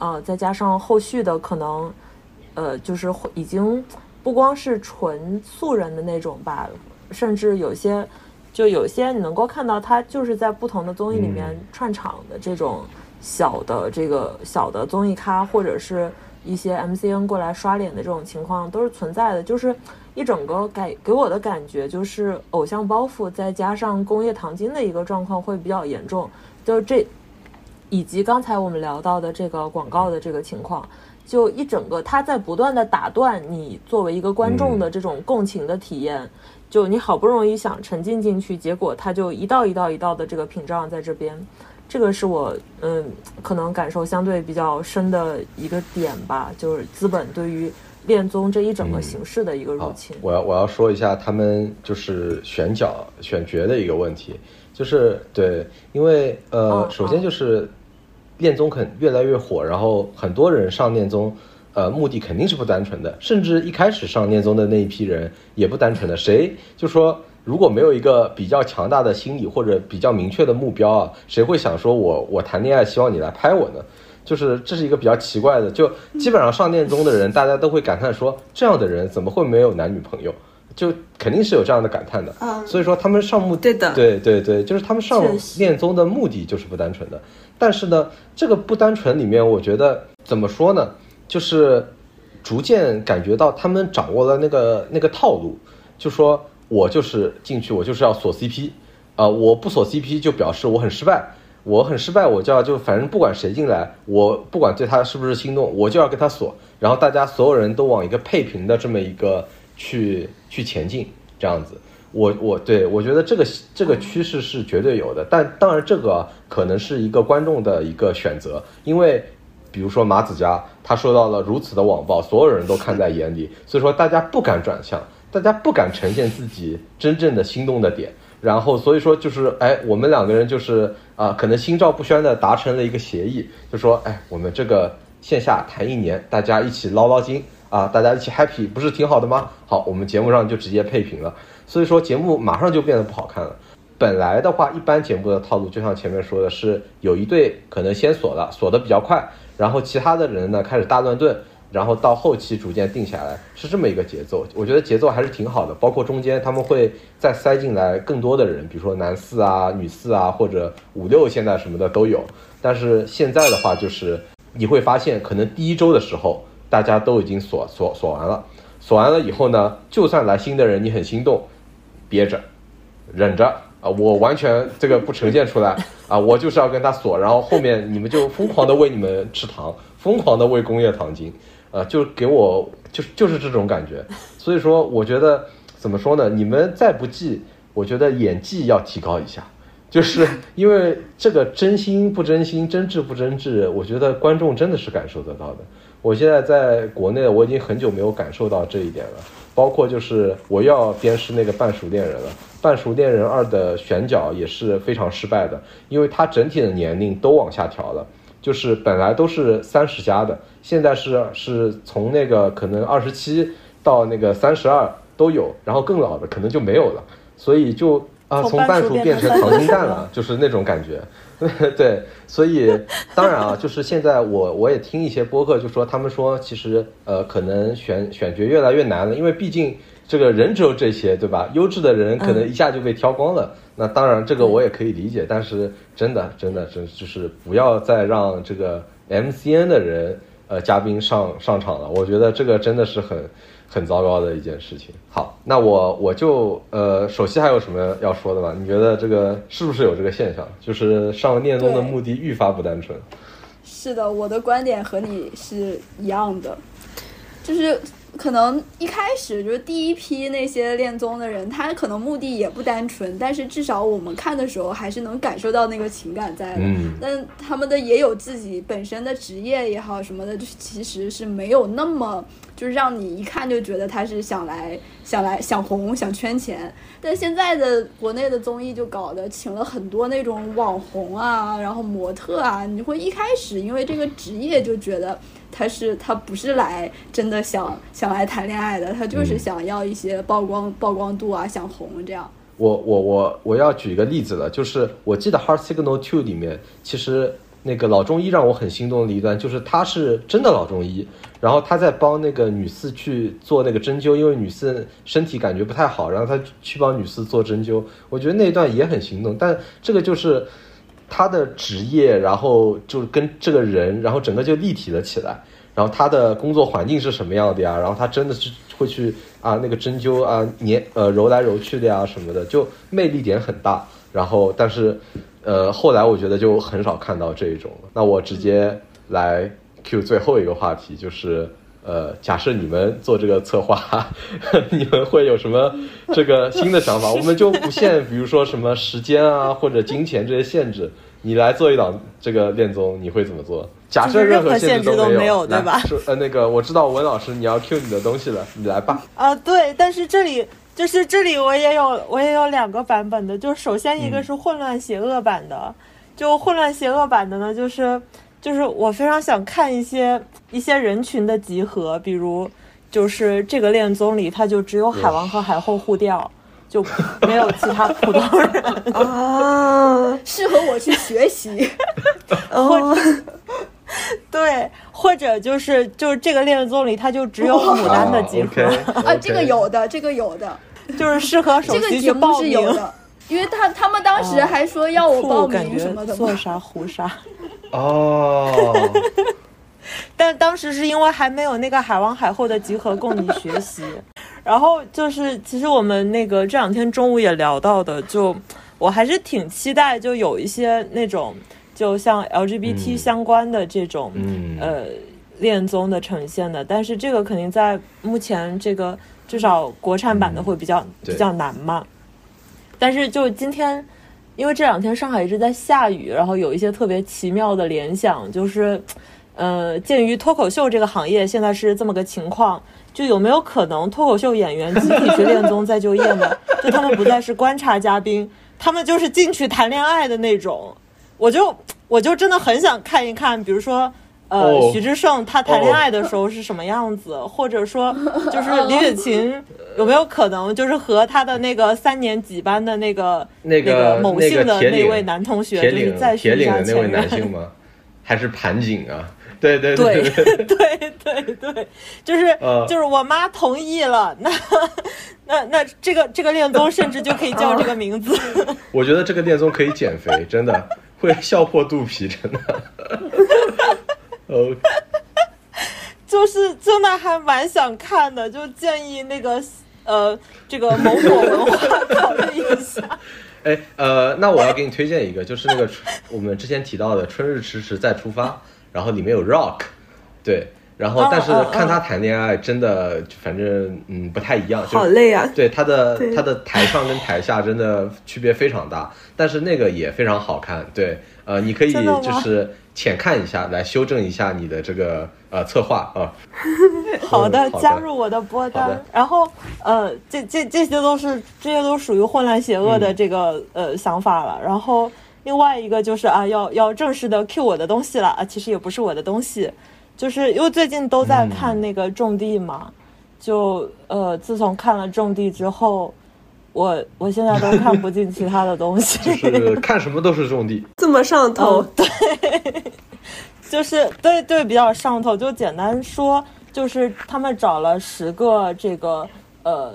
S2: 呃，再加上后续的可能呃，就是会已经不光是纯素人的那种吧，甚至有些就有些你能够看到，他就是在不同的综艺里面
S4: 嗯
S2: 串场的这种小的这个小的综艺咖，或者是一些 MCN 过来刷脸的这种情况都是存在的，就是。一整个给给我的感觉就是偶像包袱，再加上工业糖精的一个状况会比较严重，就是这以及刚才我们聊到的这个广告的这个情况，就一整个它在不断的打断你作为一个观众的这种共情的体验，就你好不容易想沉浸进去，结果它就一道一道一道的这个屏障在这边，这个是我嗯可能感受相对比较深的一个点吧，就是资本对于恋综这一整个形式的一个入
S4: 好
S2: 侵。
S4: 我要我要说一下他们就是选角选角的一个问题，就是对，因为呃，
S2: 嗯
S4: 首先就是恋综肯越来越火，然后很多人上恋综。呃，目的肯定是不单纯的，甚至一开始上恋综的那一批人也不单纯的。谁就说，如果没有一个比较强大的心理或者比较明确的目标啊，谁会想说我我谈恋爱希望你来拍我呢？就是这是一个比较奇怪的，就基本上上恋综的人，大家都会感叹说，这样的人怎么会没有男女朋友？就肯定是有这样的感叹的。
S5: 嗯
S4: 所以说他们上目
S5: 对的
S4: 对对对，就是他们上
S2: 确实
S4: 恋综的目的就是不单纯的。但是呢，这个不单纯里面，我觉得怎么说呢，就是逐渐感觉到他们掌握了那个那个套路，就说我就是进去，我就是要锁 CP，啊、我不锁 CP 就表示我很失败，我很失败，我就要就反正不管谁进来，我不管对他是不是心动，我就要跟他锁，然后大家所有人都往一个配平的这么一个去去前进，这样子。我我对我觉得这个这个趋势是绝对有的，但当然这个可能是一个观众的一个选择，因为比如说马子佳，他受到了如此的网暴，所有人都看在眼里，所以说大家不敢转向，大家不敢呈现自己真正的心动的点。然后所以说就是，哎，我们两个人就是啊、可能心照不宣的达成了一个协议，就说，哎，我们这个线下谈一年，大家一起捞捞金啊，大家一起 happy，不是挺好的吗？好，我们节目上就直接配平了，所以说节目马上就变得不好看了。本来的话，一般节目的套路就像前面说的是，有一队可能先锁了，锁的比较快，然后其他的人呢开始大乱炖，然后到后期逐渐定下来，是这么一个节奏。我觉得节奏还是挺好的，包括中间他们会再塞进来更多的人，比如说男四啊、女四啊，或者五六现在什么的都有。但是现在的话，就是你会发现，可能第一周的时候大家都已经锁锁锁完了，锁完了以后呢，就算来新的人，你很心动，憋着，忍着啊，我完全这个不呈现出来 (laughs) 啊，我就是要跟他锁，然后后面你们就疯狂的喂你们吃糖，疯狂的喂工业糖精，啊，就给我就是就是这种感觉，所以说我觉得怎么说呢，你们再不济，我觉得演技要提高一下。就是因为这个真心不真心，真挚不真挚，我觉得观众真的是感受得到的。我现在在国内，我已经很久没有感受到这一点了。包括就是我又要鞭尸那个《半熟恋人》了，《半熟恋人二》的选角也是非常失败的，因为它整体的年龄都往下调了。就是本来都是三十加的，现在是是从那个可能二十七到那个三十二都有，然后更老的可能就没有了，所以就啊
S6: 从
S4: 从
S6: 半
S4: 半
S6: 熟
S4: 熟
S6: 变
S4: 变
S6: 成
S4: 成
S6: 三
S4: 糖
S6: 十
S4: 心蛋了，就是那种感觉。 (laughs) 对，所以当然啊，就是现在我我也听一些播客，就说他们说其实呃，可能选选角越来越难了，因为毕竟这个人只有这些，对吧？优质的人可能一下就被挑光了。那当然，这个我也可以理解，但是真的真的真就是不要再让这个 MCN 的人呃嘉宾上上场了，我觉得这个真的是很很糟糕的一件事情。好，那我我就呃，首席还有什么要说的吗？你觉得这个是不是有这个现象？就是上恋综的
S3: 对
S4: 目的愈发不单纯。
S3: 是的，我的观点和你是一样的，就是可能一开始就是第一批那些恋综的人，他可能目的也不单纯，但是至少我们看的时候还是能感受到那个情感在的。
S4: 嗯
S3: 但他们的也有自己本身的职业也好什么的，就是其实是没有那么就是让你一看就觉得他是想来想来想红想圈钱。但现在的国内的综艺就搞得请了很多那种网红啊，然后模特啊，你会一开始因为这个职业就觉得他是他不是来真的想想来谈恋爱的，他就是
S4: 嗯
S3: 想要一些曝光曝光度啊，想红这样。
S4: 我我我我要举一个例子了，就是我记得《Heart Signal Two》里面，其实那个老中医让我很心动的一段，就是他是真的老中医，然后他在帮那个女四去做那个针灸，因为女四身体感觉不太好，然后他去帮女四做针灸，我觉得那一段也很心动，但这个就是。他的职业，然后就是跟这个人，然后整个就立体了起来。然后他的工作环境是什么样的呀？然后他真的是会去啊那个针灸啊捏呃揉来揉去的呀什么的，就魅力点很大。然后但是呃后来我觉得就很少看到这一种了。那我直接来 Q 最后一个话题，就是呃假设你们做这个策划， (laughs) 你们会有什么这个新
S2: (laughs)
S4: 的想法？我们就不限比如说什么时间啊或者金钱这些限制。你来做一档这个恋综，你会怎么做？假
S2: 就
S4: 设
S2: 是任
S4: 任
S2: 何
S4: 何
S2: 限
S4: 限
S2: 制
S4: 制
S2: 都没 (laughs)
S4: 没
S2: 有对
S4: 来
S2: 吧
S4: 是呃，那个我知道文老师你要 Q 你的东西了，你来
S2: (laughs)
S4: 吧。
S2: 啊，对，但是这里就是这里我也有我也有两个版本的，就是首先一个
S4: 嗯
S2: 是混乱邪恶版的，就混乱邪恶版的呢，就是就是我非常想看一些一些人群的集合，比如就是这个恋综里，它就只有海王和海后互调。就没有其他普通人， (laughs)
S5: 啊，
S3: 适合我去学
S2: (laughs)
S3: 习，
S5: 哦，
S2: 对，或者就是就是这个恋综里，它就只有牡丹的
S4: 哦
S2: 集合，
S3: 啊，这个有的，这个有的，
S2: 就是适合首
S3: 这个
S2: 席
S3: 节
S2: 去
S3: 目
S2: 报
S3: 是
S2: 名
S3: 有。的，因为他他们当时
S2: 啊
S3: 还说要我报
S2: 我感
S3: 名
S2: 觉
S3: 什么的嘛
S2: 做啥胡啥，
S4: 哦，
S2: 但当时是因为还没有那个海王海后的集合供你学习， (laughs) 然后就是其实我们那个这两天中午也聊到的，就我还是挺期待就有一些那种就像 LGBT
S4: 嗯
S2: 相关的这种、
S4: 嗯
S2: (laughs) 呃恋综的呈现的，但是这个肯定在目前这个至少国产版的会比较、
S4: 对
S2: 比较难嘛。但是就今天，因为这两天上海一直在下雨，然后有一些特别奇妙的联想，就是呃，鉴于脱口秀这个行业现在是这么个情况，就有没有可能脱口秀演员集体去恋综再就业呢？就他们不再是观察嘉宾，他们就是进去谈恋爱的那种。我就我就真的很想看一看，比如说。呃，
S4: 哦
S2: 徐志胜他谈恋爱的时候是什么样子，或者说就是李雪琴有没有可能就是和他的那个三年级班的那个
S4: 那
S2: 个、
S4: 个
S2: 某
S4: 那
S2: 姓
S4: 个
S2: 的
S4: 铁
S2: 那
S4: 岭
S2: 位男同学，
S4: 铁
S2: 就是
S4: 岭
S2: 再续
S4: 铁
S2: 一
S4: 岭
S2: 下
S4: 的那
S2: (laughs)
S4: 位
S2: 前
S4: 男
S2: 缘。
S4: 性吗？还是盘锦啊？对对 (laughs)
S2: 对
S4: 对对，
S2: 对对对，就是、
S4: 呃
S2: 就是我妈同意了，那那那这个这个恋综甚至就可以叫这个名字。 (laughs)
S4: 我觉得这个恋综可以减肥，真的会笑破肚皮，真
S2: (laughs)
S4: 的。哦，
S2: 就是真的还蛮想看的，就建议那个呃，这个某某文化 (laughs) 考虑一下。
S4: 哎，呃，那我要给你推荐一个，就是那个我们之前提到的《春日迟迟再出发》，然后里面有 Rock，对，然后
S2: 哦
S4: 但是
S2: 哦哦
S4: 看他谈恋爱真的，就反正嗯不太一样，就是
S5: 好累啊！
S4: 对他的
S5: 对
S4: 他的台上跟台下真的区别非常大，但是那个也非常好看。对，呃，你可以
S2: 真的吗
S4: 就是浅看一下，来修正一下你的这个呃策划啊。
S2: (laughs) 好的
S4: 嗯，好的
S2: 加入我的播
S4: 好
S2: 单
S4: 的。
S2: 然后呃，这这这些都是这些都属于混乱邪恶的
S4: 嗯
S2: 这个、呃想法了。然后另外一个就是啊，要要正式的 cue 我的东西了啊，其实也不是我的东西，就是因为最近都在
S4: 嗯
S2: 看那个《种地》嘛，就呃，自从看了《种地》之后。我我现在都看不进其他的东西，
S4: (laughs)
S2: (laughs)
S4: 就是看什么都是种地，
S5: 这么上头，
S2: 哦就是对对比较上头，就简单说，就是他们找了十个这个呃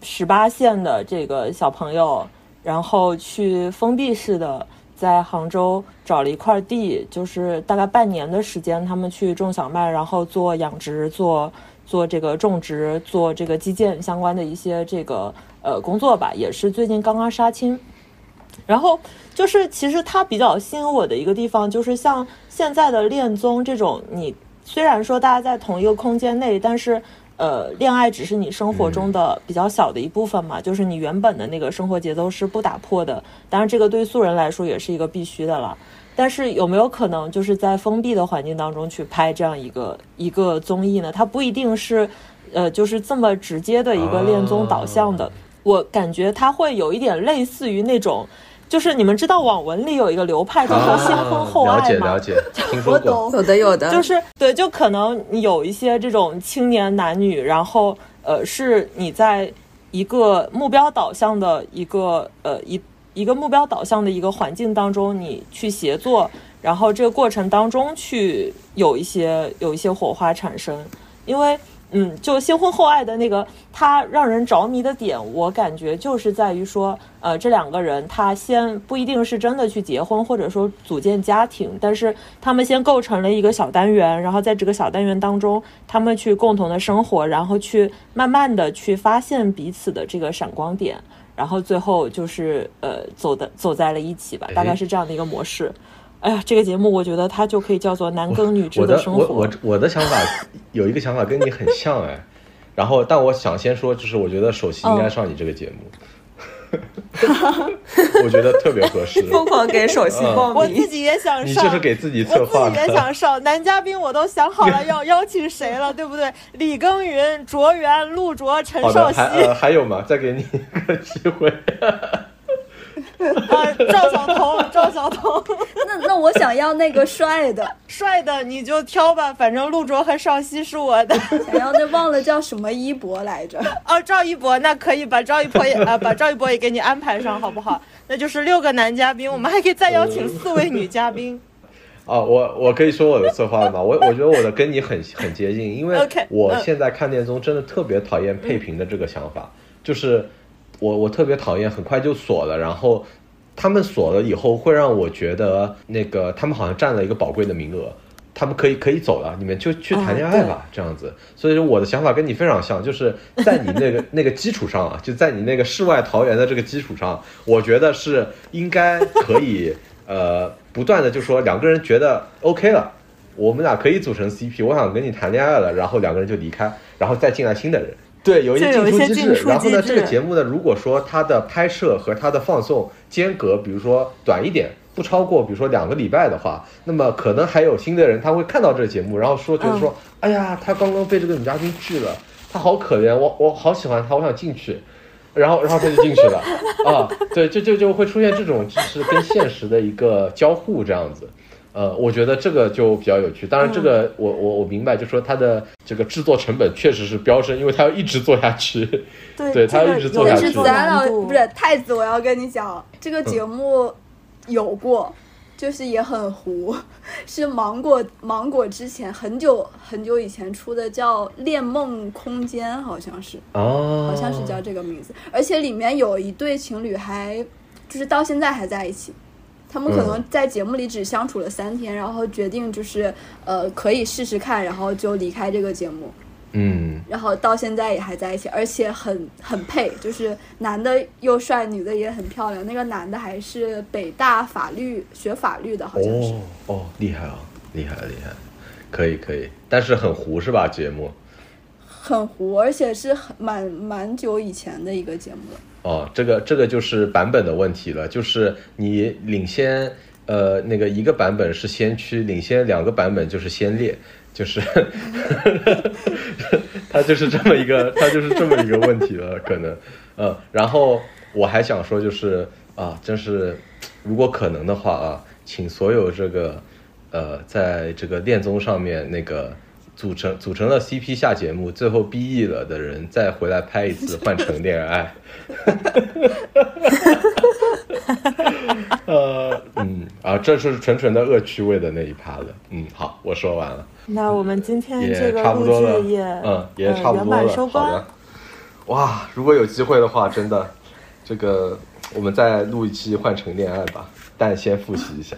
S2: 十八线的这个小朋友，然后去封闭式的在杭州找了一块地，就是大概半年的时间，他们去种小麦，然后做养殖，做做这个种植，做这个基建相关的一些这个呃工作吧，也是最近刚刚杀青。然后就是，其实它比较吸引我的一个地方，就是像现在的恋综这种，你虽然说大家在同一个空间内，但是呃，恋爱只是你生活中的比较小的一部分嘛，就是你原本的那个生活节奏是不打破的。当然，这个对素人来说也是一个必须的了。但是有没有可能就是在封闭的环境当中去拍这样一个一个综艺呢？它不一定是，呃，就是这么直接的一个恋综导向的。我感觉它会有一点类似于那种，就是你们知道网文里有一个流派叫做先婚后
S4: 啊了
S2: 爱
S4: 解
S2: 吗？(laughs)
S4: 了解，听说
S3: 我
S4: 过。
S3: 懂，
S5: 有的有的，
S2: 就是对，就可能你有一些这种青年男女，然后呃，是你在一个目标导向的一个呃一一个目标导向的一个环境当中，你去协作，然后这个过程当中去有一些有一些火花产生，因为。嗯，就先婚后爱的那个，他让人着迷的点，我感觉就是在于说，呃，这两个人他先不一定是真的去结婚，或者说组建家庭，但是他们先构成了一个小单元，然后在这个小单元当中，他们去共同的生活，然后去慢慢的去发现彼此的这个闪光点，然后最后就是呃走的走在了一起吧，大概是这样的一个模式。哎呀，这个节目我觉得它就可以叫做男耕女织
S4: 我的
S2: 生活。
S4: 我我我的想法有一个想法跟你很像哎，然后但我想先说，就是我觉得首席应
S2: 哦
S4: 该上你这个节目， (laughs) 我觉得特别合适。
S5: 疯狂给首席报
S2: 我
S5: 名
S2: 自。己也想
S4: 你
S2: 上，
S4: 就是给自己策划
S2: 我自己也
S4: 的 (laughs)
S2: 想上男嘉宾，我都想好了要邀请谁了，对不对？李耕耘、卓源、陆卓、陈
S4: 好
S2: 少
S4: 的，
S2: 熙
S4: 还呃还有吗？再给你一个机会。
S2: 啊，赵小彤，赵小彤，
S3: 那那我想要那个帅的，
S2: 帅的你就挑吧，反正陆卓和少熙是我的。 (laughs)
S3: 想要那忘了叫什么一博来着，
S2: 哦，赵一博，那可以把赵一博也啊，把赵一博也给你安排上，好不好？那就是六个男嘉宾，我们还可以再邀请四位女嘉宾。
S4: 啊，我我可以说我的策划了吗？我我觉得我的跟你很很接近，因为
S2: OK，
S4: 我
S2: 嗯
S4: 现在看恋综真的特别讨厌配平的这个想法，就是我我特别讨厌很快就锁了，然后他们锁了以后会让我觉得那个他们好像占了一个宝贵的名额，他们可以可以走了，你们就去谈恋爱吧，这样子。所以说我的想法跟你非常像，就是在你那个那个基础上啊，就在你那个世外桃源的这个基础上，我觉得是应该可以呃不断的就说两个人觉得 OK 了。我们俩可以组成 CP，我想跟你谈恋爱了，然后两个人就离开，然后再进来新的人。对，有一些
S2: 就有一些
S4: 进出机
S2: 进
S4: 制。
S2: 出
S4: 然后呢，
S2: 机
S4: 这个
S2: 制
S4: 节目呢，如果说它的拍摄和它的放送间隔，比如说短一点，不超过比如说两个礼拜的话，那么可能还有新的人他会看到这个节目，然后说觉得说，
S2: 嗯
S4: 哎呀，他刚刚被这个女嘉宾拒了，他好可怜，我我好喜欢他，我想进去。然后，然后他就进去了啊，对，就就就会出现这种，就是跟现实的一个交互这样子，呃，我觉得这个就比较有趣。当
S3: 嗯
S4: 然，这个我我我明白，就说它的这个制作成本确实是飙升，因为它要一直做下
S3: (laughs)
S4: 去，
S2: 对
S4: 对，它
S2: 这
S4: 要
S2: 个
S4: 一直做
S2: 有
S3: 但
S4: 下去嗯
S3: 是。
S2: 做
S3: 咱
S2: 难
S3: 老
S2: 度
S3: 不是太子，我要跟你讲，这个节目有过，就是也很糊，是芒果芒果之前很久很久以前出的，叫《恋梦空间》，好像是，
S4: 哦，
S3: 好像是叫这个名字，而且里面有一对情侣还就是到现在还在一起。他们可能
S4: 嗯
S3: 在节目里只相处了三天，然后决定就是，呃，可以试试看，然后就离开这个节目。
S4: 嗯，
S3: 然后到现在也还在一起，而且很很配，就是男的又帅，女的也很漂亮。那个男的还是北大法律学法律的，好像是。
S4: 哦哦，厉害啊，厉害厉害，可以可以，但是很糊是吧？节目
S3: 很糊，而且是很蛮蛮久以前的一个节目了。
S4: 哦，这个这个就是版本的问题了，就是你领先呃那个一个版本是先驱，领先两个版本就是先烈，就是 (laughs) 它就是这么一个它就是这么一个问题了，可能呃，然后我还想说就是啊，真是如果可能的话啊，请所有这个呃在这个恋综上面那个。组成组成了 CP 下节目，最后 BE 了的人再回来拍一次，换成恋爱。呃，嗯啊，这是纯纯的恶趣味的那一趴了。嗯，好，我说完了，
S2: (laughs) 那我们今天嗯这
S4: 也
S2: 个
S4: 差不多
S2: 录
S4: 了，
S2: 制也
S4: 嗯，也
S2: 呃
S4: 差不
S2: 圆
S4: 多
S2: 满
S4: 了。
S2: 收
S4: 好
S2: 官
S4: 的。，哇，如果有机会的话，真的，这个我们再录一期《换乘恋爱》吧，但先复习一下。